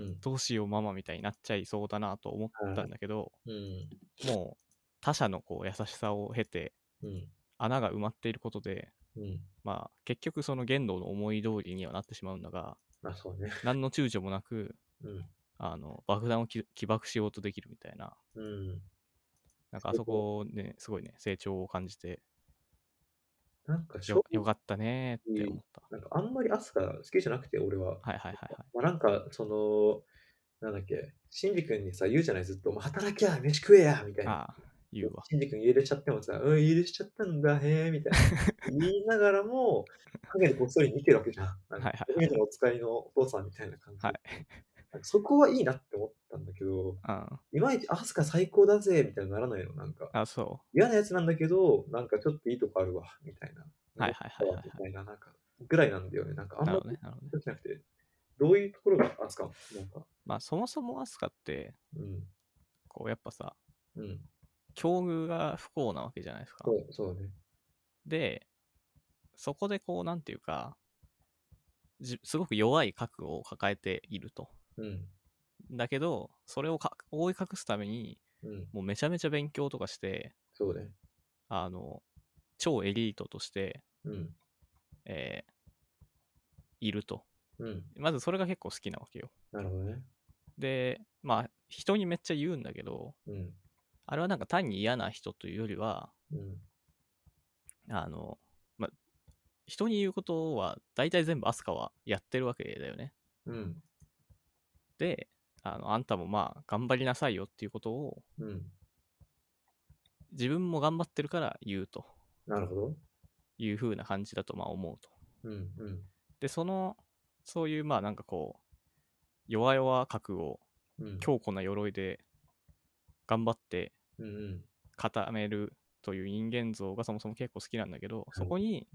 [SPEAKER 2] うん。
[SPEAKER 1] どうしようママみたいになっちゃいそうだなと思ったんだけど、
[SPEAKER 2] うん。
[SPEAKER 1] もう他者のこう優しさを経て、
[SPEAKER 2] うん。
[SPEAKER 1] 穴が埋まっていることで、
[SPEAKER 2] うん。
[SPEAKER 1] まあ、結局その言動の思い通りにはなってしまうんだが、
[SPEAKER 2] あ、そうね。
[SPEAKER 1] 何の躊躇もなく、
[SPEAKER 2] うん。
[SPEAKER 1] あの爆弾をき起爆しようとできるみたいな、
[SPEAKER 2] うん。
[SPEAKER 1] なんかあそこね、すごいね、成長を感じて、
[SPEAKER 2] なんかしょ
[SPEAKER 1] よ、よかったねーって思った。
[SPEAKER 2] なんかあんまりアスカ好きじゃなくて、俺
[SPEAKER 1] はい
[SPEAKER 2] は。
[SPEAKER 1] はいはいはい。
[SPEAKER 2] まあ、なんか、その、なんだっけ、シンジ君にさ、言うじゃない、ずっと、まあ働きや、飯食えや、みたいな。
[SPEAKER 1] ああ、言うわ。
[SPEAKER 2] シンジ君家出しちゃってもさ、うん、家出しちゃったんだ、へえ、みたいな。言いながらも、陰でこっそり見てるわけじゃん。はい
[SPEAKER 1] はいはい
[SPEAKER 2] のお使いのお父さんみたいな感じ。
[SPEAKER 1] はい
[SPEAKER 2] なんかそこはいいなって思ったんだけ
[SPEAKER 1] う
[SPEAKER 2] ど、
[SPEAKER 1] ん。
[SPEAKER 2] いまいち、アスカ最高だぜみたいにならないのなんか、
[SPEAKER 1] あ、そ
[SPEAKER 2] 嫌なやつなんだけど、なんかちょっといいとこあるわ、みたいな。
[SPEAKER 1] はいはいはいはいはい
[SPEAKER 2] みたいな、なんか、ぐらいなんだよね。なんか、あ
[SPEAKER 1] う。
[SPEAKER 2] ん
[SPEAKER 1] な
[SPEAKER 2] ま
[SPEAKER 1] るほ
[SPEAKER 2] り
[SPEAKER 1] どね、なるほどね。
[SPEAKER 2] じゃなくて、どういうところがアスカなんか、
[SPEAKER 1] まあ、そもそもアスカって、
[SPEAKER 2] うん、
[SPEAKER 1] こう、やっぱさ、
[SPEAKER 2] うん、
[SPEAKER 1] 境遇が不幸なわけじゃないですか
[SPEAKER 2] そ。うそうだね。
[SPEAKER 1] で、そこでこう、なんていうか、じすごく弱い核を抱えていると。
[SPEAKER 2] うん、
[SPEAKER 1] だけど、それをか覆い隠すために、
[SPEAKER 2] うん、
[SPEAKER 1] もうめちゃめちゃ勉強とかして、
[SPEAKER 2] そうね。
[SPEAKER 1] あの、超エリートとして、
[SPEAKER 2] うん、
[SPEAKER 1] えーいると。
[SPEAKER 2] うん、
[SPEAKER 1] まずそれが結構好きなわけよ。
[SPEAKER 2] なるほどね。
[SPEAKER 1] で、まあ、人にめっちゃ言うんだけど、
[SPEAKER 2] うん、
[SPEAKER 1] あれはなんか単に嫌な人というよりは、
[SPEAKER 2] うん、
[SPEAKER 1] あの、まあ、人に言うことは、大体全部アスカはやってるわけだよね。
[SPEAKER 2] うん、
[SPEAKER 1] で、あの、あんたもまあ、頑張りなさいよっていうことを、
[SPEAKER 2] うん、
[SPEAKER 1] 自分も頑張ってるから言うと
[SPEAKER 2] なるほど。
[SPEAKER 1] いう風な感じだと、まあ思うと。
[SPEAKER 2] うん、うん、
[SPEAKER 1] で、その、そういう、まあなんかこう、弱々覚を
[SPEAKER 2] うん、
[SPEAKER 1] 強固な鎧で頑張って
[SPEAKER 2] うん、うん、
[SPEAKER 1] 固めるという人間像がそもそも結構好きなんだけど、
[SPEAKER 2] い
[SPEAKER 1] そこに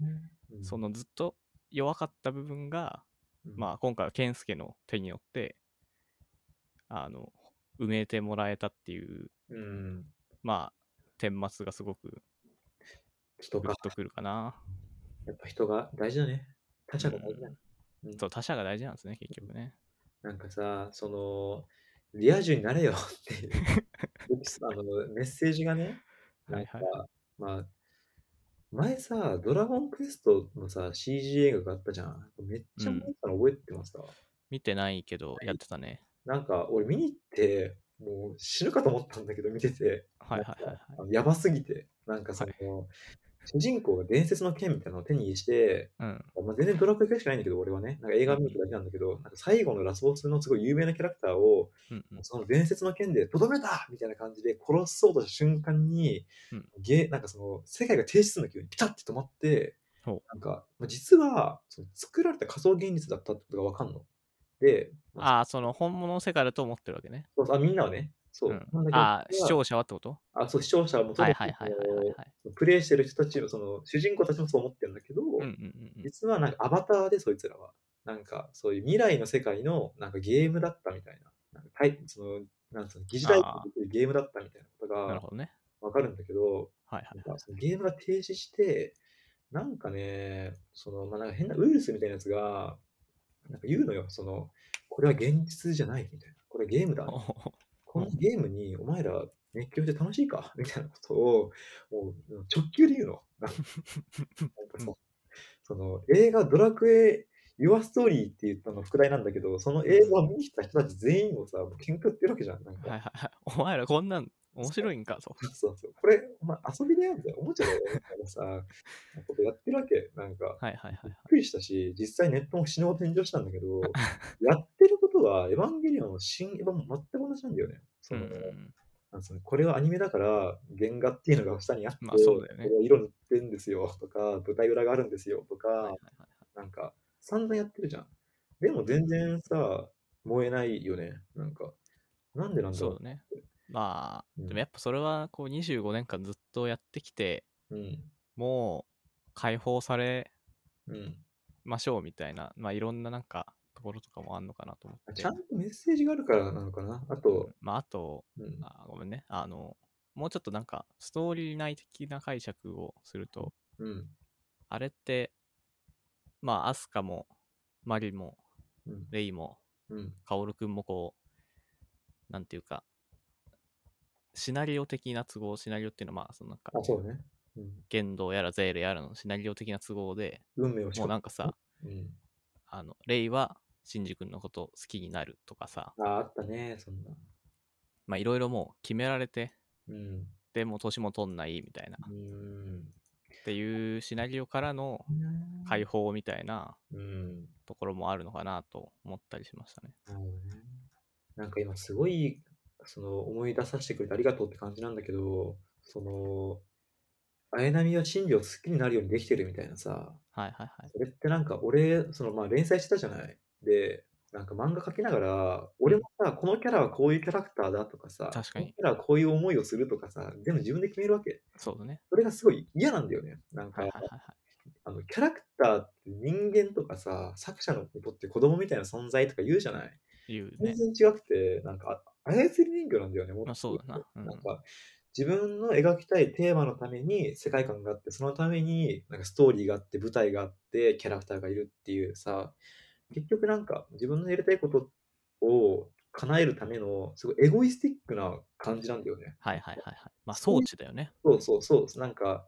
[SPEAKER 2] うん
[SPEAKER 1] そのずっと弱かった部分が、
[SPEAKER 2] うん
[SPEAKER 1] まあ今回は健介の手によって、あの、埋めてもらえたっていう、
[SPEAKER 2] うん、
[SPEAKER 1] まあ、顛末がすごく
[SPEAKER 2] 人
[SPEAKER 1] グ
[SPEAKER 2] が
[SPEAKER 1] ッ、とくるかな。
[SPEAKER 2] やっぱ人が大事だね。他者が大事だね。うん
[SPEAKER 1] そう、他者が大事なんですね、結局ね。
[SPEAKER 2] なんかさ、その、リア充になれよって いうエピソード、あのメッセージがね、
[SPEAKER 1] は
[SPEAKER 2] ないんか、
[SPEAKER 1] はい
[SPEAKER 2] まあ、前さ、ドラゴンクエストのさ、CG 映画があったじゃん。めっちゃ
[SPEAKER 1] うん
[SPEAKER 2] 見たの覚えてますか、
[SPEAKER 1] 見てないけど、やってたね。
[SPEAKER 2] なんか、俺見に行って、もう死ぬかと思ったんだけど、見てて、
[SPEAKER 1] はいはいはいはい。
[SPEAKER 2] あのやばすぎて、なんかその、主人公が伝説の剣みたいなのを手にして、
[SPEAKER 1] うん。
[SPEAKER 2] まあ、全然ドラクエ系しかないんだけど、俺はね、なんか映画見に行くだけなんだけど、なんか最後のラスボスのすごい有名なキャラクターを、
[SPEAKER 1] うんうん。
[SPEAKER 2] その伝説の剣でとどめたみたいな感じで殺そうとした瞬間に、
[SPEAKER 1] うん
[SPEAKER 2] げなんかその世界が停止するの急にピタッて止まって、
[SPEAKER 1] ほ
[SPEAKER 2] なんかまあ実はその作られた仮想現実だったってことがわかんの。で、まあ
[SPEAKER 1] ああ、その本物の世界だと思ってるわけね。
[SPEAKER 2] そうあみんなはね、そうう。
[SPEAKER 1] ん
[SPEAKER 2] なんだけ、ど
[SPEAKER 1] ああ、視
[SPEAKER 2] 実は
[SPEAKER 1] 聴者はってこと
[SPEAKER 2] あそう視聴者はもうそ
[SPEAKER 1] は
[SPEAKER 2] れ
[SPEAKER 1] い
[SPEAKER 2] で
[SPEAKER 1] はいはいはいはいはい。
[SPEAKER 2] プレイしてる人たちも、その主人公たちもそう思ってるんだけど、
[SPEAKER 1] うんうんうんうん。
[SPEAKER 2] 実はなんかアバターでそいつらは、なんかそういう未来の世界のなんかゲームだったみたいな、なんかタイそのなんつうの疑似体験できるゲームだったみたいなこと
[SPEAKER 1] なる
[SPEAKER 2] が
[SPEAKER 1] ほどね。
[SPEAKER 2] わかるんだけど、
[SPEAKER 1] はいは
[SPEAKER 2] ないん。かそのゲームが停止して、なんかね、そのまあ、なんか変なウイルスみたいなやつが、なんか言うのよ、その、これは現実じゃないみたいな、これはゲームだ、
[SPEAKER 1] おお
[SPEAKER 2] このゲームにお前ら熱狂して楽しいか みたいなことをもう直球で言うの。なんかさその映画ドラクエ Your Story って言ったの副題なんだけど、その映画を見に来た人たち全員をさ、もう喧嘩売ってるわけじゃん。なんか、
[SPEAKER 1] はいはいはい。お前らこんなん面白いんかと。
[SPEAKER 2] そうそう。これ、お前遊びだよみたいな、おもちゃだよみたいなさ、ことやってるわけ。なんか、
[SPEAKER 1] はいはいはい
[SPEAKER 2] びっ。くりしたし、実際ネットも死ぬほど炎上したんだけど、やってることは、エヴァンゲリオンの新エヴァも全く同じなんだよね。そ
[SPEAKER 1] うんう
[SPEAKER 2] の
[SPEAKER 1] んうん。
[SPEAKER 2] あのそのこれはアニメだから原画っていうのが下にあって、
[SPEAKER 1] まあそうだよね
[SPEAKER 2] これは色塗ってんですよとか舞台裏があるんですよとか、
[SPEAKER 1] はいはいはい
[SPEAKER 2] なんか散々やってるじゃんでも全然さ燃えないよねなんかなんでなんだろ
[SPEAKER 1] そう
[SPEAKER 2] う
[SPEAKER 1] だね。まあ、
[SPEAKER 2] うん
[SPEAKER 1] でもやっぱそれはこう25年間ずっとやってきて、
[SPEAKER 2] うん
[SPEAKER 1] もう解放され
[SPEAKER 2] うん
[SPEAKER 1] ましょうみたいな、まあいろんななんかところとかもあんのかなと思って
[SPEAKER 2] ちゃ。んとメッセージがあるからなのかなあと、
[SPEAKER 1] まああと、
[SPEAKER 2] うん、
[SPEAKER 1] あごめんね。あの、もうちょっとなんかストーリー内的な解釈をすると、
[SPEAKER 2] うん
[SPEAKER 1] あれって、まあ、アスカも、マリも、
[SPEAKER 2] うん
[SPEAKER 1] レイも、
[SPEAKER 2] うん
[SPEAKER 1] カオルくんもこう、なんていうか、シナリオ的な都合、シナリオっていうのは、まあ、そのなんか
[SPEAKER 2] あ、そうね、うん、
[SPEAKER 1] 言動やらゼールやらのシナリオ的な都合で、
[SPEAKER 2] 運命をし
[SPEAKER 1] もうなんかさ、
[SPEAKER 2] うん、
[SPEAKER 1] あの、レイは、シンジ君のこと好きになるとかさ、
[SPEAKER 2] ああったねそんな
[SPEAKER 1] まあ、いろいろもう決められて、
[SPEAKER 2] うん
[SPEAKER 1] でもう年も取んないみたいな、
[SPEAKER 2] うん
[SPEAKER 1] っていうシナリオからの解放みたいな
[SPEAKER 2] うん
[SPEAKER 1] ところもあるのかなと思ったりしましたね。
[SPEAKER 2] なるほどね。なんか今すごいその思い出させてくれてありがとうって感じなんだけど、その、綾波は真理を好きになるようにできてるみたいなさ、
[SPEAKER 1] はいはいはい。
[SPEAKER 2] それってなんか俺、そのまあ連載してたじゃない。で、なんか漫画描きながら、俺もさ、このキャラはこういうキャラクターだとかさ、
[SPEAKER 1] 確かに
[SPEAKER 2] このキャラはこういう思いをするとかさ、全部自分で決めるわけ。
[SPEAKER 1] そうだね。
[SPEAKER 2] それがすごい嫌なんだよね。なんか、
[SPEAKER 1] はいはいはいはい。
[SPEAKER 2] あのキャラクターって人間とかさ、作者のことって子供みたいな存在とか言うじゃない。
[SPEAKER 1] 言うね
[SPEAKER 2] 全。然違くて、なんか、あ操り人形なんだよね、もっ
[SPEAKER 1] まあ
[SPEAKER 2] と
[SPEAKER 1] そうだな。うん
[SPEAKER 2] なんか、自分の描きたいテーマのために世界観があって、そのためになんかストーリーがあって、舞台があって、キャラクターがいるっていうさ、結局なんか、自分のやりたいことを叶えるための、すごいエゴイスティックな感じなんだよね。
[SPEAKER 1] はいはいはいはい。まあ
[SPEAKER 2] そ
[SPEAKER 1] 装
[SPEAKER 2] ういう
[SPEAKER 1] 置だよね。
[SPEAKER 2] そうそうそう、なんか、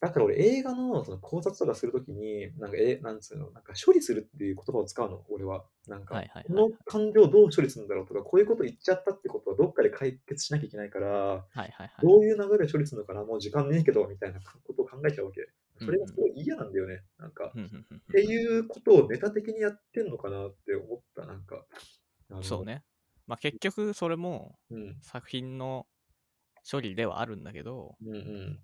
[SPEAKER 2] だから俺映画のその考察とかするときに、なんか、え、なんつうの、なんか処理するっていう言葉を使うの、俺は。なんか、
[SPEAKER 1] はいはい
[SPEAKER 2] こ
[SPEAKER 1] はいは
[SPEAKER 2] の
[SPEAKER 1] い
[SPEAKER 2] 感情をどう処理するんだろうとか、こういうこと言っちゃったってことはどっかで解決しなきゃいけないから、
[SPEAKER 1] はいはいはい。
[SPEAKER 2] どういう流れで処理するのかな、もう時間ねえけど、みたいなことを考えちゃうわけ。それがすごい嫌なんだよね、なんか。
[SPEAKER 1] うんうんうん
[SPEAKER 2] っていうことをメタ的にやってんのかなって思った、なんか。あの
[SPEAKER 1] そう。ね。まあ結局それも
[SPEAKER 2] うん。
[SPEAKER 1] 作品の処理ではあるんだけど、
[SPEAKER 2] うんうん。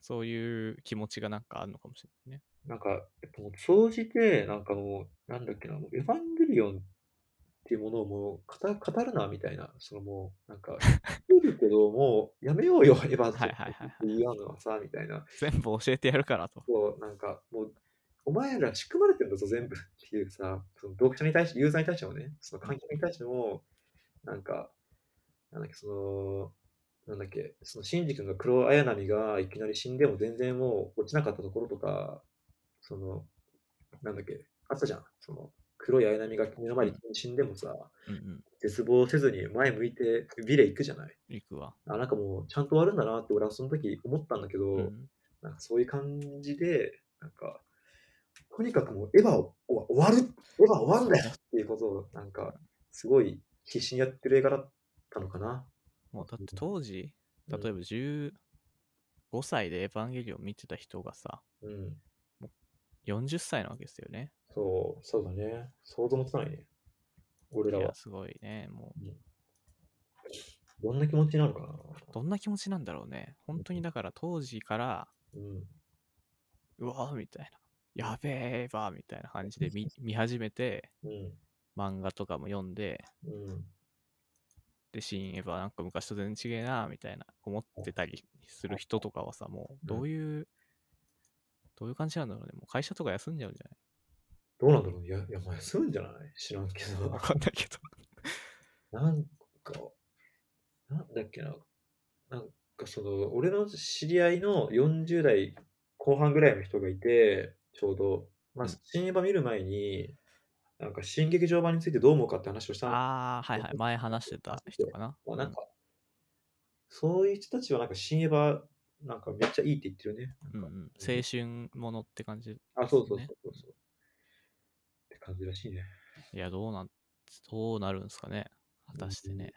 [SPEAKER 1] そういう気持ちがなんかあるのかもしれないね。
[SPEAKER 2] なんか、えっと、総じて、なんかもう、なんだっけな、もうエヴァンゲリオンっていうものをもう語語るなみたいな、そのもうなん か、言るけど、もうやめようよ、エヴァン
[SPEAKER 1] はいはいはい
[SPEAKER 2] って言わんのはさ、みたいな、
[SPEAKER 1] 全部教えてやるからと。
[SPEAKER 2] こうなんかもう、お前ら仕組まれてんだぞ、全部っていうさ、その読者に対して、ユーザーに対してもね、その観客に対しても、なんか、なんだっけ、その、なんだっけ、その、シンジ君が黒綾波がいきなり死んでも全然もう落ちなかったところとか、その、なんだっけ、あったじゃん、その、黒い綾波が目の前で死んでもさ、
[SPEAKER 1] うんうん。
[SPEAKER 2] 絶望せずに前向いてビレ行くじゃない。
[SPEAKER 1] 行くわ。
[SPEAKER 2] あ、なんかもうちゃんと終わるんだなって俺はその時思ったんだけど、
[SPEAKER 1] うん
[SPEAKER 2] なんかそういう感じで、なんか、とにかくもうエヴァを終わ終わるエヴァ終わるんだよっていうことを、なんか、すごい必死にやってる映画だったのかな。
[SPEAKER 1] もうだって当時、例
[SPEAKER 2] う
[SPEAKER 1] え
[SPEAKER 2] ん
[SPEAKER 1] ば15歳でエヴァンゲリオン見てた人がさ、
[SPEAKER 2] うん。
[SPEAKER 1] 40歳なわけですよね。
[SPEAKER 2] そう、そうだね。想像もつかないね。俺ら
[SPEAKER 1] い
[SPEAKER 2] は
[SPEAKER 1] や、。すごいね。も
[SPEAKER 2] どんな気持ちになるかな。
[SPEAKER 1] う、どんな気持ちなんだろうね。本当にだから当時から、
[SPEAKER 2] うん。
[SPEAKER 1] うわーみたいな。やべえばみたいな感じで見見始めて、
[SPEAKER 2] うん。
[SPEAKER 1] 漫画とかも読んで、
[SPEAKER 2] うん。
[SPEAKER 1] で、新エヴァなんか昔と全然違えな、みたいな、思ってたりする人とかはさ、もう、どういう、どういう感じなんだろうね。もう会社とか休んじゃうんじゃない
[SPEAKER 2] どうなんだろういや、いや、まあ、するんじゃない知らんけど
[SPEAKER 1] わ。かんない けど。
[SPEAKER 2] なんか、なんだっけな。なんかその、俺の知り合いの40代後半ぐらいの人がいて、ちょうど、まあ、
[SPEAKER 1] うん
[SPEAKER 2] 新エヴァ見る前に、なんか新劇場版についてどう思うかって話をしたの。
[SPEAKER 1] ああ、はいはい。前話してた人かな。
[SPEAKER 2] まあ、なんか、そういう人たちはなんか新エヴァ、なんかめっちゃいいって言ってるね。
[SPEAKER 1] う
[SPEAKER 2] なんん
[SPEAKER 1] う
[SPEAKER 2] か
[SPEAKER 1] ん、青春ものって感じ。
[SPEAKER 2] あ、そうそうそう
[SPEAKER 1] ね
[SPEAKER 2] そうそう。って感じらしいね。
[SPEAKER 1] いや、どうなん、どうなるんですかね。果たしてね。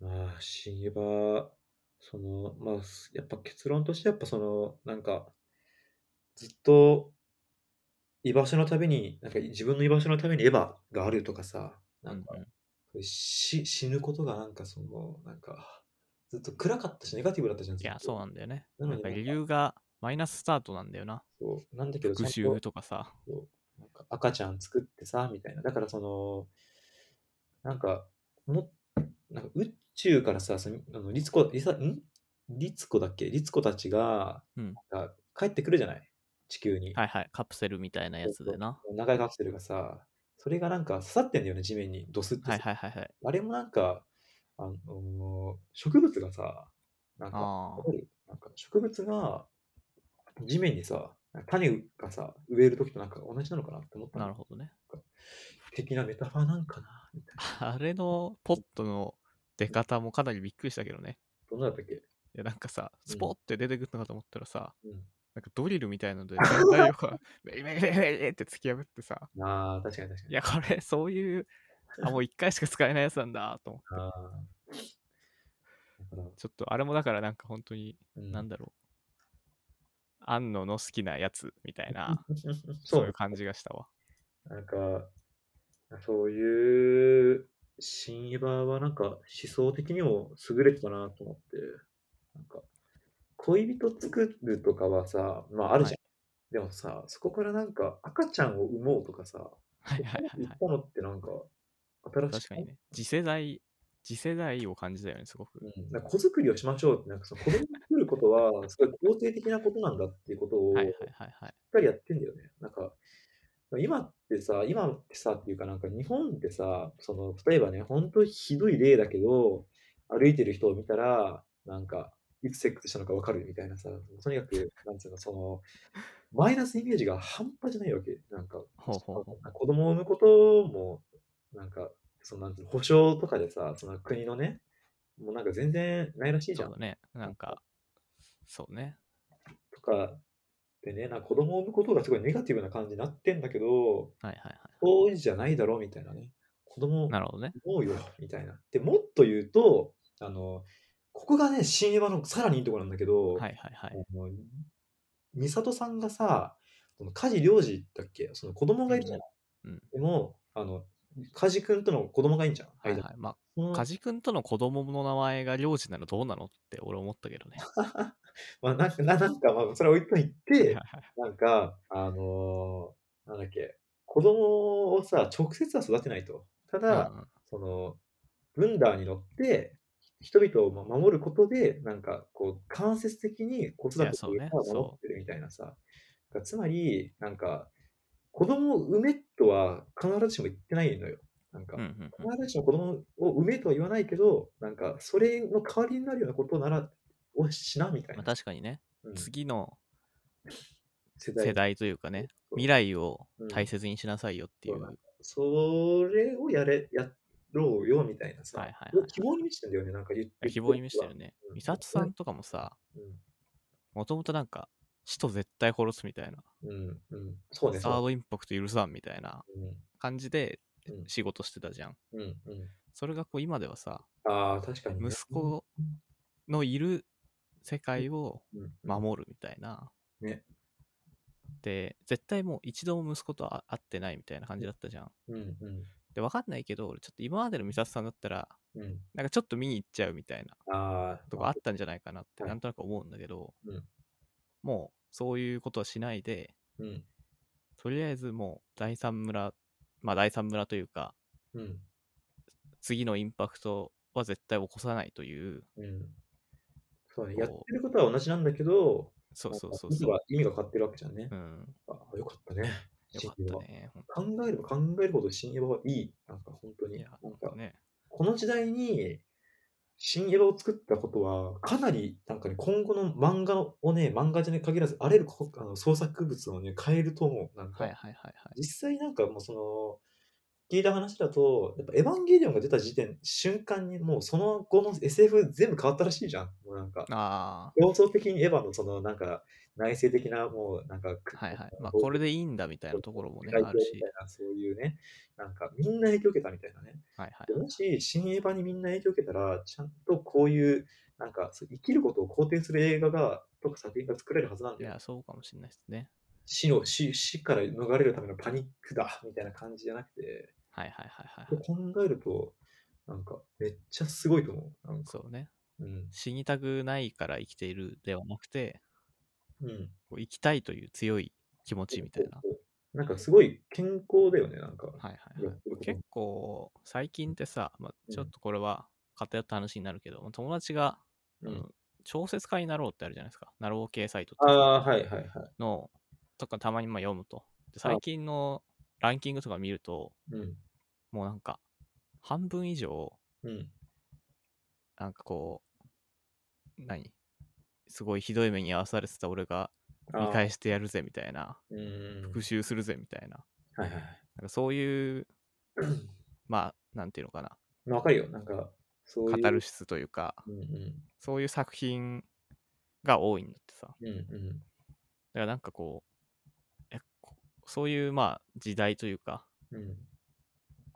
[SPEAKER 2] うん。まあ、新エヴァ、その、まあ、すやっぱ結論として、やっぱその、なんか、ずっと、居場所のために、なんか自分の居場所のためにエヴァがあるとかさ、なんか、
[SPEAKER 1] うんうん
[SPEAKER 2] し死ぬことがなんかその、なんか、ずっと暗かったし、ネガティブだったじゃん。
[SPEAKER 1] いや、そうなんんだよね。
[SPEAKER 2] な
[SPEAKER 1] な
[SPEAKER 2] の
[SPEAKER 1] ん
[SPEAKER 2] に
[SPEAKER 1] か
[SPEAKER 2] なんか
[SPEAKER 1] 理由がマイナススタートなんだよな。
[SPEAKER 2] そうなんだけど、
[SPEAKER 1] 復
[SPEAKER 2] ちゃんと
[SPEAKER 1] 讐とかさ。
[SPEAKER 2] そうなんか赤ちゃん作ってさ、みたいな。だからその、なんか、もなんか宇宙からさ、そのあのリツコ、リサ、んリツコだっけリツコたちが、
[SPEAKER 1] うん
[SPEAKER 2] なんか帰ってくるじゃない地球に。
[SPEAKER 1] はいはい。カプセルみたいなやつでな。
[SPEAKER 2] 長いカプセルがさ、それがなんか刺さってんだよね、地面に。ドスってさ、
[SPEAKER 1] はいはいはいはい。
[SPEAKER 2] あれもなんか、あの植物がさ、なんか、
[SPEAKER 1] あ
[SPEAKER 2] わかるなんか植物が地面にさ、種がさ、植えるときとなんか同じなのかなって思った
[SPEAKER 1] あ、
[SPEAKER 2] の
[SPEAKER 1] なるほどね。
[SPEAKER 2] 的なメタファーなんかなみたいな。
[SPEAKER 1] あれのポットの出方もかなりびっくりしたけどね。
[SPEAKER 2] どんなだったっけ
[SPEAKER 1] いや、なんかさ、
[SPEAKER 2] うん
[SPEAKER 1] スポって出てくるのかと思ったらさ、
[SPEAKER 2] うん。
[SPEAKER 1] なんかドリルみたいので、全体を さメリメリメリメリって突き破ってさ、
[SPEAKER 2] ああ、確かに確か
[SPEAKER 1] い
[SPEAKER 2] に。
[SPEAKER 1] や、これ、そういう、あ、もう一回しか使えないやつなんだ、と思って。
[SPEAKER 2] あーだから、
[SPEAKER 1] ちょっと、あれもだからなんか本当に、
[SPEAKER 2] う
[SPEAKER 1] なん だろう。安野の好きなやつみたいな、
[SPEAKER 2] そ
[SPEAKER 1] そう
[SPEAKER 2] う
[SPEAKER 1] いう感じがしたわ。
[SPEAKER 2] なんか、そういう、新エヴァはなんか思想的にも優れてたなと思って、なんか、恋人作るとかはさ、まああるじゃん。でもさ、そこからなんか赤ちゃんを産もうとかさ、
[SPEAKER 1] はいはいはい
[SPEAKER 2] 言
[SPEAKER 1] は
[SPEAKER 2] っ
[SPEAKER 1] い。
[SPEAKER 2] たのってなんか、新し
[SPEAKER 1] 確かにね。次世代、次世代を感じたよね、すごく。
[SPEAKER 2] うん、なんか子作りをしましょうって、なんかその子供を作るこ とは、すごい肯定的なことなんだっていうことを、
[SPEAKER 1] はい
[SPEAKER 2] し
[SPEAKER 1] はい
[SPEAKER 2] っ
[SPEAKER 1] はいはい。
[SPEAKER 2] かりやってんだよね。なんか、今ってさ、今ってさっていうか、なんか日本ってさ、その、例えばね、本当にひどい例だけど、歩いてる人を見たら、なんか、いつセックスしたのかわかるみたいなさ、とにかく、なんつうの、その、マイナスイメージが半端じゃないわけ。なんか、
[SPEAKER 1] ほうほうほ
[SPEAKER 2] 子供を産むことも、なんか、そのなんていうの保障とかでさ、その国のね、もうなんか全然ないらしいじ
[SPEAKER 1] そ
[SPEAKER 2] ゃ
[SPEAKER 1] うんだ。ね。なんか、そうね。
[SPEAKER 2] とかでね、なんか子供を産むことがすごいネガティブな感じになってんだけど、
[SPEAKER 1] はいはいは
[SPEAKER 2] そうじゃないだろみたいなね。子供を
[SPEAKER 1] い。なるほどね。
[SPEAKER 2] 思うよみたいな。でもっと言うと、あの、ここがね、新エヴァのさらにいいところなんだけど、
[SPEAKER 1] はいはいはい。
[SPEAKER 2] あの美里さんがさ、その梶良二だっけその子供がいるじゃん。
[SPEAKER 1] うんうん
[SPEAKER 2] でも、あの、梶君との子供がいるじゃん。
[SPEAKER 1] はい
[SPEAKER 2] 間
[SPEAKER 1] はい。ま
[SPEAKER 2] その
[SPEAKER 1] あ、カジ君との子供の名前が領事ならどうなのって俺思ったけどね。
[SPEAKER 2] まあ、なん か、ななんかまあ、それは置いとい
[SPEAKER 1] はい
[SPEAKER 2] て
[SPEAKER 1] は、いはい
[SPEAKER 2] なんか、あのーなんだっけ、子供をさ、直接は育てないと。た
[SPEAKER 1] うんう
[SPEAKER 2] だ、
[SPEAKER 1] ん
[SPEAKER 2] その、ブンダーに乗って、人々をま守ることで、なんか、こう、間接的に子育
[SPEAKER 1] いや
[SPEAKER 2] て
[SPEAKER 1] そうね
[SPEAKER 2] を守ってるみたいなさ。だからつまり、なんか、子供を産めとは必ずしも言ってないのよ。なんか、
[SPEAKER 1] うんうんうん
[SPEAKER 2] 必ずしも子供を産めとは言わないけど、なんか、それの代わりになるようなことなら、をしなみたい
[SPEAKER 1] まあ
[SPEAKER 2] な。
[SPEAKER 1] 確かにね、
[SPEAKER 2] うん
[SPEAKER 1] 次の
[SPEAKER 2] 世代
[SPEAKER 1] 世代というかね、
[SPEAKER 2] そう
[SPEAKER 1] 未来を
[SPEAKER 2] うん
[SPEAKER 1] 大切にしなさいよっていう。
[SPEAKER 2] そうなんそれをやれ、やろうよみたいなさ。
[SPEAKER 1] はいはいはい
[SPEAKER 2] 希望に満ちてんだよね、なんか言っ
[SPEAKER 1] 希望に満ちてるね
[SPEAKER 2] う。ん
[SPEAKER 1] 美里さんとかもさ、
[SPEAKER 2] う
[SPEAKER 1] もともとなんか、死と絶対殺すみたいな、
[SPEAKER 2] ん、うん、うん。そうね、
[SPEAKER 1] サー
[SPEAKER 2] そう。
[SPEAKER 1] ドインパクト許さんみたいな
[SPEAKER 2] うん、
[SPEAKER 1] 感じで
[SPEAKER 2] うん
[SPEAKER 1] 仕事してたじゃん。
[SPEAKER 2] うん、うん。
[SPEAKER 1] それがこう今ではさ、
[SPEAKER 2] ああ、確かにね、
[SPEAKER 1] 息子のいる世界を
[SPEAKER 2] うん、うん、
[SPEAKER 1] 守るみたいな。
[SPEAKER 2] ね
[SPEAKER 1] で、絶対もう一度も息子とは会ってないみたいな感じだったじゃん。
[SPEAKER 2] うん、うん、
[SPEAKER 1] で、わかんないけど、俺ちょっと今までの美里さんだったら、
[SPEAKER 2] うん。
[SPEAKER 1] なんかちょっと見に行っちゃうみたいな
[SPEAKER 2] ああ、
[SPEAKER 1] とかあったんじゃないかなって、
[SPEAKER 2] はい
[SPEAKER 1] なんとなく思うんだけど、
[SPEAKER 2] うん
[SPEAKER 1] もうそういうことはしないで、
[SPEAKER 2] うん、
[SPEAKER 1] とりあえずもう第三村、まあ第三村というか、
[SPEAKER 2] うん、
[SPEAKER 1] 次のインパクトは絶対起こさないという、
[SPEAKER 2] うん。そうね、
[SPEAKER 1] こう
[SPEAKER 2] やってることは同じなんだけど、
[SPEAKER 1] そうそうそ
[SPEAKER 2] な
[SPEAKER 1] う
[SPEAKER 2] んか意味
[SPEAKER 1] そう
[SPEAKER 2] が。意味が変わってるわけじゃんね
[SPEAKER 1] う。ん、
[SPEAKER 2] ああ、よかったね。
[SPEAKER 1] よかったね。ほん
[SPEAKER 2] 考えれば考えるほど新エヴァはいい。なんか本当
[SPEAKER 1] とい
[SPEAKER 2] に。
[SPEAKER 1] や、
[SPEAKER 2] な
[SPEAKER 1] ほ
[SPEAKER 2] ん
[SPEAKER 1] ん
[SPEAKER 2] か
[SPEAKER 1] とね。
[SPEAKER 2] この時代に、新エヴァを作ったことは、かなり、なんかね、今後の漫画をね、漫画じゃね限らず、あらゆるこあの創作物をね、変えると思う。なんか、
[SPEAKER 1] はいはいはいはい。
[SPEAKER 2] 実際なんかもうその、聞いた話だと、やっぱエヴァンゲリオンが出た時点、瞬間にもうその後の SF 全部変わったらしいじゃん。もうなんか、
[SPEAKER 1] あ
[SPEAKER 2] 競争的にエヴァのその、なんか、内政的な、もうなんか、
[SPEAKER 1] あ、はいはい。まあこれでいいんだみたいなところもね、
[SPEAKER 2] 外
[SPEAKER 1] あ
[SPEAKER 2] 況
[SPEAKER 1] る
[SPEAKER 2] み。
[SPEAKER 1] した
[SPEAKER 2] いな、そういうね、なんか、みんな影響を受けたみたいなね。
[SPEAKER 1] はいは
[SPEAKER 2] でもし、新映画にみんな影響を受けたら、ちゃんとこういう、なんか、そう生きることを肯定する映画が、とか作品が作れるはずなん
[SPEAKER 1] い。い
[SPEAKER 2] だよ。
[SPEAKER 1] や、そうかもしれないですね。
[SPEAKER 2] 死の死、死から逃れるためのパニックだみたいな感じじゃなくて、
[SPEAKER 1] はいはいはいはい
[SPEAKER 2] こ
[SPEAKER 1] は
[SPEAKER 2] う
[SPEAKER 1] い。
[SPEAKER 2] 考えると、なんか、めっちゃすごいと思う。なんか、
[SPEAKER 1] そうね。
[SPEAKER 2] うん。
[SPEAKER 1] 死にたくないから生きているではなくて、
[SPEAKER 2] うん。
[SPEAKER 1] こう生きたいという強い気持ちみたいな。
[SPEAKER 2] こう。なんか、すごい健康だよね、なんか。
[SPEAKER 1] はいはい
[SPEAKER 2] や
[SPEAKER 1] は
[SPEAKER 2] ってる
[SPEAKER 1] い、
[SPEAKER 2] こと
[SPEAKER 1] 結構最近ってさ、まあ、
[SPEAKER 2] うん
[SPEAKER 1] ちょっとこれは偏った話になるけど、友達が、
[SPEAKER 2] う
[SPEAKER 1] あ
[SPEAKER 2] ん
[SPEAKER 1] の、小説家になろうってあるじゃないですかなろう系サイト
[SPEAKER 2] あ
[SPEAKER 1] と
[SPEAKER 2] あ、はいはいはい。
[SPEAKER 1] のとかたまにまあ読むとで最近のランキングとか見ると
[SPEAKER 2] うん。
[SPEAKER 1] もうなんか半分以上
[SPEAKER 2] うん。
[SPEAKER 1] なんかこう何すごいひどい目に遭わされてた俺が見返
[SPEAKER 2] し。
[SPEAKER 1] してやるぜみたいな
[SPEAKER 2] うん。
[SPEAKER 1] 復讐するぜみたいな
[SPEAKER 2] はいはいはい。
[SPEAKER 1] なんかそういうまあなんていうのかな
[SPEAKER 2] まあわかるよ。なんか、そういう。
[SPEAKER 1] カタルシスというか
[SPEAKER 2] うんうん。
[SPEAKER 1] そういう作品が多いんだってさ。だか
[SPEAKER 2] うんうん。
[SPEAKER 1] らなんかこう、えこそういうまあ時代というか、
[SPEAKER 2] うん。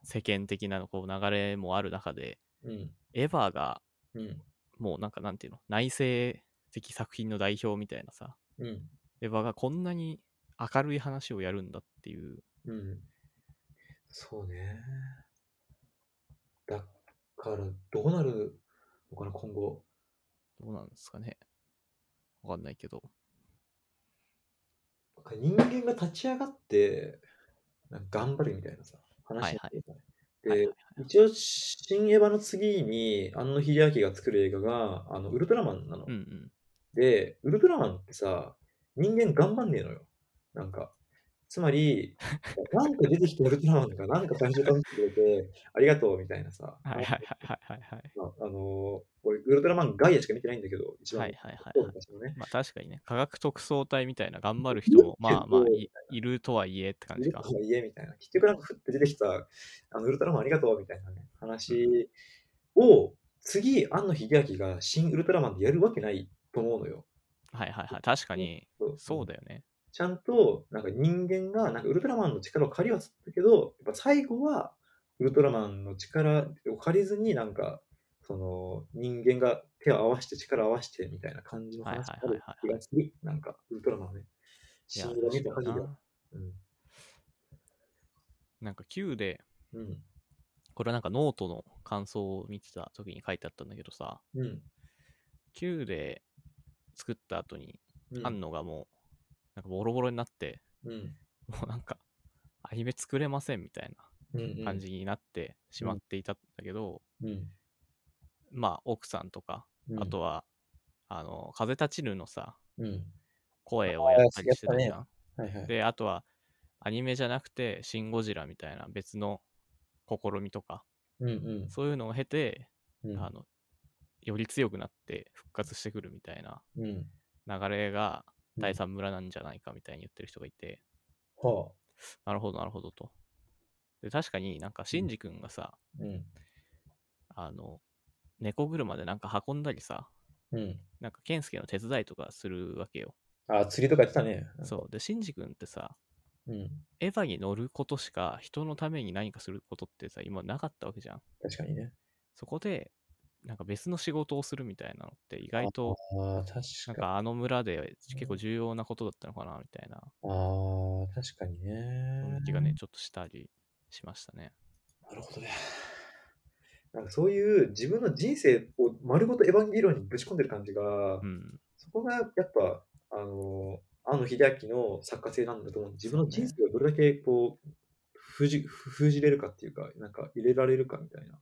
[SPEAKER 1] 世間的なこう流れもある中で、
[SPEAKER 2] うん。
[SPEAKER 1] エヴァが
[SPEAKER 2] うん。
[SPEAKER 1] もうなんかなんていうの、内政的作品の代表みたいなさ、
[SPEAKER 2] うん。
[SPEAKER 1] エヴァがこんなに明るい話をやるんだっていう、
[SPEAKER 2] うん。そうね。だから、どうなるのかな、今後。
[SPEAKER 1] どうなんですかね。わかんないけど。
[SPEAKER 2] 人間が立ち上がって、なんか頑張るみたいなさ、話になってるじゃ
[SPEAKER 1] はい
[SPEAKER 2] ない
[SPEAKER 1] はい
[SPEAKER 2] で、一応、新エヴァの次に、庵野秀明が作る映画が、あの、ウルトラマンなの。
[SPEAKER 1] うんうん。
[SPEAKER 2] で、ウルトラマンってさ、人間頑張んねえのよ。なんか。つ まり、なんか出てきてウルトラマンとか、なんか感じを楽しんでくれて、ありがとうみたいなさ。
[SPEAKER 1] はいはいはいはいはいはい。
[SPEAKER 2] まあ、あのー俺、ウルトラマンガイアしか見てないんだけど、一番。
[SPEAKER 1] はいはいはい
[SPEAKER 2] そう
[SPEAKER 1] はい
[SPEAKER 2] 昔のね。
[SPEAKER 1] まあ確かにね、科学特捜隊みたいな頑張る人も、まあ まあい、いるとはいえって感
[SPEAKER 2] ウ
[SPEAKER 1] じ
[SPEAKER 2] ル
[SPEAKER 1] か
[SPEAKER 2] ト。ラマンの家みたいな。結局なんか降って出てきた、あのウルトラマンありがとうみたいなね、話を、次、庵野秀明が新ウルトラマンでやるわけないと思うのよ。
[SPEAKER 1] はいはいはい。確かに、そう
[SPEAKER 2] だ
[SPEAKER 1] だよね。
[SPEAKER 2] ちゃんと、なんか人間が、なんかウルトラマンの力を借りはするけど、やっぱ最後は、ウルトラマンの力を借りずに、なんか、その、人間が手を合わせて、力を合わせて、みたいな感じの話
[SPEAKER 1] はい
[SPEAKER 2] が
[SPEAKER 1] はい
[SPEAKER 2] あ
[SPEAKER 1] はい
[SPEAKER 2] る
[SPEAKER 1] はい
[SPEAKER 2] 気がする。なんか、ウルトラマンはね。
[SPEAKER 1] い
[SPEAKER 2] シ
[SPEAKER 1] や、
[SPEAKER 2] ングル見
[SPEAKER 1] 確
[SPEAKER 2] た限
[SPEAKER 1] か
[SPEAKER 2] り
[SPEAKER 1] に
[SPEAKER 2] は
[SPEAKER 1] な。
[SPEAKER 2] うん。
[SPEAKER 1] なんか Q で、
[SPEAKER 2] うん。
[SPEAKER 1] これはなんかノートの感想を見てた時に書いてあったんだけどさ、
[SPEAKER 2] うん。
[SPEAKER 1] Q で作った後に、
[SPEAKER 2] うん。
[SPEAKER 1] 庵野がもう、なんかボロボロになって、
[SPEAKER 2] うん。
[SPEAKER 1] もうなんか、アニメ作れませんみたい
[SPEAKER 2] うんう
[SPEAKER 1] なん感じになってしまっていたんだけど、
[SPEAKER 2] うん
[SPEAKER 1] まあ奥さんとか、
[SPEAKER 2] うん
[SPEAKER 1] あとはあの風立ちぬのさ
[SPEAKER 2] うん
[SPEAKER 1] 声をやったりしてたじ
[SPEAKER 2] や
[SPEAKER 1] ゃん、
[SPEAKER 2] はいはい
[SPEAKER 1] であとはアニメじゃなくて「シン・ゴジラ」みたいな別の試みとか
[SPEAKER 2] うんうん
[SPEAKER 1] そういうのを経て、
[SPEAKER 2] うん
[SPEAKER 1] あのより強くなって復活してくるみたいな
[SPEAKER 2] うん
[SPEAKER 1] 流れが
[SPEAKER 2] うん
[SPEAKER 1] 第三村なんじゃないかみたいに言ってる人がいて、
[SPEAKER 2] は
[SPEAKER 1] なるほどなるほどと。で確かになんかシンジ君がさ、
[SPEAKER 2] あうん
[SPEAKER 1] あの猫車でなんか運んだりさ
[SPEAKER 2] うん
[SPEAKER 1] なんか健介の手伝いとかするわけよ。
[SPEAKER 2] あ釣りとかやってたね
[SPEAKER 1] そうでシンジ君ってさ
[SPEAKER 2] うん
[SPEAKER 1] エヴァに乗ることしか人のために何かすることってさ今なかったわけじゃん。
[SPEAKER 2] 確かにね
[SPEAKER 1] そこでなんか別の仕事をするみたいなのって意外と
[SPEAKER 2] ああ確
[SPEAKER 1] なん
[SPEAKER 2] かに
[SPEAKER 1] かあの村で結構重要なことだったのかなみたいな
[SPEAKER 2] ああ確かにね
[SPEAKER 1] そんな気がねちょっとしたりしましたね。
[SPEAKER 2] なるほどね。なんかそういう自分の人生を丸ごとエヴァンゲリオンにぶち込んでる感じが、
[SPEAKER 1] うん
[SPEAKER 2] そこがやっぱ、あの、庵野秀明の作家性なんだと思う。自分の人生をどれだけこう、封じ、封じれるかっていうか、なんか入れられるかみたいな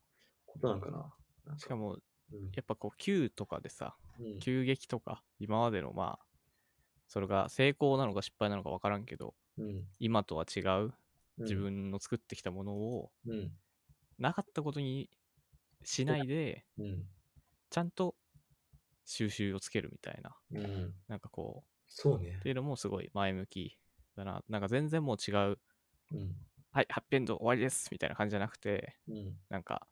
[SPEAKER 2] ことなんかな。なん
[SPEAKER 1] しか
[SPEAKER 2] も、
[SPEAKER 1] も
[SPEAKER 2] うん
[SPEAKER 1] やっぱこう Q とかでさ
[SPEAKER 2] うん
[SPEAKER 1] 急激とか今までのまあそれが成功なのか失敗なのか分からんけど
[SPEAKER 2] うん
[SPEAKER 1] 今とは違う
[SPEAKER 2] うん
[SPEAKER 1] 自分の作ってきたものを
[SPEAKER 2] うん
[SPEAKER 1] なかったことにしないで
[SPEAKER 2] うん
[SPEAKER 1] ちゃんと収集をつけるみたいな
[SPEAKER 2] うん
[SPEAKER 1] なんかこう
[SPEAKER 2] そうね
[SPEAKER 1] って。いうのもすごい前向きだな。なんか全然もう違う、
[SPEAKER 2] うん
[SPEAKER 1] はい、ハッピーエンド終わりですみたいな感じじゃなくて、
[SPEAKER 2] うん
[SPEAKER 1] なんか、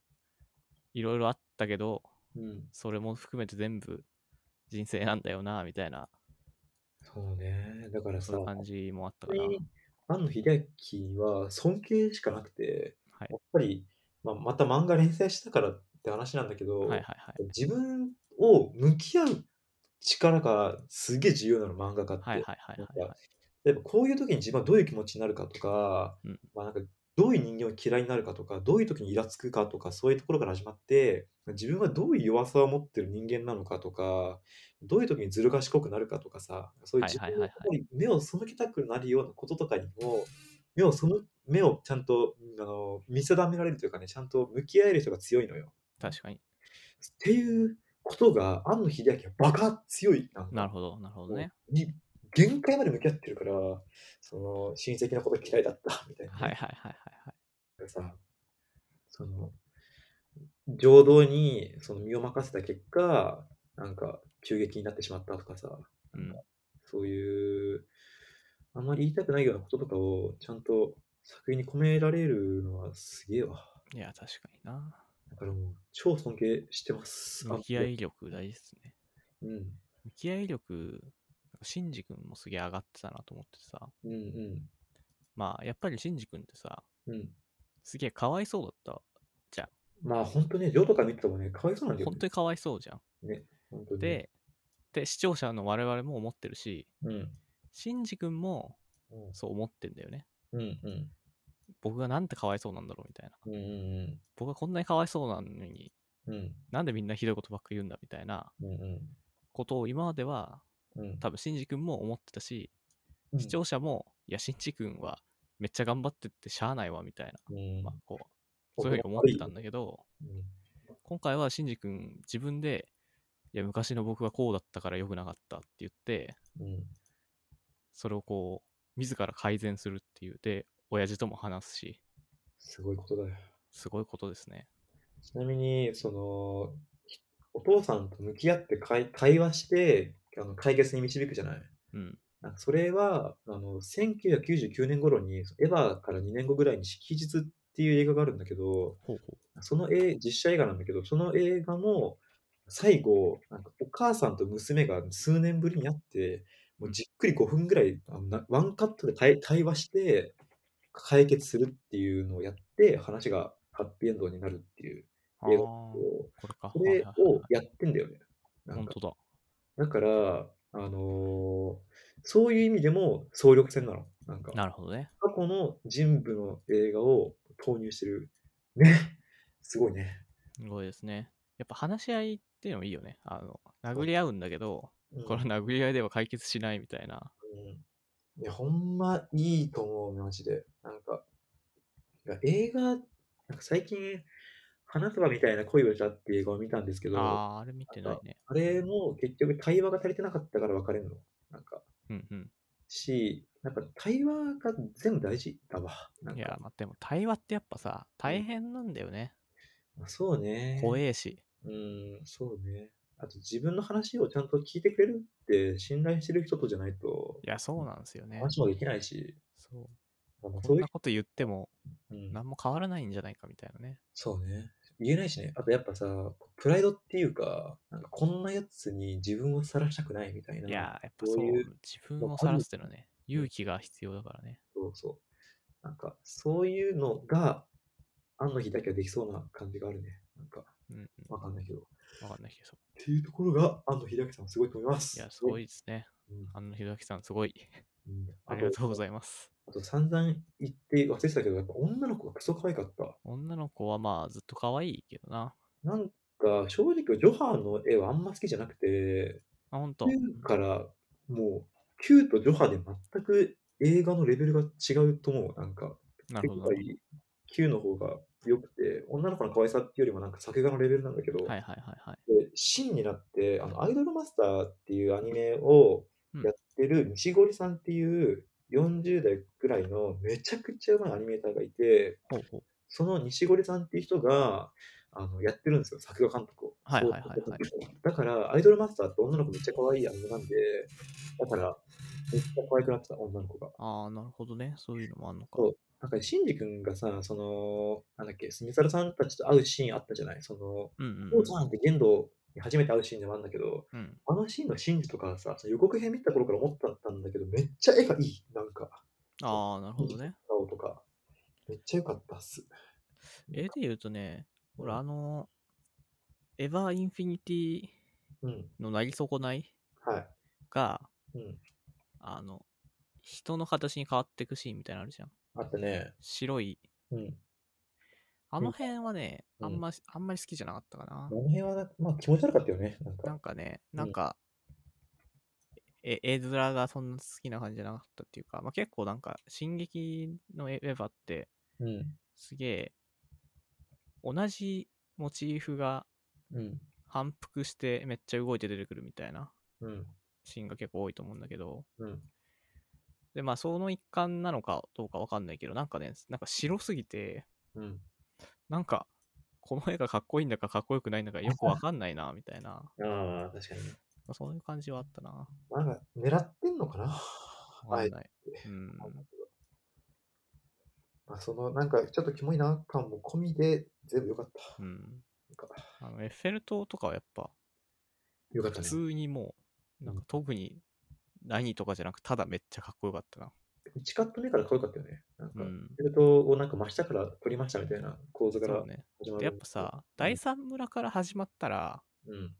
[SPEAKER 1] いろいろあったけど、
[SPEAKER 2] うん
[SPEAKER 1] それも含めて全部人生なんだよな、みたいな、
[SPEAKER 2] そうね。だからさ
[SPEAKER 1] そ、ういう感じもあったか
[SPEAKER 2] 本
[SPEAKER 1] な。
[SPEAKER 2] 当
[SPEAKER 1] はい
[SPEAKER 2] に。庵野秀明は尊敬しかなくて、やっぱり、まあ、また漫画連載したからって話なんだけど、
[SPEAKER 1] はいはいはい。
[SPEAKER 2] 自分を向き合う力がすげえ重要なの漫画家って、
[SPEAKER 1] はいはいはいはいはい。
[SPEAKER 2] 例えばこういう時に自分はどういう気持ちになるかとか,、
[SPEAKER 1] うん
[SPEAKER 2] まあ、なんかどういう人間を嫌いになるかとかどういう時にイラつくかとかそういうところから始まって自分はどういう弱さを持ってる人間なのかとかどういう時にずる賢くなるかとかさそういう
[SPEAKER 1] はい
[SPEAKER 2] 自
[SPEAKER 1] はい
[SPEAKER 2] 分
[SPEAKER 1] はいは
[SPEAKER 2] の
[SPEAKER 1] い
[SPEAKER 2] ことに目を背けたくなるようなこととかにも目をその目をちゃんとあの見定められるというかねちゃんと向き合える人が強いのよ。
[SPEAKER 1] 確かに。
[SPEAKER 2] っていうことが庵野秀明はバカ強いなんだ
[SPEAKER 1] なるほど、なるほどね。
[SPEAKER 2] に限界まで向き合ってるから、その親戚のこと嫌いだったみたいな、
[SPEAKER 1] はいはいはいはいはい。
[SPEAKER 2] なんかさ、その、情動にその身を任せた結果、なんか急激になってしまったとかさ、
[SPEAKER 1] うん。
[SPEAKER 2] そういう、あんまり言いたくないようなこととかをちゃんと作品に込められるのはすげえわ。
[SPEAKER 1] いや、確かにな。
[SPEAKER 2] だからもう超尊敬してます。
[SPEAKER 1] 向き合い力大事ですね。
[SPEAKER 2] うん。
[SPEAKER 1] 向き合い力、シンジ君もすげえ上がってたなと思ってさ。
[SPEAKER 2] うん
[SPEAKER 1] まあ、やっぱりシンジ君ってさ、
[SPEAKER 2] うん。うん。
[SPEAKER 1] すげえかわいそうだったじゃ
[SPEAKER 2] まあ本当ね、量とか見ててもね、かわいそうなんだ
[SPEAKER 1] ん。
[SPEAKER 2] よ
[SPEAKER 1] 本
[SPEAKER 2] ね。
[SPEAKER 1] 当にかわいそうじゃん。
[SPEAKER 2] 本当に。
[SPEAKER 1] で、で視聴者の我々も思ってるし、
[SPEAKER 2] うん。
[SPEAKER 1] シンジ君も
[SPEAKER 2] うん
[SPEAKER 1] そう思ってんだよね。
[SPEAKER 2] うんうん
[SPEAKER 1] 僕がなんてかわいそうなんだろうみたいな。
[SPEAKER 2] うんうん
[SPEAKER 1] 僕がこんなにかわいそうなのに、
[SPEAKER 2] うん
[SPEAKER 1] なんでみんなひどいことばっかり言うんだみたいな
[SPEAKER 2] うん
[SPEAKER 1] ことを今までは
[SPEAKER 2] うん
[SPEAKER 1] 多分シンジ君も思ってたし、
[SPEAKER 2] うん
[SPEAKER 1] 視聴者も、いや、シンジ君はめっちゃ頑張ってってしゃあないわみたい
[SPEAKER 2] うん
[SPEAKER 1] な、まあこう、そういうふうに思ってたんだけど、
[SPEAKER 2] うん
[SPEAKER 1] 今回はシンジ君自分で、いや、昔の僕がこうだったから良くなかったって言って、
[SPEAKER 2] うん
[SPEAKER 1] それをこう、自ら改善するっていう。で、親父とも話すし、
[SPEAKER 2] すごいことだよ
[SPEAKER 1] すごいことですね。
[SPEAKER 2] ちなみにそのお父さんと向き合って会会話してあの解決に導くじゃない
[SPEAKER 1] うん。
[SPEAKER 2] なんかそれはあの1999年頃にエヴァから2年後ぐらいに「式日」っていう映画があるんだけど
[SPEAKER 1] ほうほ
[SPEAKER 2] その映実写映画なんだけどその映画も最後なんかお母さんと娘が数年ぶりに会ってもうじっくり5分ぐらいあのなワンカットで対対話して解決するっていうのをやって話がハッピーエンドになるっていう
[SPEAKER 1] あ
[SPEAKER 2] 映
[SPEAKER 1] ー
[SPEAKER 2] 画
[SPEAKER 1] こ
[SPEAKER 2] を
[SPEAKER 1] れか。
[SPEAKER 2] こ
[SPEAKER 1] はいは
[SPEAKER 2] れ
[SPEAKER 1] いはい
[SPEAKER 2] を
[SPEAKER 1] はい
[SPEAKER 2] やってんだよね。なん
[SPEAKER 1] 本
[SPEAKER 2] か
[SPEAKER 1] 当だ。
[SPEAKER 2] だから、あのーそういう意味でも総力戦なの。なんか
[SPEAKER 1] なるほどね。
[SPEAKER 2] 過去の人部の映画を投入してる。ね。すごいね。
[SPEAKER 1] すごいですね。やっぱ話し合いっていうのもいいよね。あの、殴り合うんだけど、
[SPEAKER 2] うん
[SPEAKER 1] この殴り合いでは解決しないみたいな。
[SPEAKER 2] うんいや、ほんまいいと思う、マジで。なんか、いや映画、なんか最近、花束みたいな恋をしたっていう映画を見たんですけど、あ
[SPEAKER 1] ああ、あれ見てないね。
[SPEAKER 2] れも結局対話が足りてなかったから別れるの。なんか、
[SPEAKER 1] うんう
[SPEAKER 2] し、なんか対話が全部大事だわ。なん
[SPEAKER 1] ん。い
[SPEAKER 2] か
[SPEAKER 1] や、まあ、でも対話ってやっぱさ、大変なんだよね。
[SPEAKER 2] まあそうね。
[SPEAKER 1] 怖えし。
[SPEAKER 2] うん、そうね。あと自分の話をちゃんと聞いてくれるって信頼してる人とじゃないと
[SPEAKER 1] いや、そうなんですよね。
[SPEAKER 2] 話もできないし、
[SPEAKER 1] そう。
[SPEAKER 2] まあ
[SPEAKER 1] こ
[SPEAKER 2] そうんいう
[SPEAKER 1] な、こと言っても
[SPEAKER 2] うん、
[SPEAKER 1] 何も変わらないんじゃないかみたいなね。
[SPEAKER 2] そうね。言えないしね。あとやっぱさ、プライドっていうか、なんかこんなやつに自分を晒したくないみたいな。
[SPEAKER 1] いや、やっぱそう、
[SPEAKER 2] そういう
[SPEAKER 1] 自分を晒すってのはね、勇気が必要だからね。
[SPEAKER 2] そうそう。なんか、そういうのが、あの日だけはできそうな感じがあるね。なんか、
[SPEAKER 1] うん、うん。
[SPEAKER 2] わかんないけど。っ
[SPEAKER 1] わかんないけど。
[SPEAKER 2] ていうところが、安野秀明さんすごいと思います。
[SPEAKER 1] いや、すご
[SPEAKER 2] い。
[SPEAKER 1] いですね。
[SPEAKER 2] うん
[SPEAKER 1] あの、ひどきさん、すごい。
[SPEAKER 2] うん
[SPEAKER 1] あ
[SPEAKER 2] あ
[SPEAKER 1] りが
[SPEAKER 2] と、
[SPEAKER 1] とうございます。
[SPEAKER 2] あと散々言って忘れてたけど、やっぱ女の子がクソ可愛かった。
[SPEAKER 1] 女の子はまあ、ずっと可愛いけどな。
[SPEAKER 2] なんか、正直、ジョハの絵はあんま好きじゃなくて、
[SPEAKER 1] あ、ほんと。
[SPEAKER 2] 9からもう9とジョハで全く映画のレベルが違うと思う。なんか、
[SPEAKER 1] なるほ
[SPEAKER 2] 結
[SPEAKER 1] ど。
[SPEAKER 2] 構
[SPEAKER 1] なる
[SPEAKER 2] 9の方が良くて、女の子の可愛さっていうよりもなんか作画のレベルなんだけど、
[SPEAKER 1] ほどはいはいはいはい。
[SPEAKER 2] で真になってあの、アイドルマスターっていうアニメをやってる西堀さんっていう40代くらいのめちゃくちゃうまいアニメーターがいて、
[SPEAKER 1] ほうほう。
[SPEAKER 2] その西堀さんっていう人があのやってるんですよ、作画監督を。
[SPEAKER 1] はいはいはいはい
[SPEAKER 2] だから、アイドルマスターって女の子めっちゃ可愛いアニメなんで、だから、めっちゃ可愛くなってた、女の子が。
[SPEAKER 1] ああ、なるほどね。そういうのもあんのか。
[SPEAKER 2] そうなんか、シンジ君がさ、その、なんだっけ、スミサルさんたちと会うシーンあったじゃないその、
[SPEAKER 1] うんうん
[SPEAKER 2] おうさんって言動に初めて会うシーンでもあるんだけど、
[SPEAKER 1] うん。うん。
[SPEAKER 2] あのシーンのシンジとかさ、その予告編見た頃から思ったんだけど、めっちゃ絵がいい、なんか、
[SPEAKER 1] ああ、なるほどね。
[SPEAKER 2] 顔とか。めっちゃ良かったっす。
[SPEAKER 1] 絵で言うとね、ほら、あの、エヴァインフィニティ
[SPEAKER 2] うん、
[SPEAKER 1] のなり損ない
[SPEAKER 2] は
[SPEAKER 1] が、
[SPEAKER 2] い。うん、
[SPEAKER 1] あの、人の形に変わっていくシーンみたいなのあるじゃん。
[SPEAKER 2] あったね。
[SPEAKER 1] 白い。
[SPEAKER 2] うん。
[SPEAKER 1] あの辺はね、
[SPEAKER 2] うん
[SPEAKER 1] あんま、あんまり好きじゃなかったかな
[SPEAKER 2] あ。の辺はな、まあ気持ち悪かったよね。なん
[SPEAKER 1] な
[SPEAKER 2] か
[SPEAKER 1] ん、かね、
[SPEAKER 2] うん
[SPEAKER 1] なんか、え絵面がそんな好きな感じじゃなかったっていうか、まあ、結構なんか、進撃のエヴァって、
[SPEAKER 2] うん。
[SPEAKER 1] すげえ、同じモチーフが
[SPEAKER 2] うん。
[SPEAKER 1] 反復してめっちゃ動いて出てくるみたいな
[SPEAKER 2] うん。
[SPEAKER 1] シーンが結構多いと思うんだけど、
[SPEAKER 2] うん。
[SPEAKER 1] で、まあ、その一環なのかどうかわかんないけど、なんかね、なんか白すぎて、
[SPEAKER 2] うん。
[SPEAKER 1] なんか、この絵がかっこいいんだかかっこよくないんだかよくわかんないな、みたいな、ま
[SPEAKER 2] ああ、確かにね。
[SPEAKER 1] あ、そういう感じはあったな。
[SPEAKER 2] なんか、狙ってんの かな
[SPEAKER 1] わか
[SPEAKER 2] あえ
[SPEAKER 1] ん
[SPEAKER 2] て
[SPEAKER 1] ない。うん。
[SPEAKER 2] まあ、その、なんか、ちょっとキモいな感も込みで、全部良かった。
[SPEAKER 1] うん。
[SPEAKER 2] なんか、
[SPEAKER 1] あのエッフェル塔とかはやっぱ
[SPEAKER 2] 良かった
[SPEAKER 1] 普
[SPEAKER 2] ね。
[SPEAKER 1] 通にもうなんか特に何とかじゃなくただめっちゃかっこよかったな。
[SPEAKER 2] チカット目から可愛かったよね。なんか、
[SPEAKER 1] う
[SPEAKER 2] ベ
[SPEAKER 1] ん。
[SPEAKER 2] ルトをなんか真下から取りましたみたいな構図から
[SPEAKER 1] そうね。
[SPEAKER 2] 始まる。
[SPEAKER 1] でやっぱ、さ第三村から始まったら
[SPEAKER 2] うん。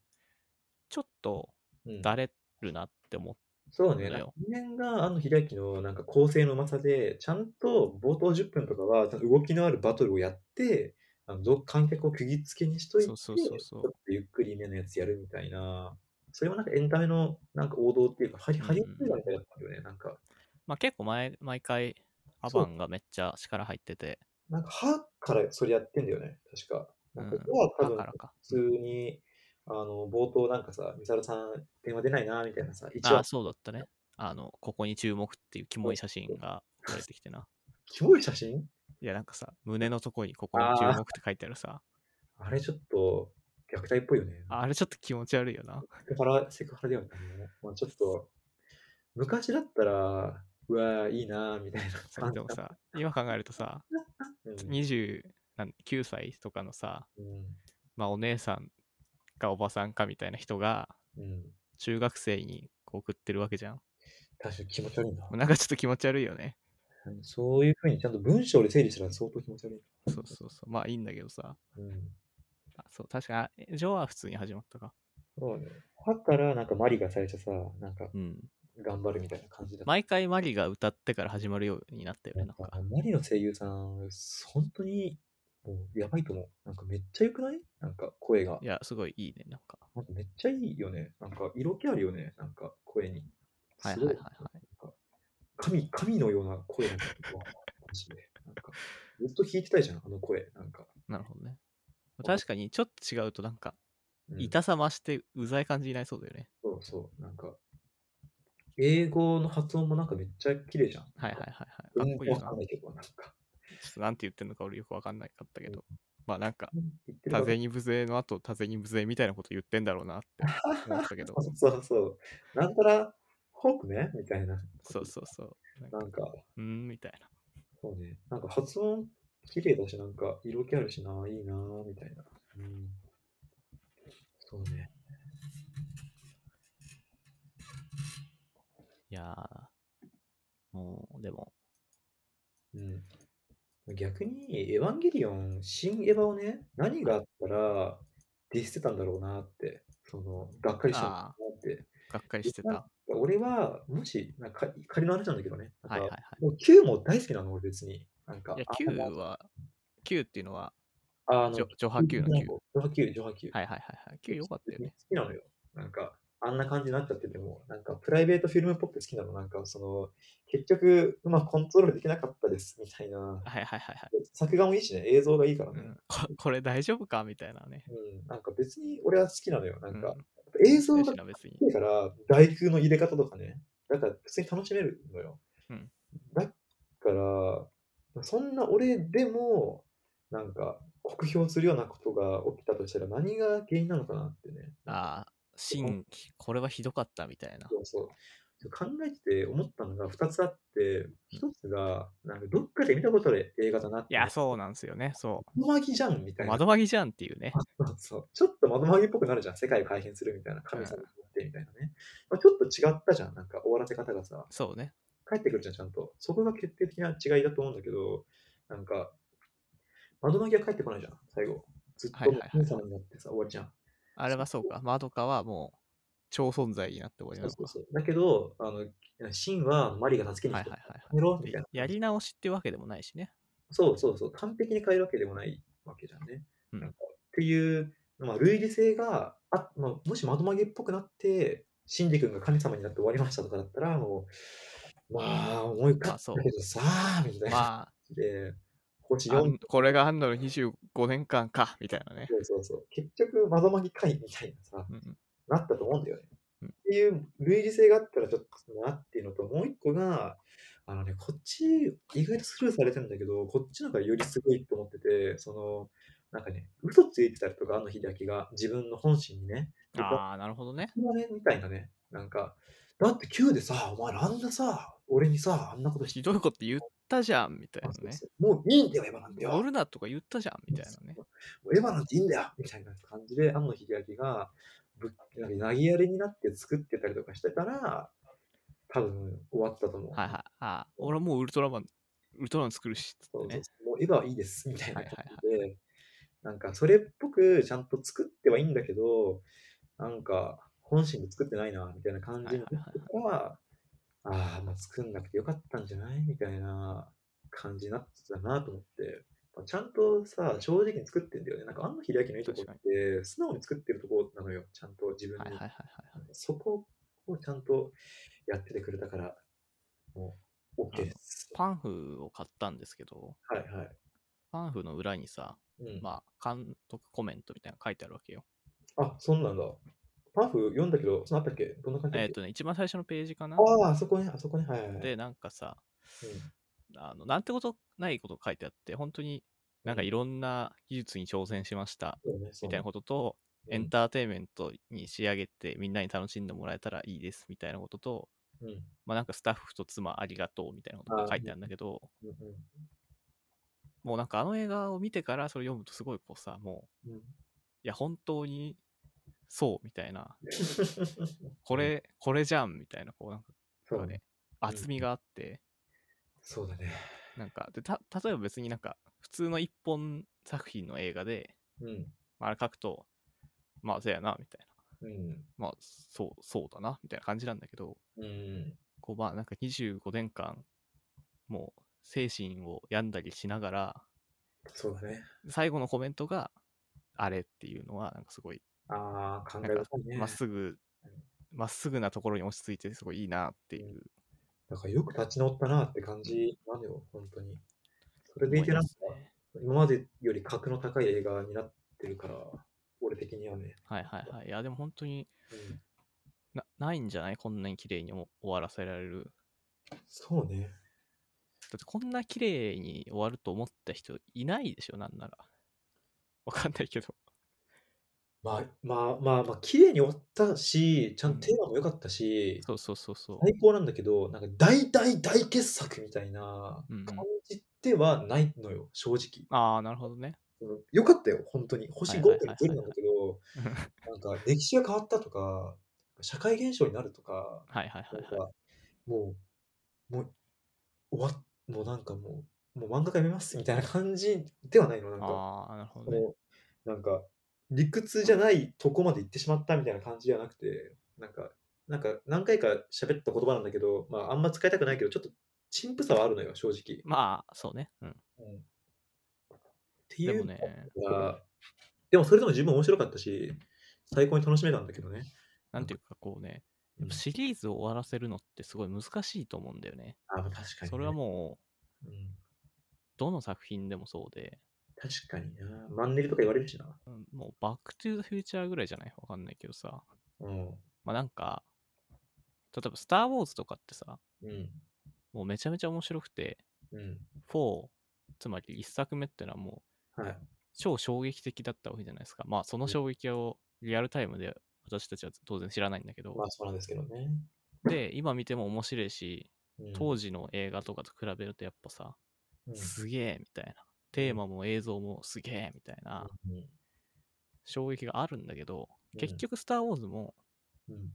[SPEAKER 1] ちょっと
[SPEAKER 2] うん、
[SPEAKER 1] だれるなって思っ
[SPEAKER 2] そうね。
[SPEAKER 1] だ
[SPEAKER 2] なん
[SPEAKER 1] よ
[SPEAKER 2] か人間が、あの、秀明の、なんか、構成のうまさで、ちゃんと冒頭10分とかは、動きのあるバトルをやって、あのど観客を釘付けにしといて、
[SPEAKER 1] そうそうそうそう
[SPEAKER 2] ちょっとゆっくり目のやつやるみたいな、それもなんかエンタメの、なんか王道っていうか、ハリ
[SPEAKER 1] うん
[SPEAKER 2] ハリウッドみたいだったよね。なんか、
[SPEAKER 1] まあ結構前毎回アバンがめっちゃ力入ってて、
[SPEAKER 2] なんか、歯からそれやってんだよね。確か。
[SPEAKER 1] う
[SPEAKER 2] なん
[SPEAKER 1] ん、
[SPEAKER 2] か、ここは多
[SPEAKER 1] だ
[SPEAKER 2] 分
[SPEAKER 1] か、らか。
[SPEAKER 2] 普通に、あの、冒頭なんかさ、ミサルさん、電話出ないな、みたいなさ、一
[SPEAKER 1] ああ、
[SPEAKER 2] 応、
[SPEAKER 1] そうだったね。あの、ここに注目っていうキモい写真が送られてきてな。
[SPEAKER 2] キモい写真
[SPEAKER 1] いや、なんかさ、胸のとこにここに注目って書いてあるさ、
[SPEAKER 2] あれちょっと、虐待っぽいよね。
[SPEAKER 1] ああれちょっと気持ち悪いよ な。
[SPEAKER 2] セクハラ、セクハラではないね。まあ、ちょっと、昔だったら、うわー、いいなー、みたいな
[SPEAKER 1] そうでもさ、今考えるとさ、
[SPEAKER 2] うん
[SPEAKER 1] 29歳とかのさ、
[SPEAKER 2] うん
[SPEAKER 1] まあ、お姉さんかおばさんかみたいな人が
[SPEAKER 2] うん。
[SPEAKER 1] 中学生にこう送ってるわけじゃん。
[SPEAKER 2] 確かに気持ち悪いな。
[SPEAKER 1] なんかちょっと気持ち悪いよね。
[SPEAKER 2] うんそういうふうにちゃんと文章で整理したら相当気持ち悪い。
[SPEAKER 1] そうそうそう。まあいいんだけどさ。
[SPEAKER 2] うん。
[SPEAKER 1] あそう、確かに、あジョアは普通に始まったか。
[SPEAKER 2] そうね。だから、なんかマリが最初さ、なんか、
[SPEAKER 1] うん。
[SPEAKER 2] 頑張るみたいな感じだった。
[SPEAKER 1] 毎回マリが歌ってから始まるようになったよね、なんか。
[SPEAKER 2] マリの声優さん、本当に、もう、やばいと思う。なんかめっちゃ良くないなんか声が
[SPEAKER 1] い。や、すごいいいね、なんか。
[SPEAKER 2] なんかめっちゃいいよね。なんか色気あるよね。なんか声に。
[SPEAKER 1] はい
[SPEAKER 2] す
[SPEAKER 1] はい
[SPEAKER 2] ご
[SPEAKER 1] はいいはい。
[SPEAKER 2] 神、神のような声なんだけどマジでなんかずっと弾いてたいじゃん、あの声。なんか。
[SPEAKER 1] なるほどね。確かにちょっと違うとなんか、
[SPEAKER 2] うん
[SPEAKER 1] 痛さ増してうざい感じになりそうだよね。
[SPEAKER 2] そうそう。なんか、英語の発音もなんかめっちゃ綺麗じゃん。
[SPEAKER 1] はいはいはいはい。か
[SPEAKER 2] 全
[SPEAKER 1] っこいい
[SPEAKER 2] 然
[SPEAKER 1] よ
[SPEAKER 2] わ
[SPEAKER 1] な。ちょ
[SPEAKER 2] かんないけど、なんか。
[SPEAKER 1] っとなんて言ってんのか俺よくわかんなかったけど。まあなんか、
[SPEAKER 2] 言ってる
[SPEAKER 1] 多
[SPEAKER 2] か。
[SPEAKER 1] 勢に無勢の後、多勢に無勢みたいなこと言ってんだろうなって思ったけど
[SPEAKER 2] そうそうそう。なんたら、フォークねみたいな。
[SPEAKER 1] そうそう そう。なんか
[SPEAKER 2] なんか、
[SPEAKER 1] うーんみたいな。
[SPEAKER 2] そうね。なんか発音綺麗だし、なんか色気あるしな、いいな、みたいな。うん。そうね。
[SPEAKER 1] いやー、もう、でも、
[SPEAKER 2] うん。逆に、エヴァンゲリオン、新エヴァをね、何があったら、ディスってたんだろうなって、その、がっかりしたんだろうなって。
[SPEAKER 1] がっかりしてた。は
[SPEAKER 2] 俺は、もし、なんか仮仮の話なんだけどね。
[SPEAKER 1] い
[SPEAKER 2] なん
[SPEAKER 1] はい
[SPEAKER 2] か
[SPEAKER 1] はい。
[SPEAKER 2] もう Q も大好きなの、俺別に。なんか、
[SPEAKER 1] いや
[SPEAKER 2] あ、
[SPEAKER 1] Q は、Q っていうのは、
[SPEAKER 2] ああの
[SPEAKER 1] ジョ、ジョハ Q の Q。
[SPEAKER 2] 上波球、上波球。
[SPEAKER 1] はいはいはいはい。Q 良かったよね。
[SPEAKER 2] 好きなのよ。なんか、あんな感じになっちゃってても、なんか、プライベートフィルムっぽくて好きなの。なんか、その、結局、うまくコントロールできなかったです、みたいな。
[SPEAKER 1] はいはいはいはい。
[SPEAKER 2] 作画もいいしね、映像がいいから
[SPEAKER 1] う
[SPEAKER 2] ね。
[SPEAKER 1] ん、こ これ大丈夫かみたいなね。
[SPEAKER 2] うん、なんか別に俺は好きなのよ。な
[SPEAKER 1] うんん
[SPEAKER 2] か、やっぱ映像
[SPEAKER 1] 選
[SPEAKER 2] が
[SPEAKER 1] 手な
[SPEAKER 2] 好
[SPEAKER 1] 別に。
[SPEAKER 2] きだから、外空の入れ方とかね、なんか普通に楽しめるのよ。
[SPEAKER 1] うん
[SPEAKER 2] だから、そんな俺でも、なんか、酷評するようなことが起きたとしたら何が原因なのかなってね。
[SPEAKER 1] ああ、新規、これはひどかったみたいな。
[SPEAKER 2] そうそう。考えてて思ったのが2つあって、1つが、なんかどっかで見たことある映画だなって。
[SPEAKER 1] いや、そうなんですよね。そ
[SPEAKER 2] 窓巻きじゃんみた
[SPEAKER 1] う。
[SPEAKER 2] いな。
[SPEAKER 1] 窓紛じゃんっていうね。
[SPEAKER 2] そう そう。ちょっと窓紛ぎっぽくなるじゃん。世界を改変するみたいな。神様になってみたいなね。まあ、ちょっと違ったじゃん。なんか終わらせ方がさ。
[SPEAKER 1] そうね。
[SPEAKER 2] 帰ってくるじゃん、ちゃんと。そこが決定的な違いだと思うんだけど、なんか、窓紛ぎは帰ってこないじゃん。最後。ずっと
[SPEAKER 1] はいはいはい
[SPEAKER 2] 神様になってさ、終わりじゃん。
[SPEAKER 1] あれはそうか。窓かはもう、超存在になって終わりな
[SPEAKER 2] そ
[SPEAKER 1] の
[SPEAKER 2] うそう
[SPEAKER 1] か。
[SPEAKER 2] そう。だけど、あの、シンはマリが助けに
[SPEAKER 1] は
[SPEAKER 2] 来
[SPEAKER 1] い
[SPEAKER 2] て、
[SPEAKER 1] はい
[SPEAKER 2] 帰ろう
[SPEAKER 1] はい
[SPEAKER 2] みたい
[SPEAKER 1] はい
[SPEAKER 2] な。。
[SPEAKER 1] やり直しってわけでもないし ね。
[SPEAKER 2] そうそうそう。完璧に変えるわけでもないわけじゃんね。
[SPEAKER 1] うん
[SPEAKER 2] なんかっていう、まあ、類似性があ、まあ、もし窓曲げっぽくなって、シンジ君が神様になって終わりましたとかだったら、もう、まあ、思い浮か
[SPEAKER 1] まあ
[SPEAKER 2] っ
[SPEAKER 1] そ
[SPEAKER 2] た
[SPEAKER 1] う
[SPEAKER 2] けどさあ、みたいな。
[SPEAKER 1] ま
[SPEAKER 2] で、星
[SPEAKER 1] あ、あ
[SPEAKER 2] 4
[SPEAKER 1] んこれがあんのの25年間か、みたいなね。
[SPEAKER 2] そうそうそう。結局、窓曲げ会みたいなさ、
[SPEAKER 1] うんうん
[SPEAKER 2] なったと思うんだよね。
[SPEAKER 1] うん
[SPEAKER 2] っていう類似性があったらちょっとなっていうのと、もう一個が、あのね、こっち、意外とスルーされてるんだけど、こっちの方がよりすごいと思ってて、その、なんかね、嘘ついてたりとか、あの日だけが自分の本心にね、
[SPEAKER 1] ああ、なるほどね。
[SPEAKER 2] 今ね、みたいなね、なんか、だって Q でさ、お前らあんなさ、俺にさ、あんなことして
[SPEAKER 1] ひどいこと言ったじゃん、みたい
[SPEAKER 2] そう
[SPEAKER 1] なね
[SPEAKER 2] そ。うもういいんだよ、エヴァなんだよ。
[SPEAKER 1] 乗るなとか言ったじゃん、みたいなね。
[SPEAKER 2] もうエヴァなんていいんだよみたいな感じで、安野秀明が、ぶっなんか投げやりになって作ってたりとかしてたら、多分終わったと思う。
[SPEAKER 1] はいはい。ああ、俺はもうウルトラマン、ウルトラマン作るし、つ
[SPEAKER 2] そ
[SPEAKER 1] っ
[SPEAKER 2] う
[SPEAKER 1] て
[SPEAKER 2] そう
[SPEAKER 1] ね。
[SPEAKER 2] そうもうエヴァはいいです、みたいな
[SPEAKER 1] はいはい
[SPEAKER 2] 感じで、なんかそれっぽくちゃんと作ってはいいんだけど、なんか本心で作ってないな、みたいな感じになってたら、ああ、まあ作んなくてよかったんじゃないみたいな感じになってたなと思って、まあちゃんとさ、正直に作ってんだよね。なんか、あの秀明のいいとこって、素直に作ってるとこなのよ、ちゃんと自分
[SPEAKER 1] はいはい
[SPEAKER 2] に
[SPEAKER 1] はい。はいはい。
[SPEAKER 2] そこをちゃんとやっててくれたから、もう、OK です。
[SPEAKER 1] パンフを買ったんですけど、
[SPEAKER 2] はいはい。
[SPEAKER 1] パンフの裏にさ、
[SPEAKER 2] うん
[SPEAKER 1] まあ、監督コメントみたいなの書いてあるわけよ。
[SPEAKER 2] あ、そうなんだ。パンフ読んだけど、そのあったっけどんな感じだ
[SPEAKER 1] え
[SPEAKER 2] っ
[SPEAKER 1] っ、
[SPEAKER 2] け、
[SPEAKER 1] とね、一番最初のページかな。
[SPEAKER 2] ああ、あそこね、あそこね。はいはいはい。
[SPEAKER 1] で、なんかさ、あの、なんてことないこと書いてあって、本当になんかいろんな技術に挑戦しました、
[SPEAKER 2] うん、そうね、そう
[SPEAKER 1] みたいな
[SPEAKER 2] ね
[SPEAKER 1] ことと、
[SPEAKER 2] うん
[SPEAKER 1] エンターテインメントに仕上げてみんなに楽しんでもらえたらいいです、みたいなことと、
[SPEAKER 2] うんうん
[SPEAKER 1] まあなんかスタッフと妻ありがとうみたいなことが書いてあるんだけど、
[SPEAKER 2] うん
[SPEAKER 1] もうなんかあの映画を見てからそれ読むとすごいこうさ、もう、
[SPEAKER 2] うん
[SPEAKER 1] いや本当にそうみたいな、こ
[SPEAKER 2] うん
[SPEAKER 1] れ、これじゃんみたいな、こうなん
[SPEAKER 2] そう
[SPEAKER 1] か
[SPEAKER 2] だ
[SPEAKER 1] ね
[SPEAKER 2] ね。、
[SPEAKER 1] 厚みがあって、
[SPEAKER 2] そうだね。
[SPEAKER 1] なんか、で、た、例えば別になんか、普通の一本作品の映画で、
[SPEAKER 2] うん。
[SPEAKER 1] まあ、あれ書くと、まあ、そうやな、みたいな。
[SPEAKER 2] うん。
[SPEAKER 1] まあ、そう、そうだな、みたいな感じなんだけど、
[SPEAKER 2] うん。
[SPEAKER 1] こう、まあ、なんか25年間、もう、精神を病んだりしながら、
[SPEAKER 2] そうだね。
[SPEAKER 1] 最後のコメントが、あれっていうのは、なんかすごい、
[SPEAKER 2] ああ、考え
[SPEAKER 1] な
[SPEAKER 2] 深
[SPEAKER 1] んか
[SPEAKER 2] いね。
[SPEAKER 1] まっすぐ、まっすぐなところに落ち着いて、すごいいいなっていう。
[SPEAKER 2] だからよく立ち直ったなって感じなのよ、本当に。それでいて
[SPEAKER 1] 思
[SPEAKER 2] なん
[SPEAKER 1] ま
[SPEAKER 2] か
[SPEAKER 1] す、ね
[SPEAKER 2] 今までより格の高い映画になってるから、俺的にはね。
[SPEAKER 1] はいはいはい。いや、でも本当に
[SPEAKER 2] うん
[SPEAKER 1] なないんじゃないこんなに綺麗にも終わらせられる。
[SPEAKER 2] そうね。
[SPEAKER 1] だってこんな綺麗に終わると思った人いないでしょ、なんなら。わかんないけど。
[SPEAKER 2] まあまあまあまあ綺麗に終わったし、ちゃんとテーマも良かったし、
[SPEAKER 1] そうそうそうそう。
[SPEAKER 2] 最高なんだけど、なんか大大大傑作みたいな
[SPEAKER 1] うんうん
[SPEAKER 2] 感じではないのよ、正直。
[SPEAKER 1] ああ、なるほどね。
[SPEAKER 2] その良かったよ、本当に。
[SPEAKER 1] は
[SPEAKER 2] 星
[SPEAKER 1] いはいはいはい
[SPEAKER 2] 5.0なんだ けど、なんか歴史が変わったとか、社会現象になるとか、
[SPEAKER 1] はいはいは
[SPEAKER 2] なん
[SPEAKER 1] いはい。
[SPEAKER 2] かもう、もう、終わっもうなんかもう、もう漫画家やめますみたいな感じではないの、なんか。
[SPEAKER 1] ああ、なるほど
[SPEAKER 2] そ
[SPEAKER 1] ね。
[SPEAKER 2] のなんか理屈じゃないとこまで行ってしまったみたいな感じじゃなくてなんかなんか何回か喋った言葉なんだけど、まあ、あんま使いたくないけどちょっと陳腐さはあるのよ正直、
[SPEAKER 1] まあ、そうね。うん。
[SPEAKER 2] うんってい
[SPEAKER 1] で
[SPEAKER 2] う
[SPEAKER 1] も
[SPEAKER 2] の
[SPEAKER 1] ね、
[SPEAKER 2] がでもそれでも十分面白かったし最高に楽しめたんだけどね
[SPEAKER 1] なんていうかこうね、
[SPEAKER 2] うん
[SPEAKER 1] やっぱシリーズを終わらせるのってすごい難しいと思うんだよね。
[SPEAKER 2] あまあ確かにね、
[SPEAKER 1] それはもう、
[SPEAKER 2] うん、
[SPEAKER 1] どの作品でもそうで、
[SPEAKER 2] 確かになマンネリとか言われるしな、
[SPEAKER 1] うんもうバックトゥーザフューチャーぐらいじゃないわかんないけどさ。
[SPEAKER 2] うん
[SPEAKER 1] まあなんか、例えばスター・ウォーズとかってさ、
[SPEAKER 2] うん
[SPEAKER 1] もうめちゃめちゃ面白くて、
[SPEAKER 2] うん
[SPEAKER 1] 4、つまり1作目ってのはもう
[SPEAKER 2] はい
[SPEAKER 1] 超衝撃的だったわけじゃないですか。まあその衝撃をリアルタイムで私たちは当然知らないんだけど
[SPEAKER 2] ま、あそうなんですけどね、
[SPEAKER 1] で、今見ても面白いし、
[SPEAKER 2] うん
[SPEAKER 1] 当時の映画とかと比べるとやっぱさ、
[SPEAKER 2] うん
[SPEAKER 1] すげえみたいな。テーマも映像もすげえみたいな
[SPEAKER 2] うん
[SPEAKER 1] 衝撃があるんだけど、
[SPEAKER 2] うん
[SPEAKER 1] 結局スター・ウォーズも
[SPEAKER 2] うん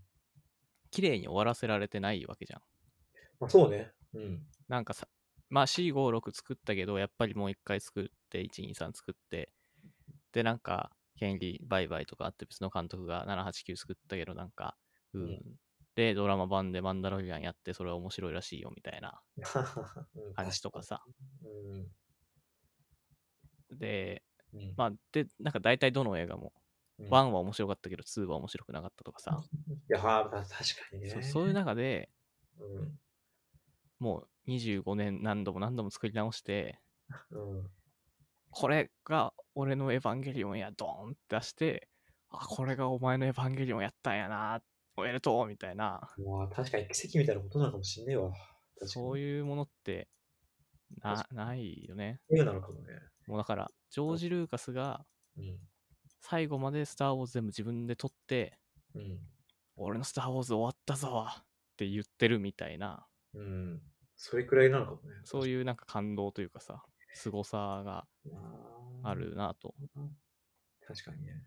[SPEAKER 1] 綺麗に終わらせられてないわけじゃん。
[SPEAKER 2] まあ、そうねうん
[SPEAKER 1] なんかさ、まあ C56 作ったけど、やっぱりもう一回作って、123作って、で、なんか、権利売買とかあって別の監督が789作ったけど、なんか、うーん。
[SPEAKER 2] うん
[SPEAKER 1] で、ドラマ版でマンダロリアンやって、それは面白いらしいよみたいな
[SPEAKER 2] うん
[SPEAKER 1] 感じとかさ。
[SPEAKER 2] うん
[SPEAKER 1] で、
[SPEAKER 2] うん
[SPEAKER 1] まあ、で、なんか大体どの映画も、
[SPEAKER 2] うん
[SPEAKER 1] 1は面白かったけど、2は面白くなかったとかさ、
[SPEAKER 2] いや、まあ確かにね。
[SPEAKER 1] そそういう中で
[SPEAKER 2] うん
[SPEAKER 1] もう25年何度も何度も作り直して、
[SPEAKER 2] うん
[SPEAKER 1] これが俺のエヴァンゲリオンやドーンって出してあこれがお前のエヴァンゲリオンやったんやなおめでとうみたいな
[SPEAKER 2] まあ、確かに奇跡みたいなことなのかもしんねえわ。
[SPEAKER 1] そう
[SPEAKER 2] いう
[SPEAKER 1] いうものってな
[SPEAKER 2] 確
[SPEAKER 1] ないよね
[SPEAKER 2] 映画なのかもね。
[SPEAKER 1] もうだからジョージ・ルーカスが
[SPEAKER 2] うん。
[SPEAKER 1] 最後まで「スター・ウォーズ」全部自分で撮って
[SPEAKER 2] うん。
[SPEAKER 1] 「俺のスター・ウォーズ終わったぞ!」って言ってるみたいな
[SPEAKER 2] うん。それくらいなのかもね。
[SPEAKER 1] そう
[SPEAKER 2] う
[SPEAKER 1] いうなんか感動というかさ凄さがあ。るなと
[SPEAKER 2] 確かにね。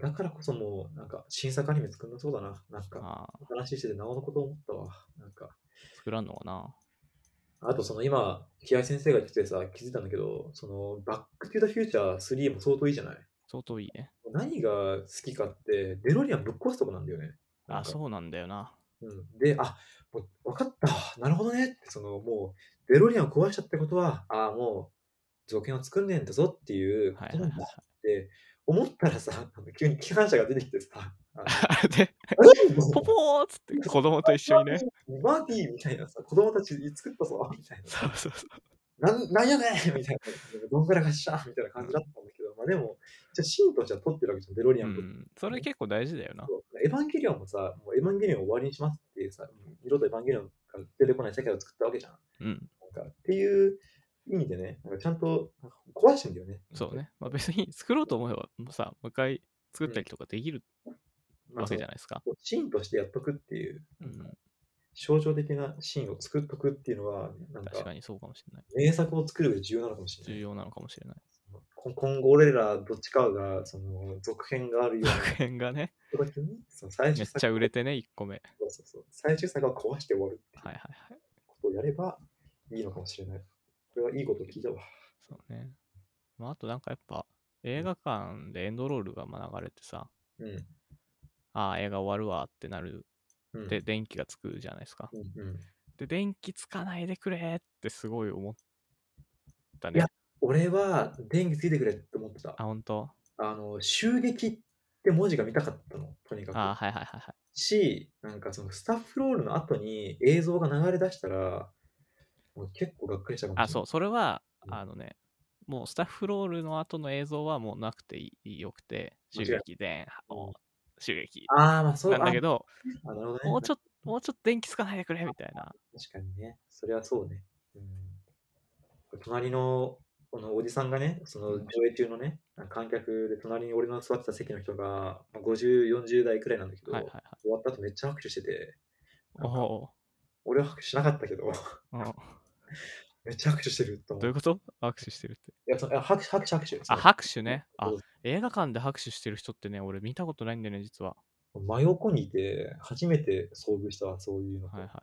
[SPEAKER 2] だからこそもう、なんか、新作アニメ作んなそうだな。なんか、
[SPEAKER 1] あー
[SPEAKER 2] 話しててなおのこと思ったわ。なんか、
[SPEAKER 1] 作らんのかな
[SPEAKER 2] あとその今、木合先生が言っててさ、気づいたんだけど、その、バックトゥーザフューチャー3も相当いいじゃない
[SPEAKER 1] 相当いいね
[SPEAKER 2] 何が好きかって、デロリアンぶっ壊すとこなんだよね。なん
[SPEAKER 1] あ
[SPEAKER 2] か
[SPEAKER 1] そうなんだよな
[SPEAKER 2] うん、で、あもう分かったわ、なるほどねって、そのもう、デロリアンを壊しちゃったことは、ああ、もう、続編を作んねえんだぞっていうこ
[SPEAKER 1] はい
[SPEAKER 2] と
[SPEAKER 1] はい
[SPEAKER 2] な
[SPEAKER 1] は
[SPEAKER 2] ん
[SPEAKER 1] い
[SPEAKER 2] だ
[SPEAKER 1] は
[SPEAKER 2] って思ったらさ、あの急に機関車が出てきて さ、あの
[SPEAKER 1] い でポポーっつって子供と一緒にね。
[SPEAKER 2] バーディーみたいなさ、子供たちに作ったぞみたい
[SPEAKER 1] そうそうそう。
[SPEAKER 2] な、なんなんやねんみたいな、どんぐらがっしゃーみたいな感じだったんだけど、まあでも、じゃあ、シンとじゃあ取ってるわけじゃん、デロリ
[SPEAKER 1] う
[SPEAKER 2] アンと。
[SPEAKER 1] ん、それ結構大事だよな。
[SPEAKER 2] そうエヴァンゲリオンもさ、もうエヴァンゲリオンを終わりにしますっていうさ、もう二度とエヴァンゲリオンが出てこない世界を作ったわけじゃん。
[SPEAKER 1] うん。
[SPEAKER 2] なんかっていう意味でね、なんかちゃんとなんか壊してんだよね。
[SPEAKER 1] そうね。まあ、別に作ろうと思えばもうさ、もう一回作ったりとかできる
[SPEAKER 2] まあ。
[SPEAKER 1] わけじゃ
[SPEAKER 2] ない。
[SPEAKER 1] ないですか。
[SPEAKER 2] シーンとしてやっとくっていう、
[SPEAKER 1] うん、
[SPEAKER 2] 象徴的なシーンを作っとくっていうのは、なん
[SPEAKER 1] 確
[SPEAKER 2] か
[SPEAKER 1] かにそうかもしれない。
[SPEAKER 2] 名作を作る上で重要なのかもしれな
[SPEAKER 1] 重
[SPEAKER 2] い。
[SPEAKER 1] 要なのかもし れない。
[SPEAKER 2] こ今後俺らどっちかがその続編があるよう
[SPEAKER 1] 作品がね、
[SPEAKER 2] な時に、その最
[SPEAKER 1] め
[SPEAKER 2] 終
[SPEAKER 1] っちゃ
[SPEAKER 2] 作
[SPEAKER 1] 売れてね、1個目。
[SPEAKER 2] そうそうそう最終作は壊して終わるって
[SPEAKER 1] はいはいはい。
[SPEAKER 2] ことをやればいいのかもしれない。これはいいこと聞いたわ。
[SPEAKER 1] そうね。まあ、あとなんかやっぱ、映画館でエンドロールがまあ流れてさ、
[SPEAKER 2] うん。
[SPEAKER 1] ああ、映画終わるわってなる。
[SPEAKER 2] うん
[SPEAKER 1] で、、電気がつくじゃないですか。
[SPEAKER 2] うんうん、
[SPEAKER 1] で、電気つかないでくれってすごい思ったね
[SPEAKER 2] や。俺は電気ついてくれって思ってた。
[SPEAKER 1] あ、本当
[SPEAKER 2] あの、襲撃って文字が見たかったの、とにかく。
[SPEAKER 1] あーはいはいはいはい。
[SPEAKER 2] し、なんかそのスタッフロールの後に映像が流れ出したら、もう結構がっかりしたかもしれない。
[SPEAKER 1] あ、そう、それは、
[SPEAKER 2] うん
[SPEAKER 1] あのね、もうスタッフロールの後の映像はもうなくていいよくて、襲
[SPEAKER 2] 間違いない
[SPEAKER 1] 撃で、お襲撃
[SPEAKER 2] ああ、まあそう
[SPEAKER 1] なんだけど、
[SPEAKER 2] ああなるほどね。
[SPEAKER 1] もうちょっと、もうちょっと電気つかないでくれみたいな。
[SPEAKER 2] 確かにね。それはそうね。うん、隣のこのおじさんがね、その
[SPEAKER 1] う
[SPEAKER 2] 上
[SPEAKER 1] ん
[SPEAKER 2] 映中のね、観客で隣に俺の座ってた席の人が、まあ、50、40代くらいなんだけど、
[SPEAKER 1] はいはいはい。
[SPEAKER 2] 終わった後めっちゃ拍手してて、
[SPEAKER 1] おお
[SPEAKER 2] 俺は拍手しなかったけど、
[SPEAKER 1] ー。うん
[SPEAKER 2] めっちゃ拍手してると思
[SPEAKER 1] どういうこと握手してるって。
[SPEAKER 2] いやそのいや拍手、拍手、拍手。
[SPEAKER 1] あ、拍手ね。あ
[SPEAKER 2] そう、
[SPEAKER 1] 映画館で拍手してる人ってね、俺見たことないんだよね、実は。
[SPEAKER 2] 真横にいて、初めて遭遇したわ、そういうのと。
[SPEAKER 1] はいはいは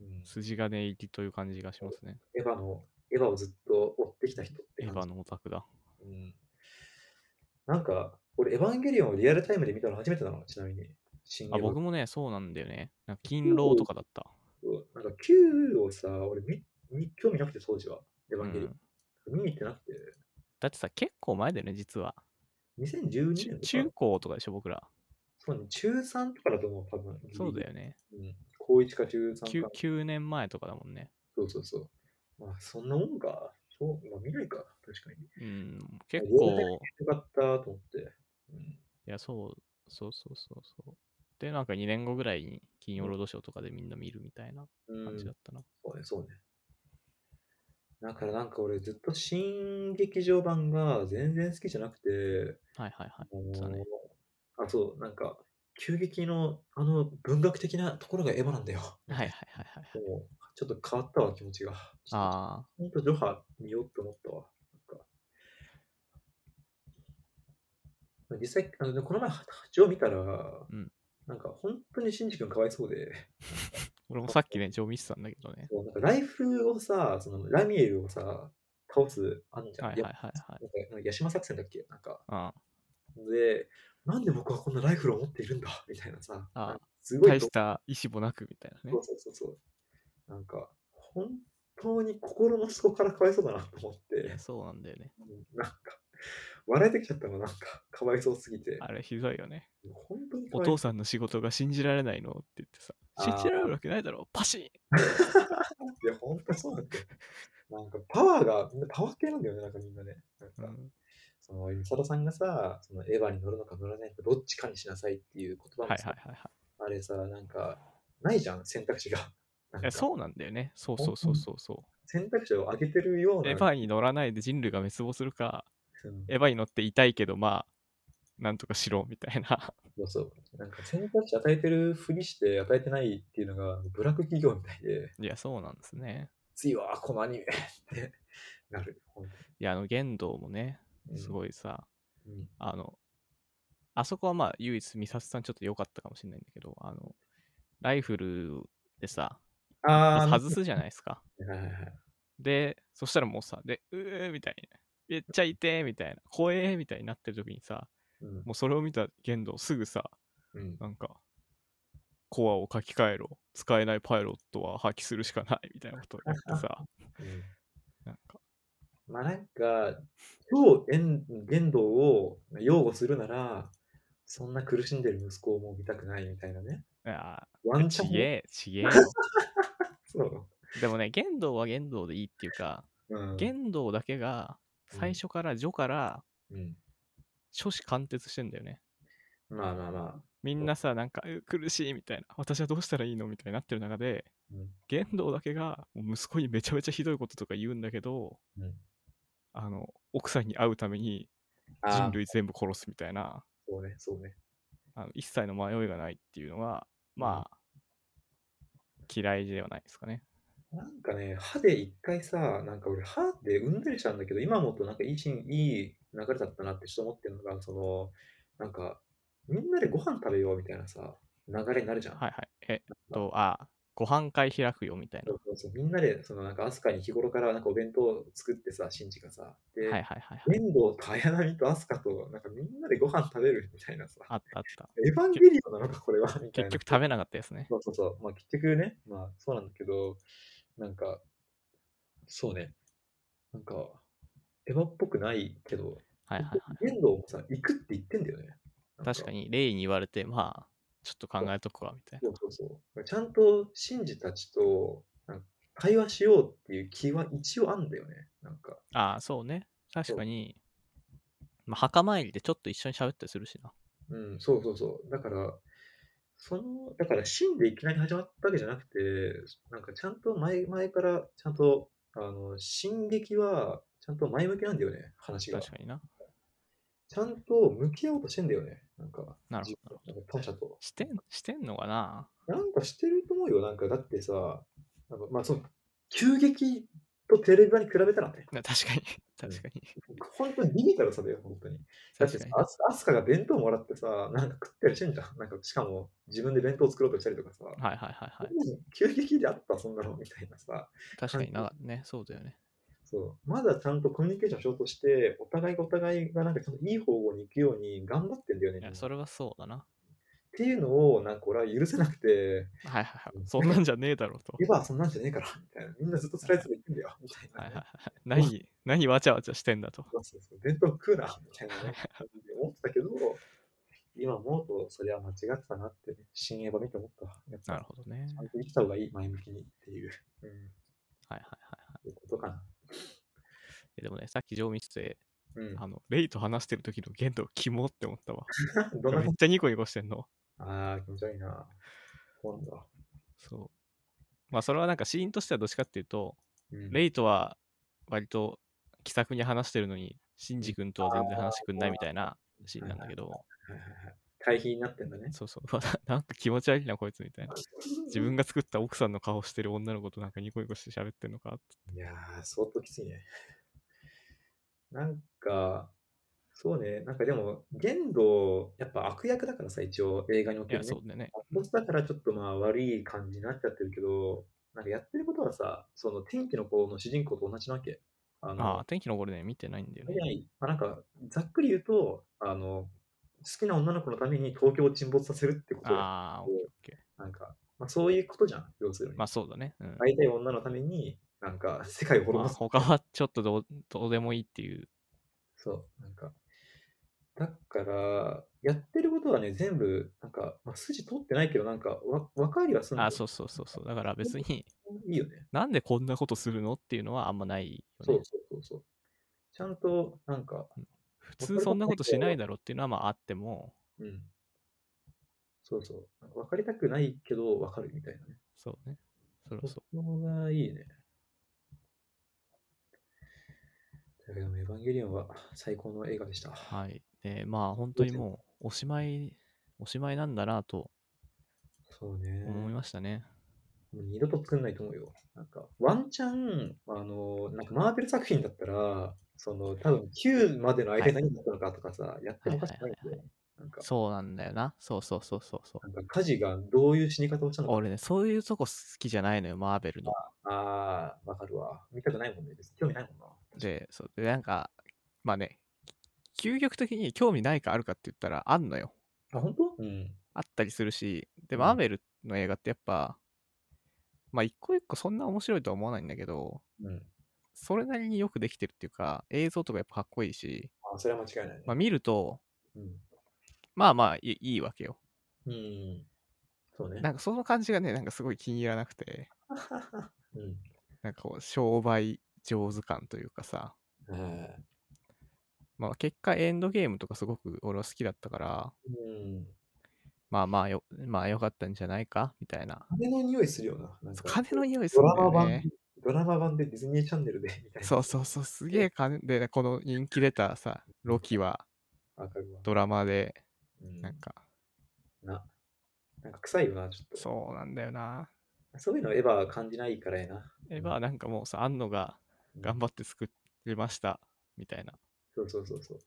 [SPEAKER 1] い。
[SPEAKER 2] うん、
[SPEAKER 1] 筋金入りという感じがしますね。
[SPEAKER 2] エヴァの、エヴァをずっと追ってきた人って
[SPEAKER 1] エ
[SPEAKER 2] 感
[SPEAKER 1] ヴ
[SPEAKER 2] じ
[SPEAKER 1] ァのオタクだ。
[SPEAKER 2] うんなんか、俺、エヴァンゲリオンをリアルタイムで見たの初めてなの、ちなみに。新
[SPEAKER 1] あ、
[SPEAKER 2] エヴァ
[SPEAKER 1] 僕もね、そうなんだよね。なんか勤労とかだった。
[SPEAKER 2] なんか、Q をさ、俺み、み興味なくて、当時は。エヴァンゲリオン。
[SPEAKER 1] うん
[SPEAKER 2] 見に行ってなくて。
[SPEAKER 1] だってさ、結構前だよね、実は。
[SPEAKER 2] 2012
[SPEAKER 1] ち
[SPEAKER 2] 年と
[SPEAKER 1] 中
[SPEAKER 2] か。
[SPEAKER 1] 高とかでしょ、僕ら。
[SPEAKER 2] そうね、中3とかだと思う、多分。
[SPEAKER 1] そうだよね。
[SPEAKER 2] うん。高1か中3
[SPEAKER 1] 9,
[SPEAKER 2] か。
[SPEAKER 1] 9年前とかだもんね。
[SPEAKER 2] そうそうそう。まあ、そんなもんか。そう、まあ、見ないか。確かに。
[SPEAKER 1] うん、結
[SPEAKER 2] よ
[SPEAKER 1] 構、
[SPEAKER 2] よかったと思って。うん。
[SPEAKER 1] いや、そう、そうそうそうそう。で、なんか2年後ぐらいに金曜ロードショーとかでみんな見るみたいな
[SPEAKER 2] う
[SPEAKER 1] 感
[SPEAKER 2] ん
[SPEAKER 1] じだったな。
[SPEAKER 2] そうね、そうね。だからなんか俺ずっと新劇場版が全然好きじゃなくて、
[SPEAKER 1] はいはいはい。
[SPEAKER 2] あのー
[SPEAKER 1] そうだね
[SPEAKER 2] あ、そう、なんか、急激のあの文学的なところがエヴァなんだよ。
[SPEAKER 1] はいはいはいはい。
[SPEAKER 2] もうちょっと変わったわ、気持ちが。あ。
[SPEAKER 1] あ
[SPEAKER 2] ほんと、ジョハ見ようって思ったわ。なんか実際、あのねこの前、ジョ見たら、
[SPEAKER 1] ん
[SPEAKER 2] なんか本当にシンジ君かわいそうで、
[SPEAKER 1] あ、俺もさっきね、ジョー見てたんだけどね。
[SPEAKER 2] そうなんかライフをさ、そのラミエルをさ、倒すあんじゃん。
[SPEAKER 1] はいはいはいはい。
[SPEAKER 2] なんか、なんかヤシマ作戦だっけなんか。
[SPEAKER 1] あ
[SPEAKER 2] で、なんで僕はこんなライフルを持っているんだみたいなさ。
[SPEAKER 1] あ
[SPEAKER 2] なんかす
[SPEAKER 1] あ
[SPEAKER 2] ごい
[SPEAKER 1] 大
[SPEAKER 2] と
[SPEAKER 1] し、た意志もなくみたいなね
[SPEAKER 2] そう。そうそうそう。なんか、本当に心の底からかわいそうだなと思っ
[SPEAKER 1] い
[SPEAKER 2] て
[SPEAKER 1] や、、そうなんだよね。
[SPEAKER 2] なんか、笑えてきちゃったの、なんか、かわいそうすぎて。
[SPEAKER 1] あれひどいよね。
[SPEAKER 2] 本当にか
[SPEAKER 1] お
[SPEAKER 2] わいそ
[SPEAKER 1] 父
[SPEAKER 2] う。
[SPEAKER 1] さんの仕事が信じられないのって言ってさ、
[SPEAKER 2] あー
[SPEAKER 1] 信じられるわけないだろ、パシーン
[SPEAKER 2] いや、本当そうなんだよ。なんか、パワーが、みんなパワー系なんだよね、なんかみんなね。なん
[SPEAKER 1] う
[SPEAKER 2] か、
[SPEAKER 1] ん
[SPEAKER 2] その、美里さんがさ、そのエヴァに乗るのか乗らないのか、どっちかにしなさいっていう言
[SPEAKER 1] はい
[SPEAKER 2] 葉
[SPEAKER 1] はい
[SPEAKER 2] もさ、
[SPEAKER 1] はいはい。
[SPEAKER 2] あれさ、なんか、ないじゃん、選択肢が。な
[SPEAKER 1] い
[SPEAKER 2] んか
[SPEAKER 1] やそうなんだよね。そうそうそうそうそ
[SPEAKER 2] 選択肢を上げてるよう
[SPEAKER 1] う。
[SPEAKER 2] な。
[SPEAKER 1] エヴァに乗らないで人類が滅亡するか、
[SPEAKER 2] うん
[SPEAKER 1] エヴァに乗って痛いけど、まあ、なんとかしろみたいな。
[SPEAKER 2] そうそう。なんか選択肢与えてるふりして与えてないっていうのが、ブラック企業みたいで、
[SPEAKER 1] いや、そうなんですね。
[SPEAKER 2] 次はこのアニメってなる。本
[SPEAKER 1] いや、あの、玄道もね、
[SPEAKER 2] 当に
[SPEAKER 1] すごいさ、
[SPEAKER 2] うん。うん
[SPEAKER 1] あの、あそこはまあ、唯一、ミサスさんちょっと良かったかもしれないんだけど、あの、ライフルでさ、
[SPEAKER 2] あー
[SPEAKER 1] 外すじゃないですか。
[SPEAKER 2] はいはいはい。
[SPEAKER 1] で、そしたらもうさ、で、うーみたいな。めっちゃ痛えみたいな。怖えみたいになってる時にさ、
[SPEAKER 2] うん
[SPEAKER 1] もうそれを見た玄道すぐさ、
[SPEAKER 2] うん、
[SPEAKER 1] なんか、コアを書き換えろ。使えないパイロットは破棄するしかないみたいなことを言って さ、
[SPEAKER 2] うん
[SPEAKER 1] なんか、
[SPEAKER 2] まあなんか、超言言動を擁護するなら、そんな苦しんでる息子をもう見たくないみたいなね。
[SPEAKER 1] いや
[SPEAKER 2] ワ
[SPEAKER 1] ー、
[SPEAKER 2] ンチャ
[SPEAKER 1] ち
[SPEAKER 2] ン。
[SPEAKER 1] げえ、ち げえよ。
[SPEAKER 2] そう。
[SPEAKER 1] でもね、言動は言動でいいっていうか、
[SPEAKER 2] うん。
[SPEAKER 1] 言動だけが最初から序から
[SPEAKER 2] うん、
[SPEAKER 1] 初子貫徹してんだよね。
[SPEAKER 2] まあまあまあ。
[SPEAKER 1] みんなさ、なんか、う苦しいみたいな、私はどうしたらいいのみたいになってる中で、
[SPEAKER 2] うん
[SPEAKER 1] 言動だけがもう息子にめちゃめちゃひどいこととか言うんだけど、
[SPEAKER 2] うん
[SPEAKER 1] あの、奥さんに会うために
[SPEAKER 2] あー
[SPEAKER 1] 人類全部殺すみたいな。
[SPEAKER 2] そうね、そうね。
[SPEAKER 1] あの一切の迷いがないっていうのは、
[SPEAKER 2] うん
[SPEAKER 1] まあ、嫌いではないですかね。
[SPEAKER 2] なんかね、歯で一回さ、なんか俺歯でうんざりしたんだけど、今もっとなんかいいシーン、いい流れだったなってちょっと思ってるのが、その、なんか、みんなでご飯食べようみたいなさ、流れになるじゃん。
[SPEAKER 1] はいはい。えっと、あ、ご飯会開くよみたいな。
[SPEAKER 2] そうそうそうみんなで、そのなんか、アスカに日頃からなんかお弁当を作ってさ、シンジがさ、
[SPEAKER 1] は
[SPEAKER 2] で、
[SPEAKER 1] いはいはいはい。
[SPEAKER 2] 面倒と綾波とアスカと、なんかみんなでご飯食べるみたいなさ、
[SPEAKER 1] あったあった。
[SPEAKER 2] エヴァンゲリオンなのか、これは、みた
[SPEAKER 1] 結
[SPEAKER 2] いな。
[SPEAKER 1] 局食べなかったですね。
[SPEAKER 2] そうそうそう。まあ結局ね、まあそうなんだけど、なんか、そうね。なんか、エヴァっぽくないけど、
[SPEAKER 1] はいはいはい。
[SPEAKER 2] 言動もさ、行くって言ってんだよね。
[SPEAKER 1] 確か
[SPEAKER 2] に。
[SPEAKER 1] に、レイに言われて、まあ、ちょっと考えとくわ、みたい
[SPEAKER 2] そうそうそう。ちゃんと信者たちとなんか会話しようっていう気は一応あんだよね。なんか。
[SPEAKER 1] な。ああ、そうね。確かに、まあ、墓参りでちょっと一緒に喋ったりするしな。
[SPEAKER 2] うん、そうそうそう。だから、その、だから、真でいきなり始まったわけじゃなくて、なんかちゃんと前、前から、ちゃんと、あの、進撃は、ちゃんと前向きなんだよね、話が。
[SPEAKER 1] 確かにな。
[SPEAKER 2] ちゃんと向き合おうとしてんだよね、なんか、
[SPEAKER 1] なるほど。
[SPEAKER 2] 自分他者と。
[SPEAKER 1] してん、してんのかな
[SPEAKER 2] なんかしてると思うよ、なんか、だってさ、なんかまあ、その、急激とテレビ版に比べたらね、
[SPEAKER 1] な確かに。確かに。
[SPEAKER 2] 本当にビビったらさだよ、本当に。だっ
[SPEAKER 1] 確
[SPEAKER 2] てさ
[SPEAKER 1] かに。
[SPEAKER 2] アスアスカが弁当もらってさ、なんか食ったりしてんじゃん。なんか、しかも、自分で弁当を作ろうとしたりとかさ。
[SPEAKER 1] はいはいはいはい。
[SPEAKER 2] 急激であった、そんなのみたいなさ。
[SPEAKER 1] 確かになかったね。そうだよね。
[SPEAKER 2] そう。まだちゃんとコミュニケーションしようとして、お互いがお互いがなんかちゃんといい方向に行くように頑張ってんだよね。
[SPEAKER 1] いや、
[SPEAKER 2] みんな
[SPEAKER 1] そ
[SPEAKER 2] っ
[SPEAKER 1] れはそうだな。
[SPEAKER 2] ていうのを、なんか俺は許せなくて、
[SPEAKER 1] はいはいはい。そんなんじゃねえだろう と。
[SPEAKER 2] エヴァはそんなんじゃねえから、みたいな。みんなずっとスライスで行くんだよ、みたいな
[SPEAKER 1] はい
[SPEAKER 2] ね、
[SPEAKER 1] はいはい。 何、何わちゃわちゃしてんだと。
[SPEAKER 2] そうそうそう伝統食うな、みたいなね。思ってたけど、今思うと、それは間違ってたなって、ね、新エヴァ見て思ったわ。やっぱ
[SPEAKER 1] なるほどね。
[SPEAKER 2] ちゃんと生きた方がいい、前向きにっていう、うん、
[SPEAKER 1] はいはいはいはい
[SPEAKER 2] いうことかな。
[SPEAKER 1] いや。でもね、さっき上見てて、
[SPEAKER 2] うん。
[SPEAKER 1] あの、レイと話してる時の言動、キモって思 ったわ。
[SPEAKER 2] どんな
[SPEAKER 1] めっちゃニコニコしてんの。
[SPEAKER 2] ああ、気持ち悪いな。そうなんだ。
[SPEAKER 1] そう。まあ、それはなんかシーンとしてはどっちかっていうと、
[SPEAKER 2] うん、
[SPEAKER 1] レイとは割と気さくに話してるのに、シンジ君とは全然話してくんないみたいなシーンなんだけど、
[SPEAKER 2] はいはいはい対比になってんだね。
[SPEAKER 1] そうそう、う わななんか気持ち悪いな、こいつみたいな。自分が作った奥さんの顔してる女の子となんかニコニコして喋ってんのかって。
[SPEAKER 2] いやー、相当きついね。なんか、そうね、なんかでも、言動、やっぱ悪役だからさ、一応映画にお
[SPEAKER 1] い
[SPEAKER 2] け
[SPEAKER 1] や、
[SPEAKER 2] るね
[SPEAKER 1] そう。だよね。
[SPEAKER 2] 悪ボスだからちょっとまあ悪い感じになっちゃってるけど、なんかやってることはさ、その天気の子の主人公と同じなわけ。あの、
[SPEAKER 1] ああ、天気の頃ね、見てないんだよね。
[SPEAKER 2] はいまあ、なんか、ざっくり言うと、あの、好きな女の子のために東京を沈没させるってことよ
[SPEAKER 1] ああ、オッケーオッケ
[SPEAKER 2] なんか、まあ、そういうことじゃん、要するに。
[SPEAKER 1] ー。まあそうだね。うん。
[SPEAKER 2] 会いたい女のために、なんか、世界を滅
[SPEAKER 1] まあ、
[SPEAKER 2] ぼす。
[SPEAKER 1] 他はちょっとどうどうでもいいっていう。
[SPEAKER 2] そう、なんか。だから、やってることはね、全部、なんか、まあ、筋通ってないけど、なんか、わ分かりはするん
[SPEAKER 1] あ
[SPEAKER 2] だよ
[SPEAKER 1] あ、そうそうそうそう。だから別 に、
[SPEAKER 2] いいよね。
[SPEAKER 1] なんでこんなことするのっていうのはあんまないよ
[SPEAKER 2] そ
[SPEAKER 1] ね
[SPEAKER 2] う。そうそうそう。ちゃんと、なんか、
[SPEAKER 1] 普通そんなことしないだろうっていうのはまああっても、
[SPEAKER 2] うん。そうそう。なんか分かりたくないけど、分かるみたいなね。
[SPEAKER 1] そうね。そりゃ
[SPEAKER 2] そ
[SPEAKER 1] そ
[SPEAKER 2] こがいいね。だけど、エヴァンゲリオンは最高の映画でした。
[SPEAKER 1] う。はい。で、まあ本当にもうおしまい、おしまいなんだなと
[SPEAKER 2] そうね。
[SPEAKER 1] 思いましたね。
[SPEAKER 2] もう二度と作んないと思うよ。なんか、ワンチャン、あの、なんかマーベル作品だったら、その、多分9までの間
[SPEAKER 1] はい
[SPEAKER 2] 何だったのかとかさ、やってもおかしくないん
[SPEAKER 1] はいはいはい
[SPEAKER 2] で、なんか、
[SPEAKER 1] そうなんだよな。そうそうそうそうそう。
[SPEAKER 2] なんか家事がどういう死に方をしたのか、
[SPEAKER 1] 俺ね、そういうとこ好きじゃないのよ、マーベルの。
[SPEAKER 2] ああ、わかるわ。見たくないもんね。別に興味ないもんな。
[SPEAKER 1] で、そうでなんか、まあね、究極的に興味ないかあるかって言ったらあんのよ。
[SPEAKER 2] あ、本当うん。
[SPEAKER 1] あったりするし、で、
[SPEAKER 2] うん
[SPEAKER 1] マーベルの映画ってやっぱ、まあ一個一個そんな面白いとは思わないんだけど、
[SPEAKER 2] うん。
[SPEAKER 1] それなりによくできてるっていうか、映像とかやっぱかっこいいし、
[SPEAKER 2] あ、それは間違いないね。
[SPEAKER 1] まあ見ると、
[SPEAKER 2] うん。
[SPEAKER 1] まあまあいいいいわけよ。
[SPEAKER 2] うん。そうね。
[SPEAKER 1] なんかその感じがね、なんかすごい気に入らなくて、
[SPEAKER 2] うん。
[SPEAKER 1] なんかこう、商売上手感というかさ、
[SPEAKER 2] え
[SPEAKER 1] まあ結果エンドゲームとかすごく俺は好きだったから、
[SPEAKER 2] ーうん。
[SPEAKER 1] まあまあよ、まあよかったんじゃないかみたいな。
[SPEAKER 2] 金の匂いするよな。なんか
[SPEAKER 1] 金の匂いす
[SPEAKER 2] ド
[SPEAKER 1] るん
[SPEAKER 2] ラ
[SPEAKER 1] だ
[SPEAKER 2] マ
[SPEAKER 1] よ
[SPEAKER 2] 版、
[SPEAKER 1] ね。
[SPEAKER 2] ドラマ版でディズニーチャンネルでみたいな。
[SPEAKER 1] そうそうそう、すげえ金で、この人気出たさ、ロキは
[SPEAKER 2] わかるわ。
[SPEAKER 1] ドラマで、
[SPEAKER 2] うん
[SPEAKER 1] なんか、
[SPEAKER 2] な。なんか臭いよな、ちょっと。
[SPEAKER 1] そうなんだよな。
[SPEAKER 2] そういうのエヴァは感じないからやな。
[SPEAKER 1] エヴァはなんかもうさ、アンノが頑張って作りました、みたいな、
[SPEAKER 2] そうそうそうそう。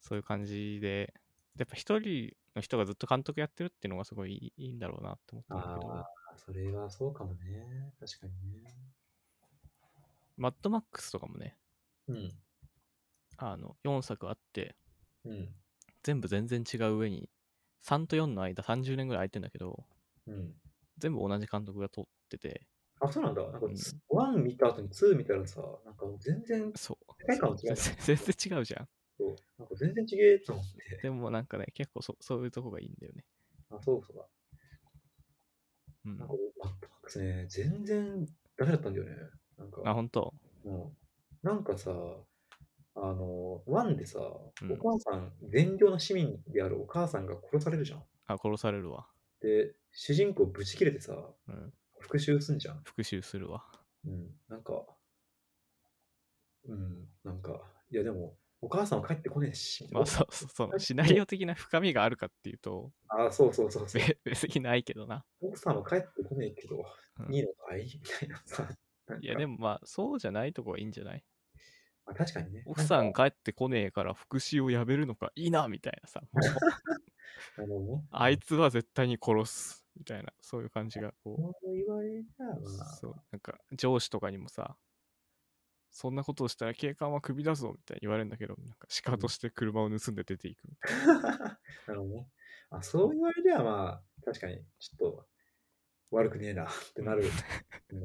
[SPEAKER 1] そういう感じで、やっぱ一人の人がずっと監督やってるっていうのがすごいいいんだろうなって思ったんだけ
[SPEAKER 2] あ
[SPEAKER 1] ど、
[SPEAKER 2] あ、それはそうかもね。確かにね。
[SPEAKER 1] マッドマックスとかもね、あの、4作あって、
[SPEAKER 2] うん。うん。
[SPEAKER 1] 全部全然違う上に、3と4の間30年ぐらい空いてんだけど、
[SPEAKER 2] うん。
[SPEAKER 1] 全部同じ監督が撮ってて、
[SPEAKER 2] あ、そうなんだ。なんか
[SPEAKER 1] うん、
[SPEAKER 2] ワン見た後にツー見たらさ、なんかもう全然、
[SPEAKER 1] そう。
[SPEAKER 2] 世界観も違
[SPEAKER 1] 全
[SPEAKER 2] う じゃん
[SPEAKER 1] 然全然違うじゃん。
[SPEAKER 2] そうなんか全然違えと思って。
[SPEAKER 1] でもなんかね、結構そそういうとこがいいんだよね。
[SPEAKER 2] あ、そうそうだ。
[SPEAKER 1] うん
[SPEAKER 2] なんか、バックパックスね、全然ダメだったんだよね。なん
[SPEAKER 1] あ、
[SPEAKER 2] か、
[SPEAKER 1] 本当
[SPEAKER 2] うん、なんかさ、あの、ワンでさ、
[SPEAKER 1] ん
[SPEAKER 2] お母さん、善良な市民であるお母さんが殺されるじゃん。
[SPEAKER 1] あ、殺されるわ。
[SPEAKER 2] で、主人公ぶち切れてさ、
[SPEAKER 1] うん。
[SPEAKER 2] 復讐すんじゃん。
[SPEAKER 1] 復讐するわ。
[SPEAKER 2] うん、なんか、うん、なんか、いやでも、お母さんは帰ってこねえし、
[SPEAKER 1] まあ、そうそう、そのシナリオ的な深みがあるかっていうと、
[SPEAKER 2] ああ、そうそうそうそう。
[SPEAKER 1] べ 別にないけどな。
[SPEAKER 2] 奥さんは帰ってこねえけど、
[SPEAKER 1] うん
[SPEAKER 2] いいのかいみたいなさ。なんか
[SPEAKER 1] いや、でもまあ、そうじゃないとこはいいんじゃない
[SPEAKER 2] まあ、確かにね。
[SPEAKER 1] 奥さ
[SPEAKER 2] なん
[SPEAKER 1] ん帰ってこねえから復讐をやめるのかいいなみたいなさ、もう
[SPEAKER 2] かあのね、
[SPEAKER 1] あいつは絶対に殺すみたいな、そういう感じがこう、
[SPEAKER 2] こう言われたら、まあ、
[SPEAKER 1] そう、なんか上司とかにもさ、そんなことをしたら警官はクビだぞみたいに言われるんだけど、なんかシカとして車を盗んで出ていくみたいな。
[SPEAKER 2] なるほどね。 あ、そう言われりゃ、まあ、確かに、ちょっと、悪くねえなってなる。ね、確かに。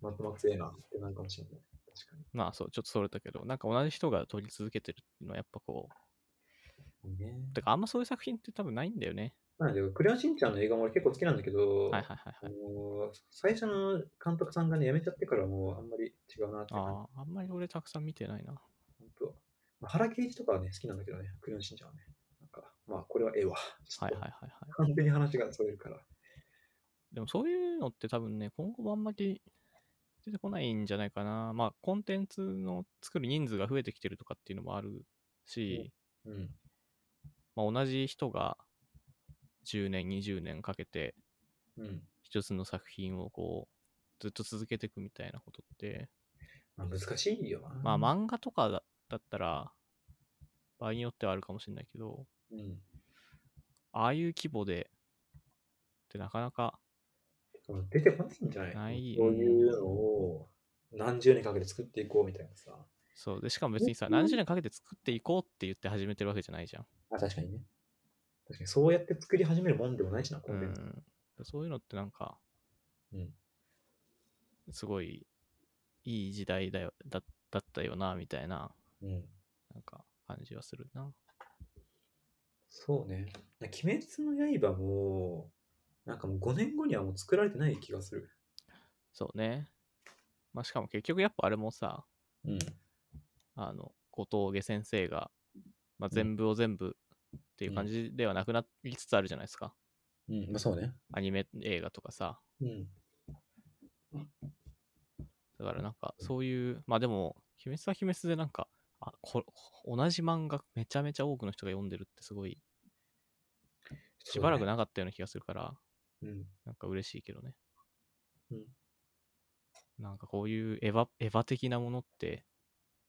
[SPEAKER 2] まとまってええなってなるかもしれない。確か
[SPEAKER 1] まあそう、ちょっとそれたけど、なんか同じ人が撮り続けてるっていうのはやっぱこう、
[SPEAKER 2] に。ね。
[SPEAKER 1] てかあんまそういう作品って多分ないんだよね。
[SPEAKER 2] なので、クレヨンしんちゃんの映画も俺結構好きなんだけど、
[SPEAKER 1] はいはいはい
[SPEAKER 2] あ
[SPEAKER 1] は
[SPEAKER 2] の
[SPEAKER 1] い。
[SPEAKER 2] ー最初の監督さんがね、辞めちゃってからもうあんまり違うなって感
[SPEAKER 1] ああ、あんまり俺たくさん見てないな。
[SPEAKER 2] じ。本当まあ、原敬一とかはね、好きなんだけどね、クレヨンしんちゃんはね。なんか、まあ、これは ええわ。
[SPEAKER 1] はいはい
[SPEAKER 2] い。
[SPEAKER 1] はいはい。
[SPEAKER 2] 完全に話がそれるから。
[SPEAKER 1] でもそういうのって多分ね、今後もあんまり出てこないんじゃないかな。まあ、コンテンツの作る人数が増えてきてるとかっていうのもあるし、
[SPEAKER 2] うん。
[SPEAKER 1] まあ、同じ人が10年、20年かけて
[SPEAKER 2] うん。
[SPEAKER 1] 一つの作品をこう、ずっと続けていくみたいなことって、
[SPEAKER 2] まあ、難しいよな。
[SPEAKER 1] まあ、漫画とかだだったら、場合によってはあるかもしれないけど、
[SPEAKER 2] うん。
[SPEAKER 1] ああいう規模で、ってなかなか、
[SPEAKER 2] うん出てこないんじゃない
[SPEAKER 1] ない
[SPEAKER 2] そういうのを何十年かけて作っていこうみたいなさ。
[SPEAKER 1] そうで、しかも別にさ、
[SPEAKER 2] うん
[SPEAKER 1] 何十年かけて作っていこうって言って始めてるわけじゃないじゃん。
[SPEAKER 2] あ、確かにね。確かにそうやって作り始めるもんでもないしな、コ
[SPEAKER 1] う
[SPEAKER 2] ンテンツ。
[SPEAKER 1] ん、そういうのってなんか、
[SPEAKER 2] うん
[SPEAKER 1] すごいいい時代だよだだったよなみたいな
[SPEAKER 2] うん。
[SPEAKER 1] なんか感じはするな。
[SPEAKER 2] そうね。鬼滅の刃も、なんかもう5年後にはもう作られてない気がする。
[SPEAKER 1] そうね。まあ、しかも結局やっぱあれもさ
[SPEAKER 2] うん。
[SPEAKER 1] あの後藤家先生が、まあ、
[SPEAKER 2] うん
[SPEAKER 1] 全部を全部っていう感じではなくなりつつあるじゃないですか。
[SPEAKER 2] うん、まあそうね。
[SPEAKER 1] アニメ映画とかさ。
[SPEAKER 2] うん。
[SPEAKER 1] だからなんかそういうまあでも「鬼滅は鬼滅」でなんかあこ同じ漫画めちゃめちゃ多くの人が読んでるってすごいしばらく
[SPEAKER 2] な。
[SPEAKER 1] なかったような気がするから、
[SPEAKER 2] うん。
[SPEAKER 1] なんか嬉しいけどね。
[SPEAKER 2] うん
[SPEAKER 1] なんかこういうエヴァ、エヴァ的なものって、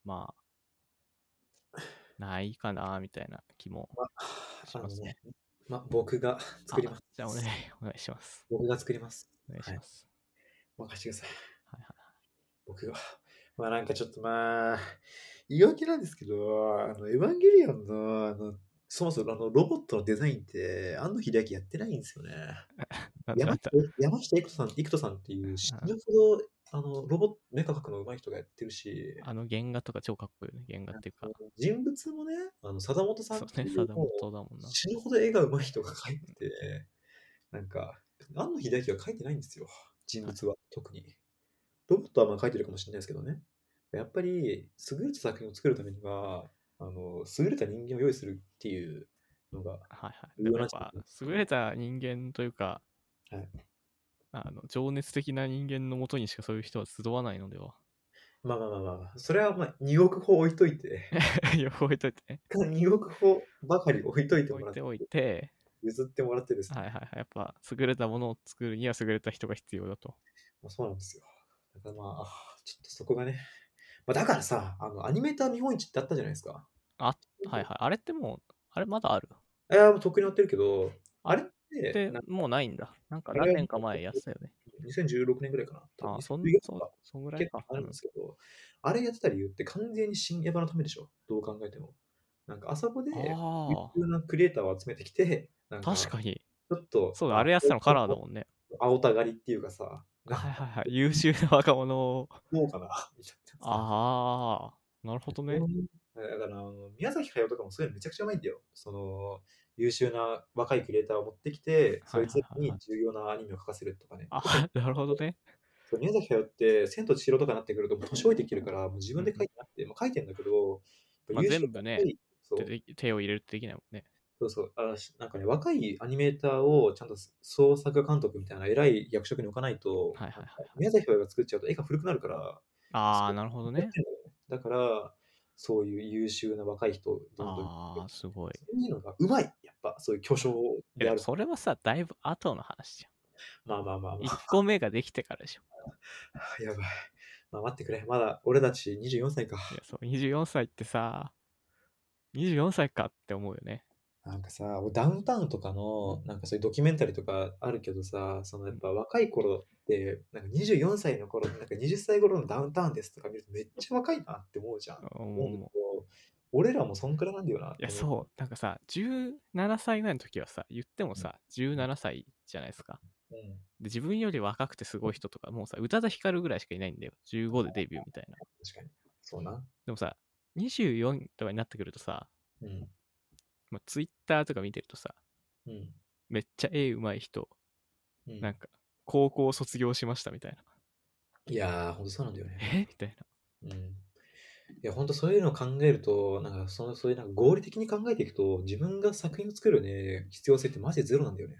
[SPEAKER 1] まあ、ないかな、みたいな気も。
[SPEAKER 2] ま
[SPEAKER 1] し
[SPEAKER 2] あ、あ
[SPEAKER 1] ま
[SPEAKER 2] の
[SPEAKER 1] すね
[SPEAKER 2] ね。まあ僕が作ります。
[SPEAKER 1] あじゃあお願い、 お願いします。
[SPEAKER 2] 僕が作ります。
[SPEAKER 1] お願いします。
[SPEAKER 2] 任せてくださ
[SPEAKER 1] は
[SPEAKER 2] い。
[SPEAKER 1] いはい
[SPEAKER 2] 僕が。まあなんかちょっとまあ、言い訳なんですけど、あの、エヴァンゲリオンの、あの、そもそもあのロボットのデザインって、安野秀明やってないんですよね。
[SPEAKER 1] はい。な
[SPEAKER 2] 山
[SPEAKER 1] んだ
[SPEAKER 2] 下山下育人さん育人さんっていう、死ぬほど、あの、ロボット、目描くの上手い人がやってるし、
[SPEAKER 1] あの原画とか超かっこいいよね。原画っていうか、
[SPEAKER 2] 人物もね、あの、貞本さん
[SPEAKER 1] そ
[SPEAKER 2] っ
[SPEAKER 1] う
[SPEAKER 2] て
[SPEAKER 1] ね、
[SPEAKER 2] いう
[SPEAKER 1] 貞本だもんな。
[SPEAKER 2] 死ぬほど絵が上手い人が描いてて、なんか、安野秀明は描いてないんですよ、人物は、特に。ロボットはまあ描いてるかもしれないですけどね。やっぱり、優れた作品を作るためには、あの優れた人間を用意するっていうのが、
[SPEAKER 1] はいはい。
[SPEAKER 2] い
[SPEAKER 1] で
[SPEAKER 2] う
[SPEAKER 1] もやっ
[SPEAKER 2] 話
[SPEAKER 1] ぱ、優れた人間というか、
[SPEAKER 2] はい
[SPEAKER 1] あの情熱的な人間のもとにしかそういう人は集わないのでは。
[SPEAKER 2] まあまあまあまあ、それはまあ2億歩置いといて、
[SPEAKER 1] いや、置いといてね。
[SPEAKER 2] 2億歩ばかり置いといても
[SPEAKER 1] 置い
[SPEAKER 2] らって
[SPEAKER 1] て、おいて、
[SPEAKER 2] 譲ってもらってですね、
[SPEAKER 1] はいはいはい。やっぱ、優れたものを作るには優れた人が必要だと。
[SPEAKER 2] まあ、そうなんですよ。だからまああー、ちょっとそこがね、まあ、だからさ、あのアニメーター見本市ってあったじゃないですか。
[SPEAKER 1] あはいはい。あれってもう、あれまだある
[SPEAKER 2] いや、もうとっくにやってるけど、
[SPEAKER 1] あ
[SPEAKER 2] あ
[SPEAKER 1] れ
[SPEAKER 2] れ
[SPEAKER 1] っ
[SPEAKER 2] って、
[SPEAKER 1] て
[SPEAKER 2] なんか
[SPEAKER 1] もうないんだ。なんか
[SPEAKER 2] あれは
[SPEAKER 1] 何年か前やってたよね。
[SPEAKER 2] 2016年ぐらいかな。
[SPEAKER 1] あ
[SPEAKER 2] 多分
[SPEAKER 1] そん
[SPEAKER 2] 2014
[SPEAKER 1] そ
[SPEAKER 2] とか
[SPEAKER 1] そんぐらい
[SPEAKER 2] 結
[SPEAKER 1] か
[SPEAKER 2] 構。あるんですけど、あれやってた理由って完全に新エヴァのためでしょ。どう考えても。なんかあそこで、
[SPEAKER 1] うん
[SPEAKER 2] 有
[SPEAKER 1] あ
[SPEAKER 2] 名なクリエイターを集めてきて、なん
[SPEAKER 1] あ、
[SPEAKER 2] か
[SPEAKER 1] 確かに。
[SPEAKER 2] ちょっと、
[SPEAKER 1] そうだ、あれやってたのカラーだもん ね。
[SPEAKER 2] あおたがりっていうかさ、なん
[SPEAKER 1] はい
[SPEAKER 2] か
[SPEAKER 1] はいはい。優秀な若者を。
[SPEAKER 2] どうかな、みたいな。
[SPEAKER 1] ああ、なるほどね
[SPEAKER 2] こ。のだからあの宮崎駿とかもそういうのめちゃくちゃうまいんだよ。その優秀な若いクリエイターを持ってきて、
[SPEAKER 1] は
[SPEAKER 2] そ
[SPEAKER 1] いはいはい
[SPEAKER 2] いつらに重要なアニメを描かせるとかね。
[SPEAKER 1] あ、なるほどね。
[SPEAKER 2] そう宮崎駿って、千と千尋とかになってくると、もう年老いてきるから、もう自分で描いてなくて、まあ、描いてんだけど、
[SPEAKER 1] まあ
[SPEAKER 2] 優秀
[SPEAKER 1] 全部ね
[SPEAKER 2] 若いそう
[SPEAKER 1] 手で手を入れるとできないもんね。
[SPEAKER 2] そうそうあしなんかね、若いアニメーターをちゃんと創作監督みたいな偉い役職に置かないと、
[SPEAKER 1] はいはいはい。
[SPEAKER 2] 宮崎駿が作っちゃうと絵が古くなるから、
[SPEAKER 1] ああ、なるほどね。
[SPEAKER 2] だから、そういう優秀な若い人をどんどん
[SPEAKER 1] ああ、すごい。
[SPEAKER 2] そういうのがうまい、やっぱ、そういう巨匠
[SPEAKER 1] い
[SPEAKER 2] であ
[SPEAKER 1] や
[SPEAKER 2] る。
[SPEAKER 1] それはさ、だいぶ後の話じ
[SPEAKER 2] まあまあまあ、
[SPEAKER 1] ゃん。
[SPEAKER 2] ま
[SPEAKER 1] 1個目ができてからでしょ。
[SPEAKER 2] あ、 やばい。まあ待ってくれ、まだ俺たち24歳か。
[SPEAKER 1] いやそう24歳ってさ24歳かって思うよね
[SPEAKER 2] なんかさ、俺ダウンタウンとかの、なんかそういうドキュメンタリーとかあるけどさ、そのやっぱ若い頃って、なんか24歳の頃、なんか20歳頃のダウンタウンですとか見るとめっちゃ若いなって思うじゃん。思うんだけ
[SPEAKER 1] 思
[SPEAKER 2] ど
[SPEAKER 1] う
[SPEAKER 2] 俺らもそんくらいなんだよなっ
[SPEAKER 1] い
[SPEAKER 2] て
[SPEAKER 1] や
[SPEAKER 2] 思う。
[SPEAKER 1] そうなんかさ17歳ぐらいの時はさ言ってもさ17歳じゃないですか
[SPEAKER 2] うん
[SPEAKER 1] で自分より若くてすごい人とかもうさ宇多田ヒカルぐらいしかいないんだよ15でデビューみたいな
[SPEAKER 2] 確かに。そうな。
[SPEAKER 1] でもさ24とかになってくるとさ、
[SPEAKER 2] うん。
[SPEAKER 1] まあ、Twitter とか見てるとさ
[SPEAKER 2] うん。
[SPEAKER 1] めっちゃ絵うまい人
[SPEAKER 2] うん
[SPEAKER 1] なんか高校卒業しましたみたいな、
[SPEAKER 2] いやー、ほんとそうなんだよね。
[SPEAKER 1] えみたい
[SPEAKER 2] うんいや本当そういうのを考えると、なんかそのそういうなんか合理的に考えていくと、自分が作品を作るね、必要性ってマジでゼロなんだよね。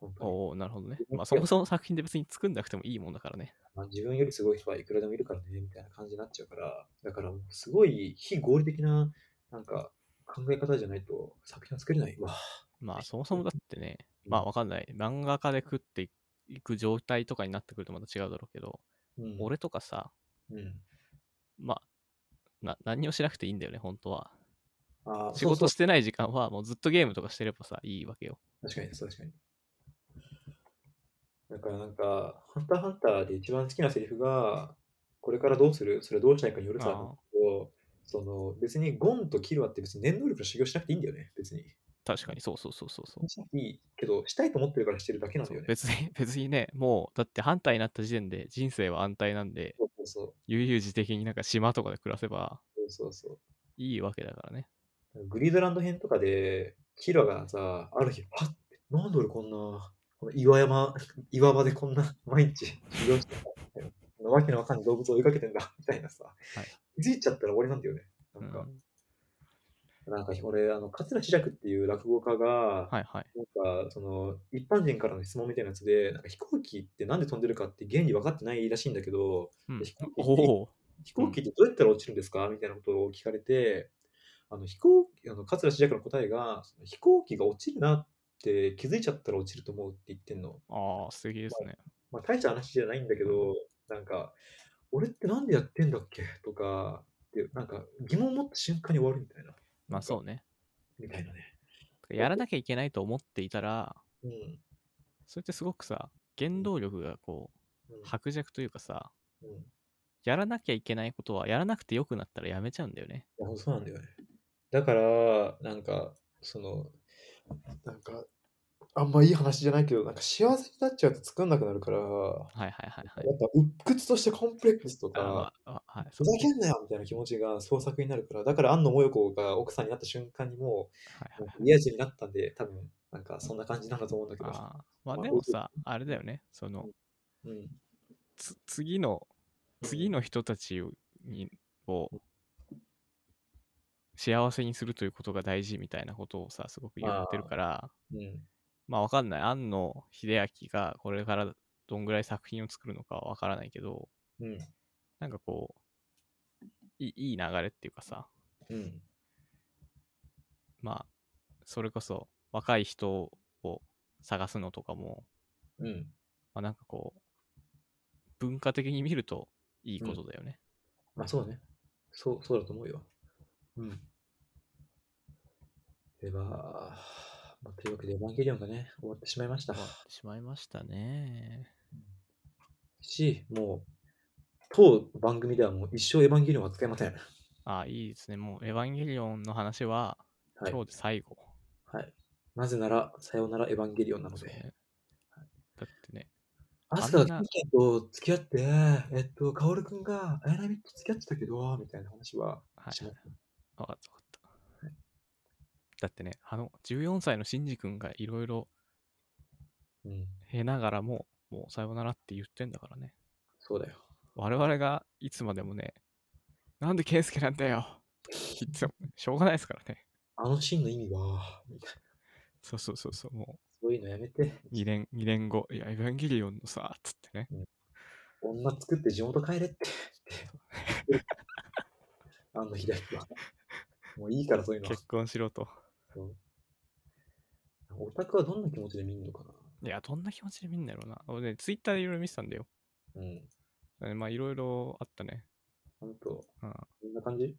[SPEAKER 2] 本当
[SPEAKER 1] な
[SPEAKER 2] に
[SPEAKER 1] おおなるほどねまあそもそも作品で別に作んなくてもいいもんだからね
[SPEAKER 2] まあ、自分よりすごい人はいくらでもいるからね、みたいな感じになっちゃうから、だからもうすごい非合理的ななんか考え方じゃないと作品を作れないわ。
[SPEAKER 1] まあそもそもだってね、まあわかんない。漫画家で食っていく状態とかになってくるとまた違うだろうけど、
[SPEAKER 2] うん、
[SPEAKER 1] 俺とかさ、
[SPEAKER 2] うん、
[SPEAKER 1] まあ、な何をしなくていいんだよね、本当は。
[SPEAKER 2] あー
[SPEAKER 1] 仕
[SPEAKER 2] そ
[SPEAKER 1] 事
[SPEAKER 2] う
[SPEAKER 1] し
[SPEAKER 2] そ
[SPEAKER 1] てない時間はもうずっとゲームとかしてればさ、いいわけよ。
[SPEAKER 2] う確かに、そう確かに。だからなんか、ハンターハンターで一番好きなセリフが、これからどうするそれどうしたいかによる
[SPEAKER 1] あ
[SPEAKER 2] さ、
[SPEAKER 1] あ
[SPEAKER 2] をその別にゴンとキルアって別に念能力の修行しなくていいんだよね、別に。
[SPEAKER 1] 確かに、そうそうそうそうそう。
[SPEAKER 2] しなくていいけど、したいと思ってるからしてるだけなんだよね。
[SPEAKER 1] 別に、 別にね、もう、だって反対になった時点で人生は安泰なんで、
[SPEAKER 2] そうそうそう
[SPEAKER 1] 悠々自適になんか島とかで暮らせば
[SPEAKER 2] そうそうそう
[SPEAKER 1] いいわけだからね。
[SPEAKER 2] グリードランド編とかで、キラがさ、ある日、はっ、なんで俺こんな、この岩山、 岩場でこんな毎日修行してたみたいな、わけのわかんない動物を追いかけてんだ、 みたいなさ、
[SPEAKER 1] はい
[SPEAKER 2] 気づいちゃったら終わりなんだよね。
[SPEAKER 1] う
[SPEAKER 2] なん
[SPEAKER 1] ん、
[SPEAKER 2] か、
[SPEAKER 1] はい
[SPEAKER 2] なんか俺、あの、桂志らくっていう落語家が、
[SPEAKER 1] はい。
[SPEAKER 2] なんか、その、一般人からの質問みたいなやつで、なんか飛行機ってなんで飛んでるかって原理分かってないらしいんだけど、
[SPEAKER 1] うん
[SPEAKER 2] 飛行、機
[SPEAKER 1] おお
[SPEAKER 2] 飛行機ってどうやったら落ちるんですかみたいなことを聞かれて、あの飛行あの桂志らくの答えが、その飛行機が落ちるなって気づいちゃったら落ちると思うって言ってんの。
[SPEAKER 1] ー、ああ、素敵ですね。
[SPEAKER 2] まあ、大した話じゃないんだけど、なんか、俺ってなんでやってんだっけとか、ってなんか疑問を持った瞬間に終わるみたいな。
[SPEAKER 1] まあそうね。
[SPEAKER 2] みたいなね。
[SPEAKER 1] やらなきゃいけないと思っていたら、
[SPEAKER 2] うん。
[SPEAKER 1] それってすごくさ原動力がこ
[SPEAKER 2] うん
[SPEAKER 1] う薄弱というかさ
[SPEAKER 2] うんい
[SPEAKER 1] やらなきゃいけないことはやらなくてよくなったらやめちゃうんだよね
[SPEAKER 2] やそうなんだよね。だから、なんか、その、なんか、あんまいい話じゃないけど、なんか幸せになっちゃうと作んなくなるから、
[SPEAKER 1] はいはいはいはい
[SPEAKER 2] やっぱ鬱屈としてコンプレックスと
[SPEAKER 1] あ
[SPEAKER 2] か、
[SPEAKER 1] まああはいそ
[SPEAKER 2] ふ
[SPEAKER 1] う
[SPEAKER 2] ざけんなよみたいな気持ちが創作になるから、だから安野もよこが奥さんになった瞬間にも
[SPEAKER 1] はいは
[SPEAKER 2] う
[SPEAKER 1] いはい、
[SPEAKER 2] リア充になったんで、多分なんかそんな感じなんだと思うんだけど。
[SPEAKER 1] あーまあでもさあれだよねその
[SPEAKER 2] うん、
[SPEAKER 1] つ次の次
[SPEAKER 2] の。
[SPEAKER 1] の人たちをにを幸せにするということが大事みたいなことをさすごく言ってるから
[SPEAKER 2] うん、
[SPEAKER 1] まあわかんない庵野秀明がこれからどんぐらい作品を作るのかはわからないけど
[SPEAKER 2] うん、
[SPEAKER 1] なんかこう、いいいい流れっていうかさ、
[SPEAKER 2] うん、
[SPEAKER 1] まあ、それこそ若い人を探すのとかも、
[SPEAKER 2] うん。
[SPEAKER 1] まあなんかこう、文化的に見るといいことだよね。
[SPEAKER 2] まあそうね。そう、そうだと思うよ。うん。では、まあ、というわけで、エヴァンゲリオンがね、終わってしまいました
[SPEAKER 1] 終。わってしまいましたね。
[SPEAKER 2] し、もう、当番組ではもう一生エヴァンゲリオンは使いません。
[SPEAKER 1] ああ、いいですね。もう、エヴァンゲリオンの話は、
[SPEAKER 2] はい
[SPEAKER 1] 今日で最後、
[SPEAKER 2] はい。なぜなら、さようならエヴァンゲリオンなの
[SPEAKER 1] そう
[SPEAKER 2] で。
[SPEAKER 1] ねだってね、
[SPEAKER 2] アスカが
[SPEAKER 1] あんな
[SPEAKER 2] キキと付き合って、えっと、カオルくんが綾波と付き合ってたけど、みたいな話は
[SPEAKER 1] はい
[SPEAKER 2] しました。
[SPEAKER 1] わかったわかった。だってね、あの、14歳のシンジ君がいろいろ
[SPEAKER 2] うん。
[SPEAKER 1] 経ながらも、もうさようならって言ってんだからね。
[SPEAKER 2] そうだよ。
[SPEAKER 1] 我々がいつまでもね、なんでケンスケなんだよって言っても、しょうがないですからね。
[SPEAKER 2] あのシーンの意味は、
[SPEAKER 1] そうそうそうそう、も
[SPEAKER 2] そういうのやめて。
[SPEAKER 1] う2年、二年後、いや、エヴァンゲリオンのさ、つってね。
[SPEAKER 2] 女作って地元帰れって。あの日だけは。もういいからそういうのは
[SPEAKER 1] 結。婚しろと。
[SPEAKER 2] オタクはどんな気持ちで見るのか
[SPEAKER 1] いや、どんな気持ちで見んだろうな。俺ね、ツイッターでいろいろ見てたんだよ。
[SPEAKER 2] な。うん。
[SPEAKER 1] えまあ、いろいろあったね。
[SPEAKER 2] 本当。
[SPEAKER 1] うん。
[SPEAKER 2] こんな感じ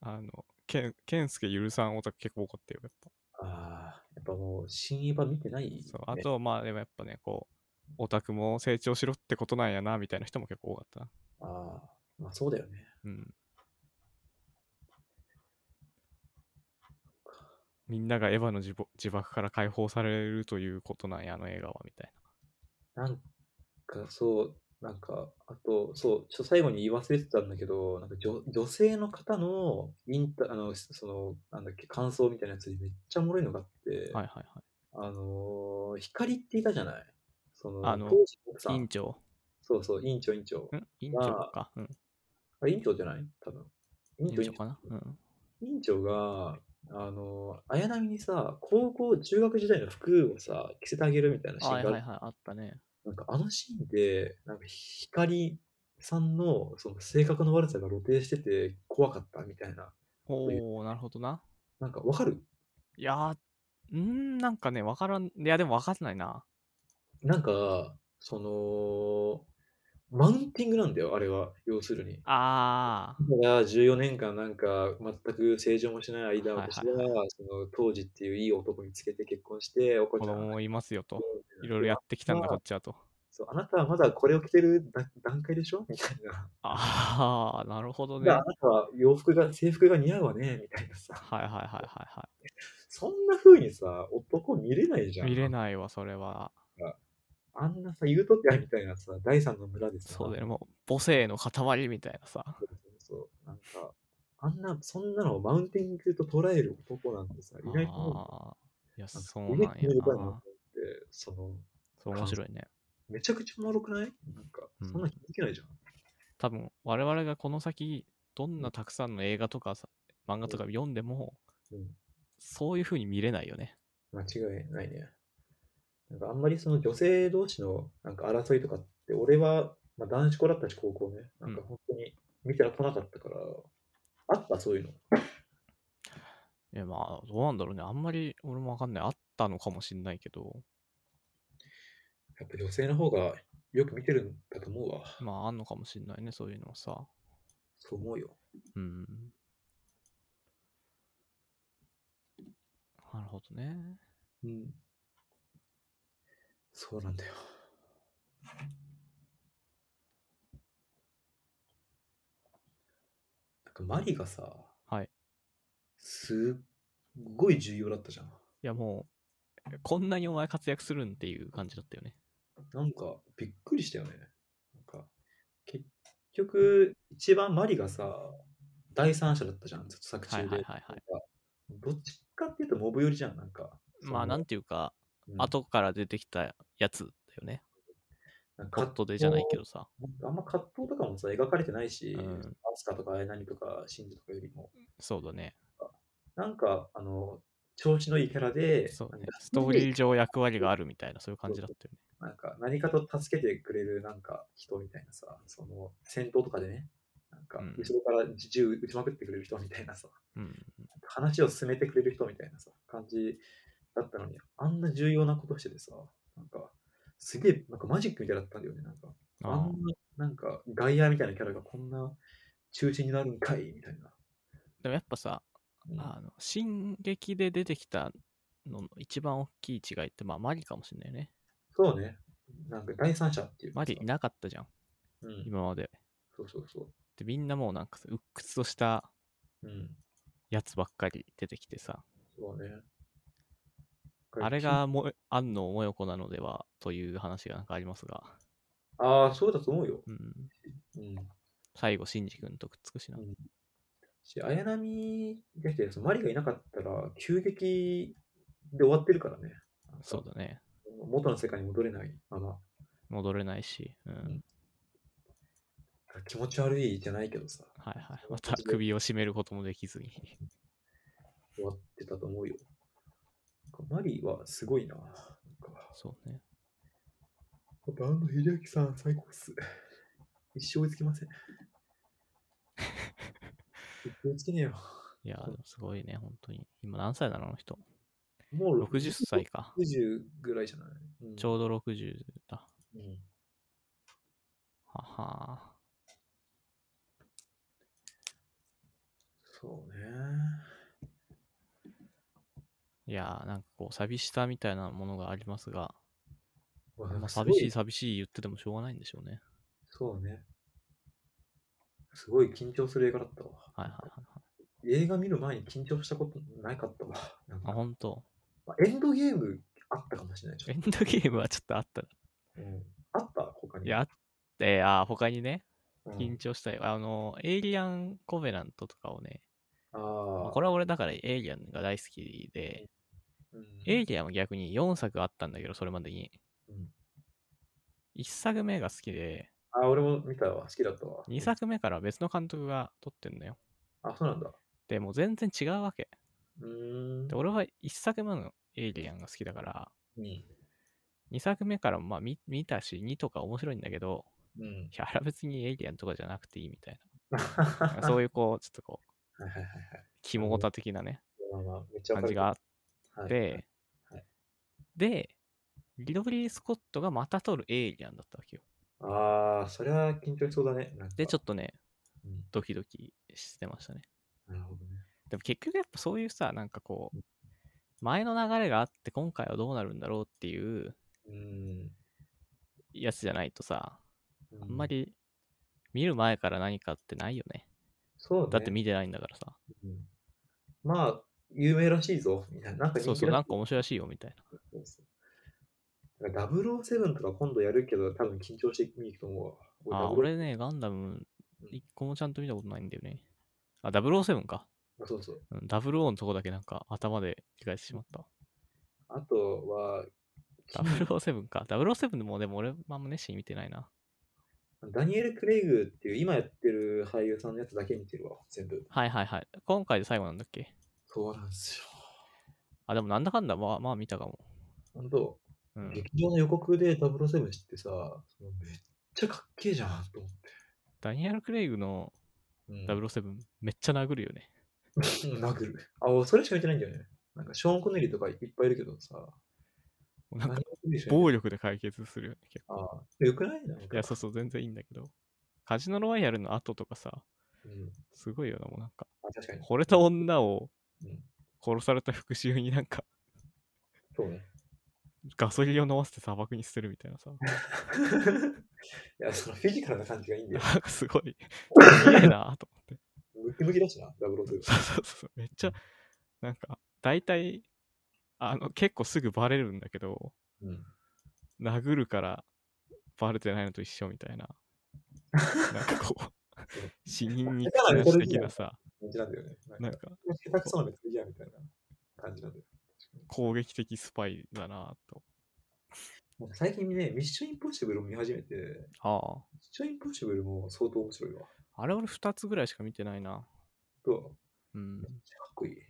[SPEAKER 1] あの、ケン、ケンスケゆるさんオタク結構怒ってよ、やっぱ。
[SPEAKER 2] ああ、やっぱもう、新エヴァ見てない、
[SPEAKER 1] そう。あ、と、まあ、でもやっぱね、こう、オタクも成長しろってことなんやな、みたいな人も結構多かったな。
[SPEAKER 2] ああ、まあそうだよね。
[SPEAKER 1] うん。みんながエヴァの自暴自爆から解放されるということなんや、あの映画は、みたい
[SPEAKER 2] なんかそう、なんか、あと、そう、ちょっと最後に言い忘れてたんだけど、なんか女女性の方のインタ、あの、その、なんだっけ、感想みたいなやつにめっちゃおもろいのがあって、
[SPEAKER 1] な。はいはいは
[SPEAKER 2] あのー、光っていたじゃないその、
[SPEAKER 1] あの
[SPEAKER 2] 当時の奥さ
[SPEAKER 1] い。委
[SPEAKER 2] ん
[SPEAKER 1] 員。長。
[SPEAKER 2] そうそう、委員長、委員長
[SPEAKER 1] ん。委員長か。うん。
[SPEAKER 2] あれ、委員長じゃない多分。
[SPEAKER 1] 委
[SPEAKER 2] 委員
[SPEAKER 1] 員
[SPEAKER 2] 長、
[SPEAKER 1] 長かな。うん。
[SPEAKER 2] 委員長が、あの、綾波にさ、高校、中学時代の服をさ、着せてあげるみたいなシーンが
[SPEAKER 1] は
[SPEAKER 2] あ
[SPEAKER 1] い
[SPEAKER 2] る、
[SPEAKER 1] はいはい、あったね。
[SPEAKER 2] なんかあのシーンで、なんか光さんのその性格の悪さが露呈してて怖かったみたいな。
[SPEAKER 1] おー、なるほどな。
[SPEAKER 2] なんかわかる
[SPEAKER 1] いやー、んー、なんかね、わからん、いや、でもわかんないな。
[SPEAKER 2] なんか、その、マウンティングなんだよ、あれは、要するに。
[SPEAKER 1] あー、
[SPEAKER 2] だから14年間なんか全く成長もしない間
[SPEAKER 1] はいはいはい
[SPEAKER 2] 私はその当時っていういい男につけて結婚してお子
[SPEAKER 1] 子
[SPEAKER 2] ちゃん
[SPEAKER 1] 供もいますよと。
[SPEAKER 2] う
[SPEAKER 1] い
[SPEAKER 2] ん
[SPEAKER 1] ろいろやってきたんだ、
[SPEAKER 2] まあ
[SPEAKER 1] こっちはと。
[SPEAKER 2] そうあなたはまだこれを着てるだ段階 でしょみたいな。
[SPEAKER 1] あー、なるほど
[SPEAKER 2] で
[SPEAKER 1] ね。
[SPEAKER 2] あ
[SPEAKER 1] は
[SPEAKER 2] なたは洋服が制服が似合うわねみたいなさ。
[SPEAKER 1] いはいはいはいは
[SPEAKER 2] そんな風にさ男見れないじ
[SPEAKER 1] い。
[SPEAKER 2] ゃん。
[SPEAKER 1] 見れないわ、それは。
[SPEAKER 2] あんなさユートピアみたいなさ第三の村でさ。
[SPEAKER 1] そうだよね、もう母性の塊みたいなさ。
[SPEAKER 2] そうそうそうなんかあんなそんなのをマウンティングと捉える男なんてさ意外と
[SPEAKER 1] あー、いや、
[SPEAKER 2] なんか
[SPEAKER 1] そう
[SPEAKER 2] 上
[SPEAKER 1] なん
[SPEAKER 2] 決
[SPEAKER 1] や
[SPEAKER 2] める場合もあっ
[SPEAKER 1] な
[SPEAKER 2] て。その
[SPEAKER 1] そう、面白いね。
[SPEAKER 2] めちゃくちゃおもろくないなんか、
[SPEAKER 1] うん
[SPEAKER 2] そんな気づけないじゃん。
[SPEAKER 1] 多分、我々がこの先、どんなたくさんの映画とかさ、漫画とか読んでも、
[SPEAKER 2] うん
[SPEAKER 1] そういう風に見れないよね。
[SPEAKER 2] 間違いないね。なんかあんまりその女性同士のなんか争いとかって、俺は、まあ、男子校だったし高校ね、なんか本当に見てこなかったから、あったそういうの。
[SPEAKER 1] いや、まあ、どうなんだろうね。あんまり俺もわかんない。あったのかもしんないけど、
[SPEAKER 2] やっぱ女性の方がよく見てるんだと思うわ。
[SPEAKER 1] まあ、あんのかもしんないね、そういうのはさ。
[SPEAKER 2] そう思うよ。
[SPEAKER 1] うん。なるほどね。
[SPEAKER 2] うん。そうなんだよ。なんかマリがさ、
[SPEAKER 1] はい。
[SPEAKER 2] すっごい重要だったじゃん。
[SPEAKER 1] いや、もう、こんなにお前活躍するんっていう感じだったよね。
[SPEAKER 2] なんかびっくりしたよね。なんか結局、一番マリがさ、第三者だったじゃん、ずっと作中で。
[SPEAKER 1] はいはいはいはい
[SPEAKER 2] なんかどっちかっていうとモブ寄りじゃん、なんか。
[SPEAKER 1] まあ、なん
[SPEAKER 2] て、
[SPEAKER 1] ていうか、
[SPEAKER 2] うん
[SPEAKER 1] 後から出てきたやつだよね。
[SPEAKER 2] なんか
[SPEAKER 1] カットでじゃないけどさ。
[SPEAKER 2] あんま葛藤とかもさ、描かれてないし、
[SPEAKER 1] うん
[SPEAKER 2] アスカとかアイナニとかシンジとかよりも、
[SPEAKER 1] そうだね。
[SPEAKER 2] なんか、あの、調子のいいキャラで、
[SPEAKER 1] そうね
[SPEAKER 2] なん。か
[SPEAKER 1] ストーリー上役割があるみたいな、そういう感じだったよね。
[SPEAKER 2] なんか何かと助けてくれるなんか人みたいなさ、その戦闘とかでね、なんか
[SPEAKER 1] うん
[SPEAKER 2] 後ろから銃撃ちまくってくれる人みたいなさ、
[SPEAKER 1] うん。
[SPEAKER 2] 話を進めてくれる人みたいなさ、感じだったのに、あんな重要なことしててさ、なんか、すげえ、なんかマジックみたいだったんだよね、なんか。あ
[SPEAKER 1] あ
[SPEAKER 2] んな、なんか、外野みたいなキャラがこんな中心になるんかいみたいな。
[SPEAKER 1] ーでもやっぱさ、
[SPEAKER 2] うん
[SPEAKER 1] あの、進撃で出てきたのの一番大きい違いって、まあ、マリかもしれないよね。
[SPEAKER 2] そうね。なんか第三者っていうか
[SPEAKER 1] マリ
[SPEAKER 2] さ
[SPEAKER 1] いなかったじゃん、
[SPEAKER 2] うん。
[SPEAKER 1] 今まで。
[SPEAKER 2] そうそうそ
[SPEAKER 1] で、みんなもうなんかさ、鬱屈とした
[SPEAKER 2] う。うん。
[SPEAKER 1] やつばっかり出てきてさ、
[SPEAKER 2] そうね。
[SPEAKER 1] あれ。がもえ、安野もよこなのではという話がなんかありますが、
[SPEAKER 2] ああ、そうだと思うよ。
[SPEAKER 1] うん。
[SPEAKER 2] うん。
[SPEAKER 1] 最後、シンジ君とくっつくしな
[SPEAKER 2] う。んし、綾波がいて、そのマリがいなかったら、急激で終わってるからね。
[SPEAKER 1] そうだね。
[SPEAKER 2] 元の世界に戻れないまま。
[SPEAKER 1] 戻れないし。うん。
[SPEAKER 2] 気持ち悪いじゃないけどさ、
[SPEAKER 1] はいはい。また首を絞めることもでき ずに。
[SPEAKER 2] 終わってたと思うよ。なんかマリはすごいな。なんか
[SPEAKER 1] そうね。
[SPEAKER 2] バンド秀明さん、最高っす。一生追いつきません。一生追いつけねえよ。
[SPEAKER 1] いや、でもすごいね、本当に。今何歳なのあの人。
[SPEAKER 2] もう
[SPEAKER 1] 60歳か。
[SPEAKER 2] 60ぐらいじゃない、うん
[SPEAKER 1] ちょうど60だ。
[SPEAKER 2] うん
[SPEAKER 1] はは
[SPEAKER 2] そうね。
[SPEAKER 1] いやー、なんかこう、寂しさみたいなものがありますが、
[SPEAKER 2] ま
[SPEAKER 1] まあ、
[SPEAKER 2] すご
[SPEAKER 1] 寂しい寂しい言っててもしょうがないんでしょうね。
[SPEAKER 2] そうね。すごい緊張する映画だったわ。
[SPEAKER 1] はいはいはいはい。
[SPEAKER 2] 映画見る前に緊張したことなかったわ。なん
[SPEAKER 1] あ、
[SPEAKER 2] か
[SPEAKER 1] 本当。
[SPEAKER 2] まあエンドゲームあったかもしれない。ちょ
[SPEAKER 1] エ
[SPEAKER 2] っ
[SPEAKER 1] ンドゲームはちょっとあったな。
[SPEAKER 2] とうん、あった他に。
[SPEAKER 1] いや、あって、あー、他にね、
[SPEAKER 2] うん、
[SPEAKER 1] 緊張したよ。あの、エイリアン・コベラントとかをね、
[SPEAKER 2] あ
[SPEAKER 1] ま
[SPEAKER 2] あ
[SPEAKER 1] あ、これは俺だからエイリアンが大好きで、
[SPEAKER 2] うん
[SPEAKER 1] エイリアンは逆に4作あったんだけど、それまでに。
[SPEAKER 2] うん
[SPEAKER 1] 1作目が好きで、
[SPEAKER 2] あー、俺も見たわ。好きだったわ。
[SPEAKER 1] 2作目から別の監督が撮ってんのよ。
[SPEAKER 2] あ、そうなんだ。
[SPEAKER 1] でもう全然違うわけ。
[SPEAKER 2] うーん
[SPEAKER 1] で、。俺は1作目のエイリアンが好きだから、
[SPEAKER 2] うん。
[SPEAKER 1] 2作目からもまあ見見たし、2とか面白いんだけど、
[SPEAKER 2] うん
[SPEAKER 1] い。や、あれは別にエイリアンとかじゃなくていいみたいな。なんか
[SPEAKER 2] は
[SPEAKER 1] そういうこう、ちょっと こう、
[SPEAKER 2] いはいはいはい。
[SPEAKER 1] 肝オタ的なね、
[SPEAKER 2] まあまあ、めっちゃ
[SPEAKER 1] 感
[SPEAKER 2] わか
[SPEAKER 1] じ
[SPEAKER 2] る。
[SPEAKER 1] があっ
[SPEAKER 2] はい
[SPEAKER 1] て、
[SPEAKER 2] はい
[SPEAKER 1] で、リドリー・スコットがまた撮るエイリアンだったわけよ。
[SPEAKER 2] ああ、それは緊張しそうだね。なんか
[SPEAKER 1] で、ちょっとね、
[SPEAKER 2] うん
[SPEAKER 1] ドキドキしてましたね。
[SPEAKER 2] なるほどね。
[SPEAKER 1] でも結局やっぱそういうさ、なんかこう、前の流れがあって今回はどうなるんだろうっていう
[SPEAKER 2] うん。
[SPEAKER 1] やつじゃないとさ、
[SPEAKER 2] う
[SPEAKER 1] あんま。り見る前から何かってないよね。
[SPEAKER 2] そうね。
[SPEAKER 1] だって見てないんだからさ。
[SPEAKER 2] うんまあ、有名らしいぞ。みたいな。なんか人気
[SPEAKER 1] そうそう、な
[SPEAKER 2] ら
[SPEAKER 1] ん
[SPEAKER 2] しい
[SPEAKER 1] か面白いらしいよみたいな。
[SPEAKER 2] そうそうだから007とか今度やるけど、多分緊張して見に行くと思うわ。
[SPEAKER 1] あ、
[SPEAKER 2] 007
[SPEAKER 1] 俺ね、ガンダム一個もちゃんと見たことないんだよね。あ、007か。
[SPEAKER 2] そうそう。
[SPEAKER 1] うん、00のとこだけなんか頭で理解してしまった。
[SPEAKER 2] あとは、
[SPEAKER 1] 007か。007でもでも俺あんま熱心に見てないな。
[SPEAKER 2] ダニエル・クレイグっていう今やってる俳優さんのやつだけ見てるわ、全部。
[SPEAKER 1] はいはいはい。今回で最後なんだっけ
[SPEAKER 2] そうなんですよ。
[SPEAKER 1] あ、でもなんだかんだまあまあ見たかも。
[SPEAKER 2] 本当、
[SPEAKER 1] うん。
[SPEAKER 2] 劇場の予告で007知ってさ、そのめっちゃかっけえじゃんと思って。
[SPEAKER 1] ダニエル・クレイグの
[SPEAKER 2] うん、
[SPEAKER 1] 007、めっちゃ殴るよね。
[SPEAKER 2] 殴る。あ、俺それしか見てないんだよね。なんかショーン・コネリーとかいっぱいいるけどさ。
[SPEAKER 1] なんか
[SPEAKER 2] ダニエルクレイグしか見てない
[SPEAKER 1] 暴力で解決するよね。結構
[SPEAKER 2] ああ、よくないなん
[SPEAKER 1] い
[SPEAKER 2] か。
[SPEAKER 1] や、そうそう、全然いいんだけど。カジノロワイヤルの後とかさ、
[SPEAKER 2] うん、
[SPEAKER 1] すごいよな、もうなんか、
[SPEAKER 2] あ確かに。
[SPEAKER 1] 惚れた女を
[SPEAKER 2] うん
[SPEAKER 1] 殺された復讐になんか、
[SPEAKER 2] そうね。
[SPEAKER 1] ガソリンを飲ませて砂漠に捨てるみたい なさ、
[SPEAKER 2] いや、そのフィジカルな感じがいい んだよ。
[SPEAKER 1] なんかすごい、すげえなと思って。
[SPEAKER 2] ムキムキだしな、ダブル
[SPEAKER 1] そうそうそう、めっちゃ、なんか、大体、あの、結構すぐバレるんだけど、
[SPEAKER 2] うん。
[SPEAKER 1] 殴るからバレてないのと一緒みたいな。なんかこ う、死人に口なし的なさ、
[SPEAKER 2] 感じなんだよね。な
[SPEAKER 1] なんん
[SPEAKER 2] か、
[SPEAKER 1] か
[SPEAKER 2] 下手くそなメタルギアみたいな感じなんだよ。
[SPEAKER 1] 攻撃的スパイだなと。
[SPEAKER 2] なんか最近ね、ミッションインポッシブルも見始めて、ミッ
[SPEAKER 1] あ
[SPEAKER 2] ションインポッシブルも相当面白いわ。
[SPEAKER 1] あ。あれ俺2つぐらいしか見てないな。
[SPEAKER 2] どうか
[SPEAKER 1] うん。
[SPEAKER 2] っこいい。
[SPEAKER 1] で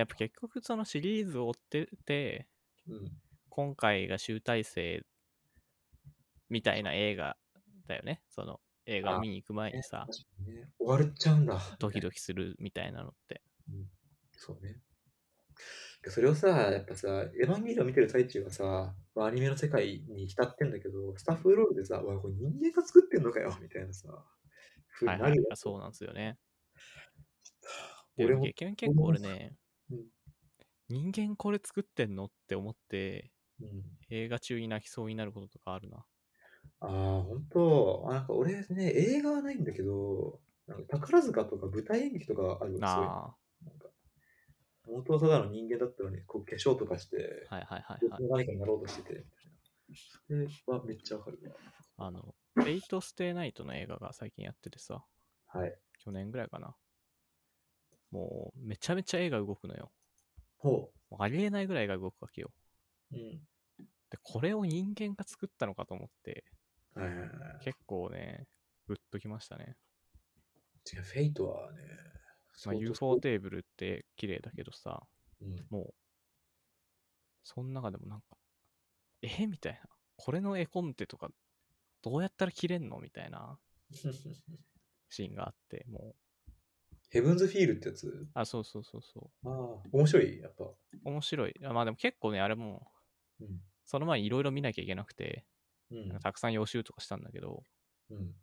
[SPEAKER 1] やっぱ結局そのシリーズを追ってて、
[SPEAKER 2] うん。
[SPEAKER 1] 今回が集大成みたいな映画だよね。その映画を見に行く前にさ
[SPEAKER 2] 確、かにね、終わっちゃうんだ。
[SPEAKER 1] ドキドキするみたいなのって。
[SPEAKER 2] そうね。それをさ、やっぱさ、エヴァンゲリオン見てる最中はさ、まあアニメの世界に浸ってんだけど、スタッフロールでさ、うわ、これ人間が作ってんのかよ、みたいなさ、ふう
[SPEAKER 1] は
[SPEAKER 2] に
[SPEAKER 1] い
[SPEAKER 2] な
[SPEAKER 1] はい
[SPEAKER 2] る
[SPEAKER 1] はい
[SPEAKER 2] よ。。
[SPEAKER 1] そうなんですよね。で
[SPEAKER 2] 俺も
[SPEAKER 1] も結局結構俺
[SPEAKER 2] 思いま
[SPEAKER 1] ね、
[SPEAKER 2] うん
[SPEAKER 1] 人間これ作ってんのって思って
[SPEAKER 2] うん、
[SPEAKER 1] 映画中に泣きそうになることとかあるな。
[SPEAKER 2] ああ、本当あなんか俺ね、映画はないんだけど、なんか宝塚とか舞台演劇とかあるわそういう
[SPEAKER 1] な
[SPEAKER 2] なんか、元はただの人間だったのに、こう化粧とかして、
[SPEAKER 1] あ、はいはいはい
[SPEAKER 2] 別
[SPEAKER 1] はい。
[SPEAKER 2] の何かになろうとしてて、みたいな。それはめっちゃわかる
[SPEAKER 1] あの、エイト・ステイ・ナイトの映画が最近やっててさ、
[SPEAKER 2] わ。はい。
[SPEAKER 1] 去年ぐらいかな。もうめちゃめちゃ絵が動くのよ。
[SPEAKER 2] ほ
[SPEAKER 1] もうありえないぐらい絵が動くわけよ。
[SPEAKER 2] う。うん。
[SPEAKER 1] で、これを人間が作ったのかと思って、
[SPEAKER 2] はいはいはい。
[SPEAKER 1] 結構ね、グッときましたね。
[SPEAKER 2] 違う、フェイトはね、
[SPEAKER 1] まあ、
[SPEAKER 2] 相当
[SPEAKER 1] UFO テーブルって綺麗だけどさ、
[SPEAKER 2] うん。
[SPEAKER 1] もう、その中でもなんか、えみたいな。これの絵コンテとか、どうやったら切れんのみたいなシーンがあって、もう、
[SPEAKER 2] ヘブンズフィールってやつ
[SPEAKER 1] あ、そうそうそうそ
[SPEAKER 2] ああ、面白い、やっぱ。
[SPEAKER 1] う。面白い。あまあでも結構ね、あれも、
[SPEAKER 2] うん。
[SPEAKER 1] その前にいろいろ見なきゃいけなくて、
[SPEAKER 2] う
[SPEAKER 1] なん
[SPEAKER 2] ん
[SPEAKER 1] か。たくさん予習とかしたんだけど、
[SPEAKER 2] うん。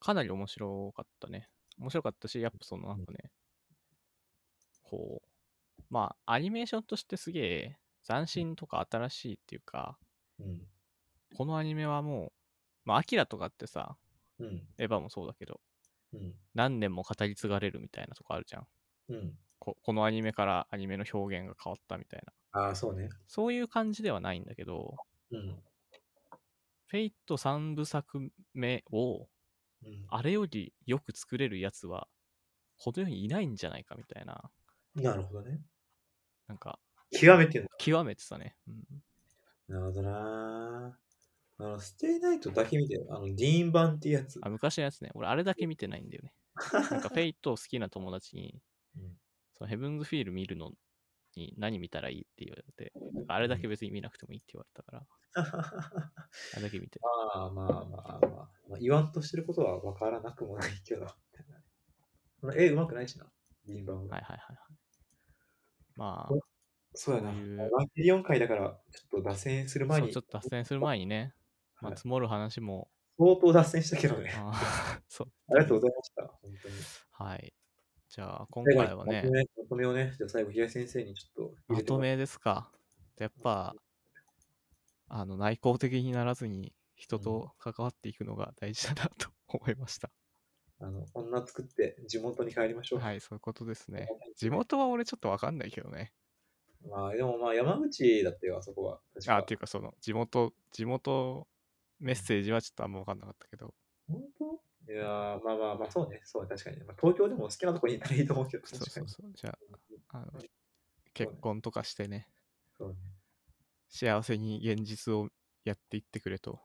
[SPEAKER 1] かなり面白かったね。面白かったし、やっぱそのなんかね、こう、まあ、アニメーションとしてすげえ斬新とか新しいっていうか、
[SPEAKER 2] うん。
[SPEAKER 1] このアニメはもう、まあ、アキラとかってさ、
[SPEAKER 2] うん。
[SPEAKER 1] エヴァもそうだけど、
[SPEAKER 2] うん。
[SPEAKER 1] 何年も語り継がれるみたいなとこあるじゃん。
[SPEAKER 2] うん。
[SPEAKER 1] ここのアニメからアニメの表現が変わったみたいな。
[SPEAKER 2] ああ、そうね。
[SPEAKER 1] そういう感じではないんだけど、
[SPEAKER 2] うん。
[SPEAKER 1] フェイト3部作目を、
[SPEAKER 2] うん、
[SPEAKER 1] あれよりよく作れるやつは、この世にいないんじゃないかみたいな、
[SPEAKER 2] なるほどね。
[SPEAKER 1] なんか、
[SPEAKER 2] 極めてんの
[SPEAKER 1] 極めてたね。うん、
[SPEAKER 2] なるほどなー。あの、ステイナイトだけ見てよあの、ディーン版っていうやつ。
[SPEAKER 1] あ昔のやつね、俺あれだけ見てないんだよね。なんかフェイトを好きな友達に、
[SPEAKER 2] うん
[SPEAKER 1] そのヘブンズフィール見るのに何見たらいいって言われて、なんかあれだけ別に見なくてもいいって言われたから、
[SPEAKER 2] ま
[SPEAKER 1] あれだけ見てる。
[SPEAKER 2] あまあまあまあ、まあ、言わんとしてることは分からなくもないけど。まあ絵うまくないしな、ディーン版が。
[SPEAKER 1] はいはいはいはい。ま
[SPEAKER 2] こそうやな。
[SPEAKER 1] こういう
[SPEAKER 2] ランキリオン回だから、ちょっと脱線する
[SPEAKER 1] あ、
[SPEAKER 2] 前
[SPEAKER 1] そう
[SPEAKER 2] に、
[SPEAKER 1] ちょ
[SPEAKER 2] 相
[SPEAKER 1] っと脱線する前にね、まあ、
[SPEAKER 2] はい
[SPEAKER 1] 積もる話も、
[SPEAKER 2] 当脱線したけどね。
[SPEAKER 1] あー そう。
[SPEAKER 2] ありがとうございました。本当に。
[SPEAKER 1] はい。じゃあ、今
[SPEAKER 2] 最後
[SPEAKER 1] 回
[SPEAKER 2] に
[SPEAKER 1] は
[SPEAKER 2] ま
[SPEAKER 1] ね
[SPEAKER 2] と、めまとめをね、じゃあ最後、平井先生にちょっと
[SPEAKER 1] まと
[SPEAKER 2] もらって。
[SPEAKER 1] めですか。やっぱ、あの、内向的にならずに人と関わっていくのが大事だなと 思いました。
[SPEAKER 2] あの、女作って地元に帰りましょう。
[SPEAKER 1] はい、そういうことですね。地元は俺ちょっとわかんないけどね。
[SPEAKER 2] まあ、でもまあ、山口だったよ、あそこは。確か
[SPEAKER 1] あ、っていうかその、地元、地元メッセージはちょっとあんまわかんなかったけど、
[SPEAKER 2] 本当いやーまあまあまあ、そうね。そう、確かに。まあ、東京でも好きなとこに行ったらいいと思うけど、
[SPEAKER 1] そう
[SPEAKER 2] 確か
[SPEAKER 1] そう
[SPEAKER 2] に。
[SPEAKER 1] そう。じゃあ、あの、結婚とかしてね、
[SPEAKER 2] そうね。
[SPEAKER 1] 幸せに現実をやっていってくれと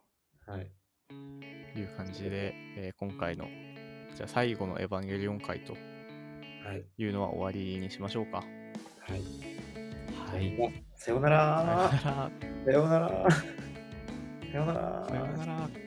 [SPEAKER 2] はい。
[SPEAKER 1] いう感じで、えー今回の、じゃあ最後のエヴァンゲリオン会と
[SPEAKER 2] はい。
[SPEAKER 1] いうのは終わりにしましょうか。
[SPEAKER 2] はい。
[SPEAKER 1] は
[SPEAKER 2] じ
[SPEAKER 1] い。
[SPEAKER 2] ゃあみんなさようなら
[SPEAKER 1] さよなら
[SPEAKER 2] さようならさようなら
[SPEAKER 1] さよなら。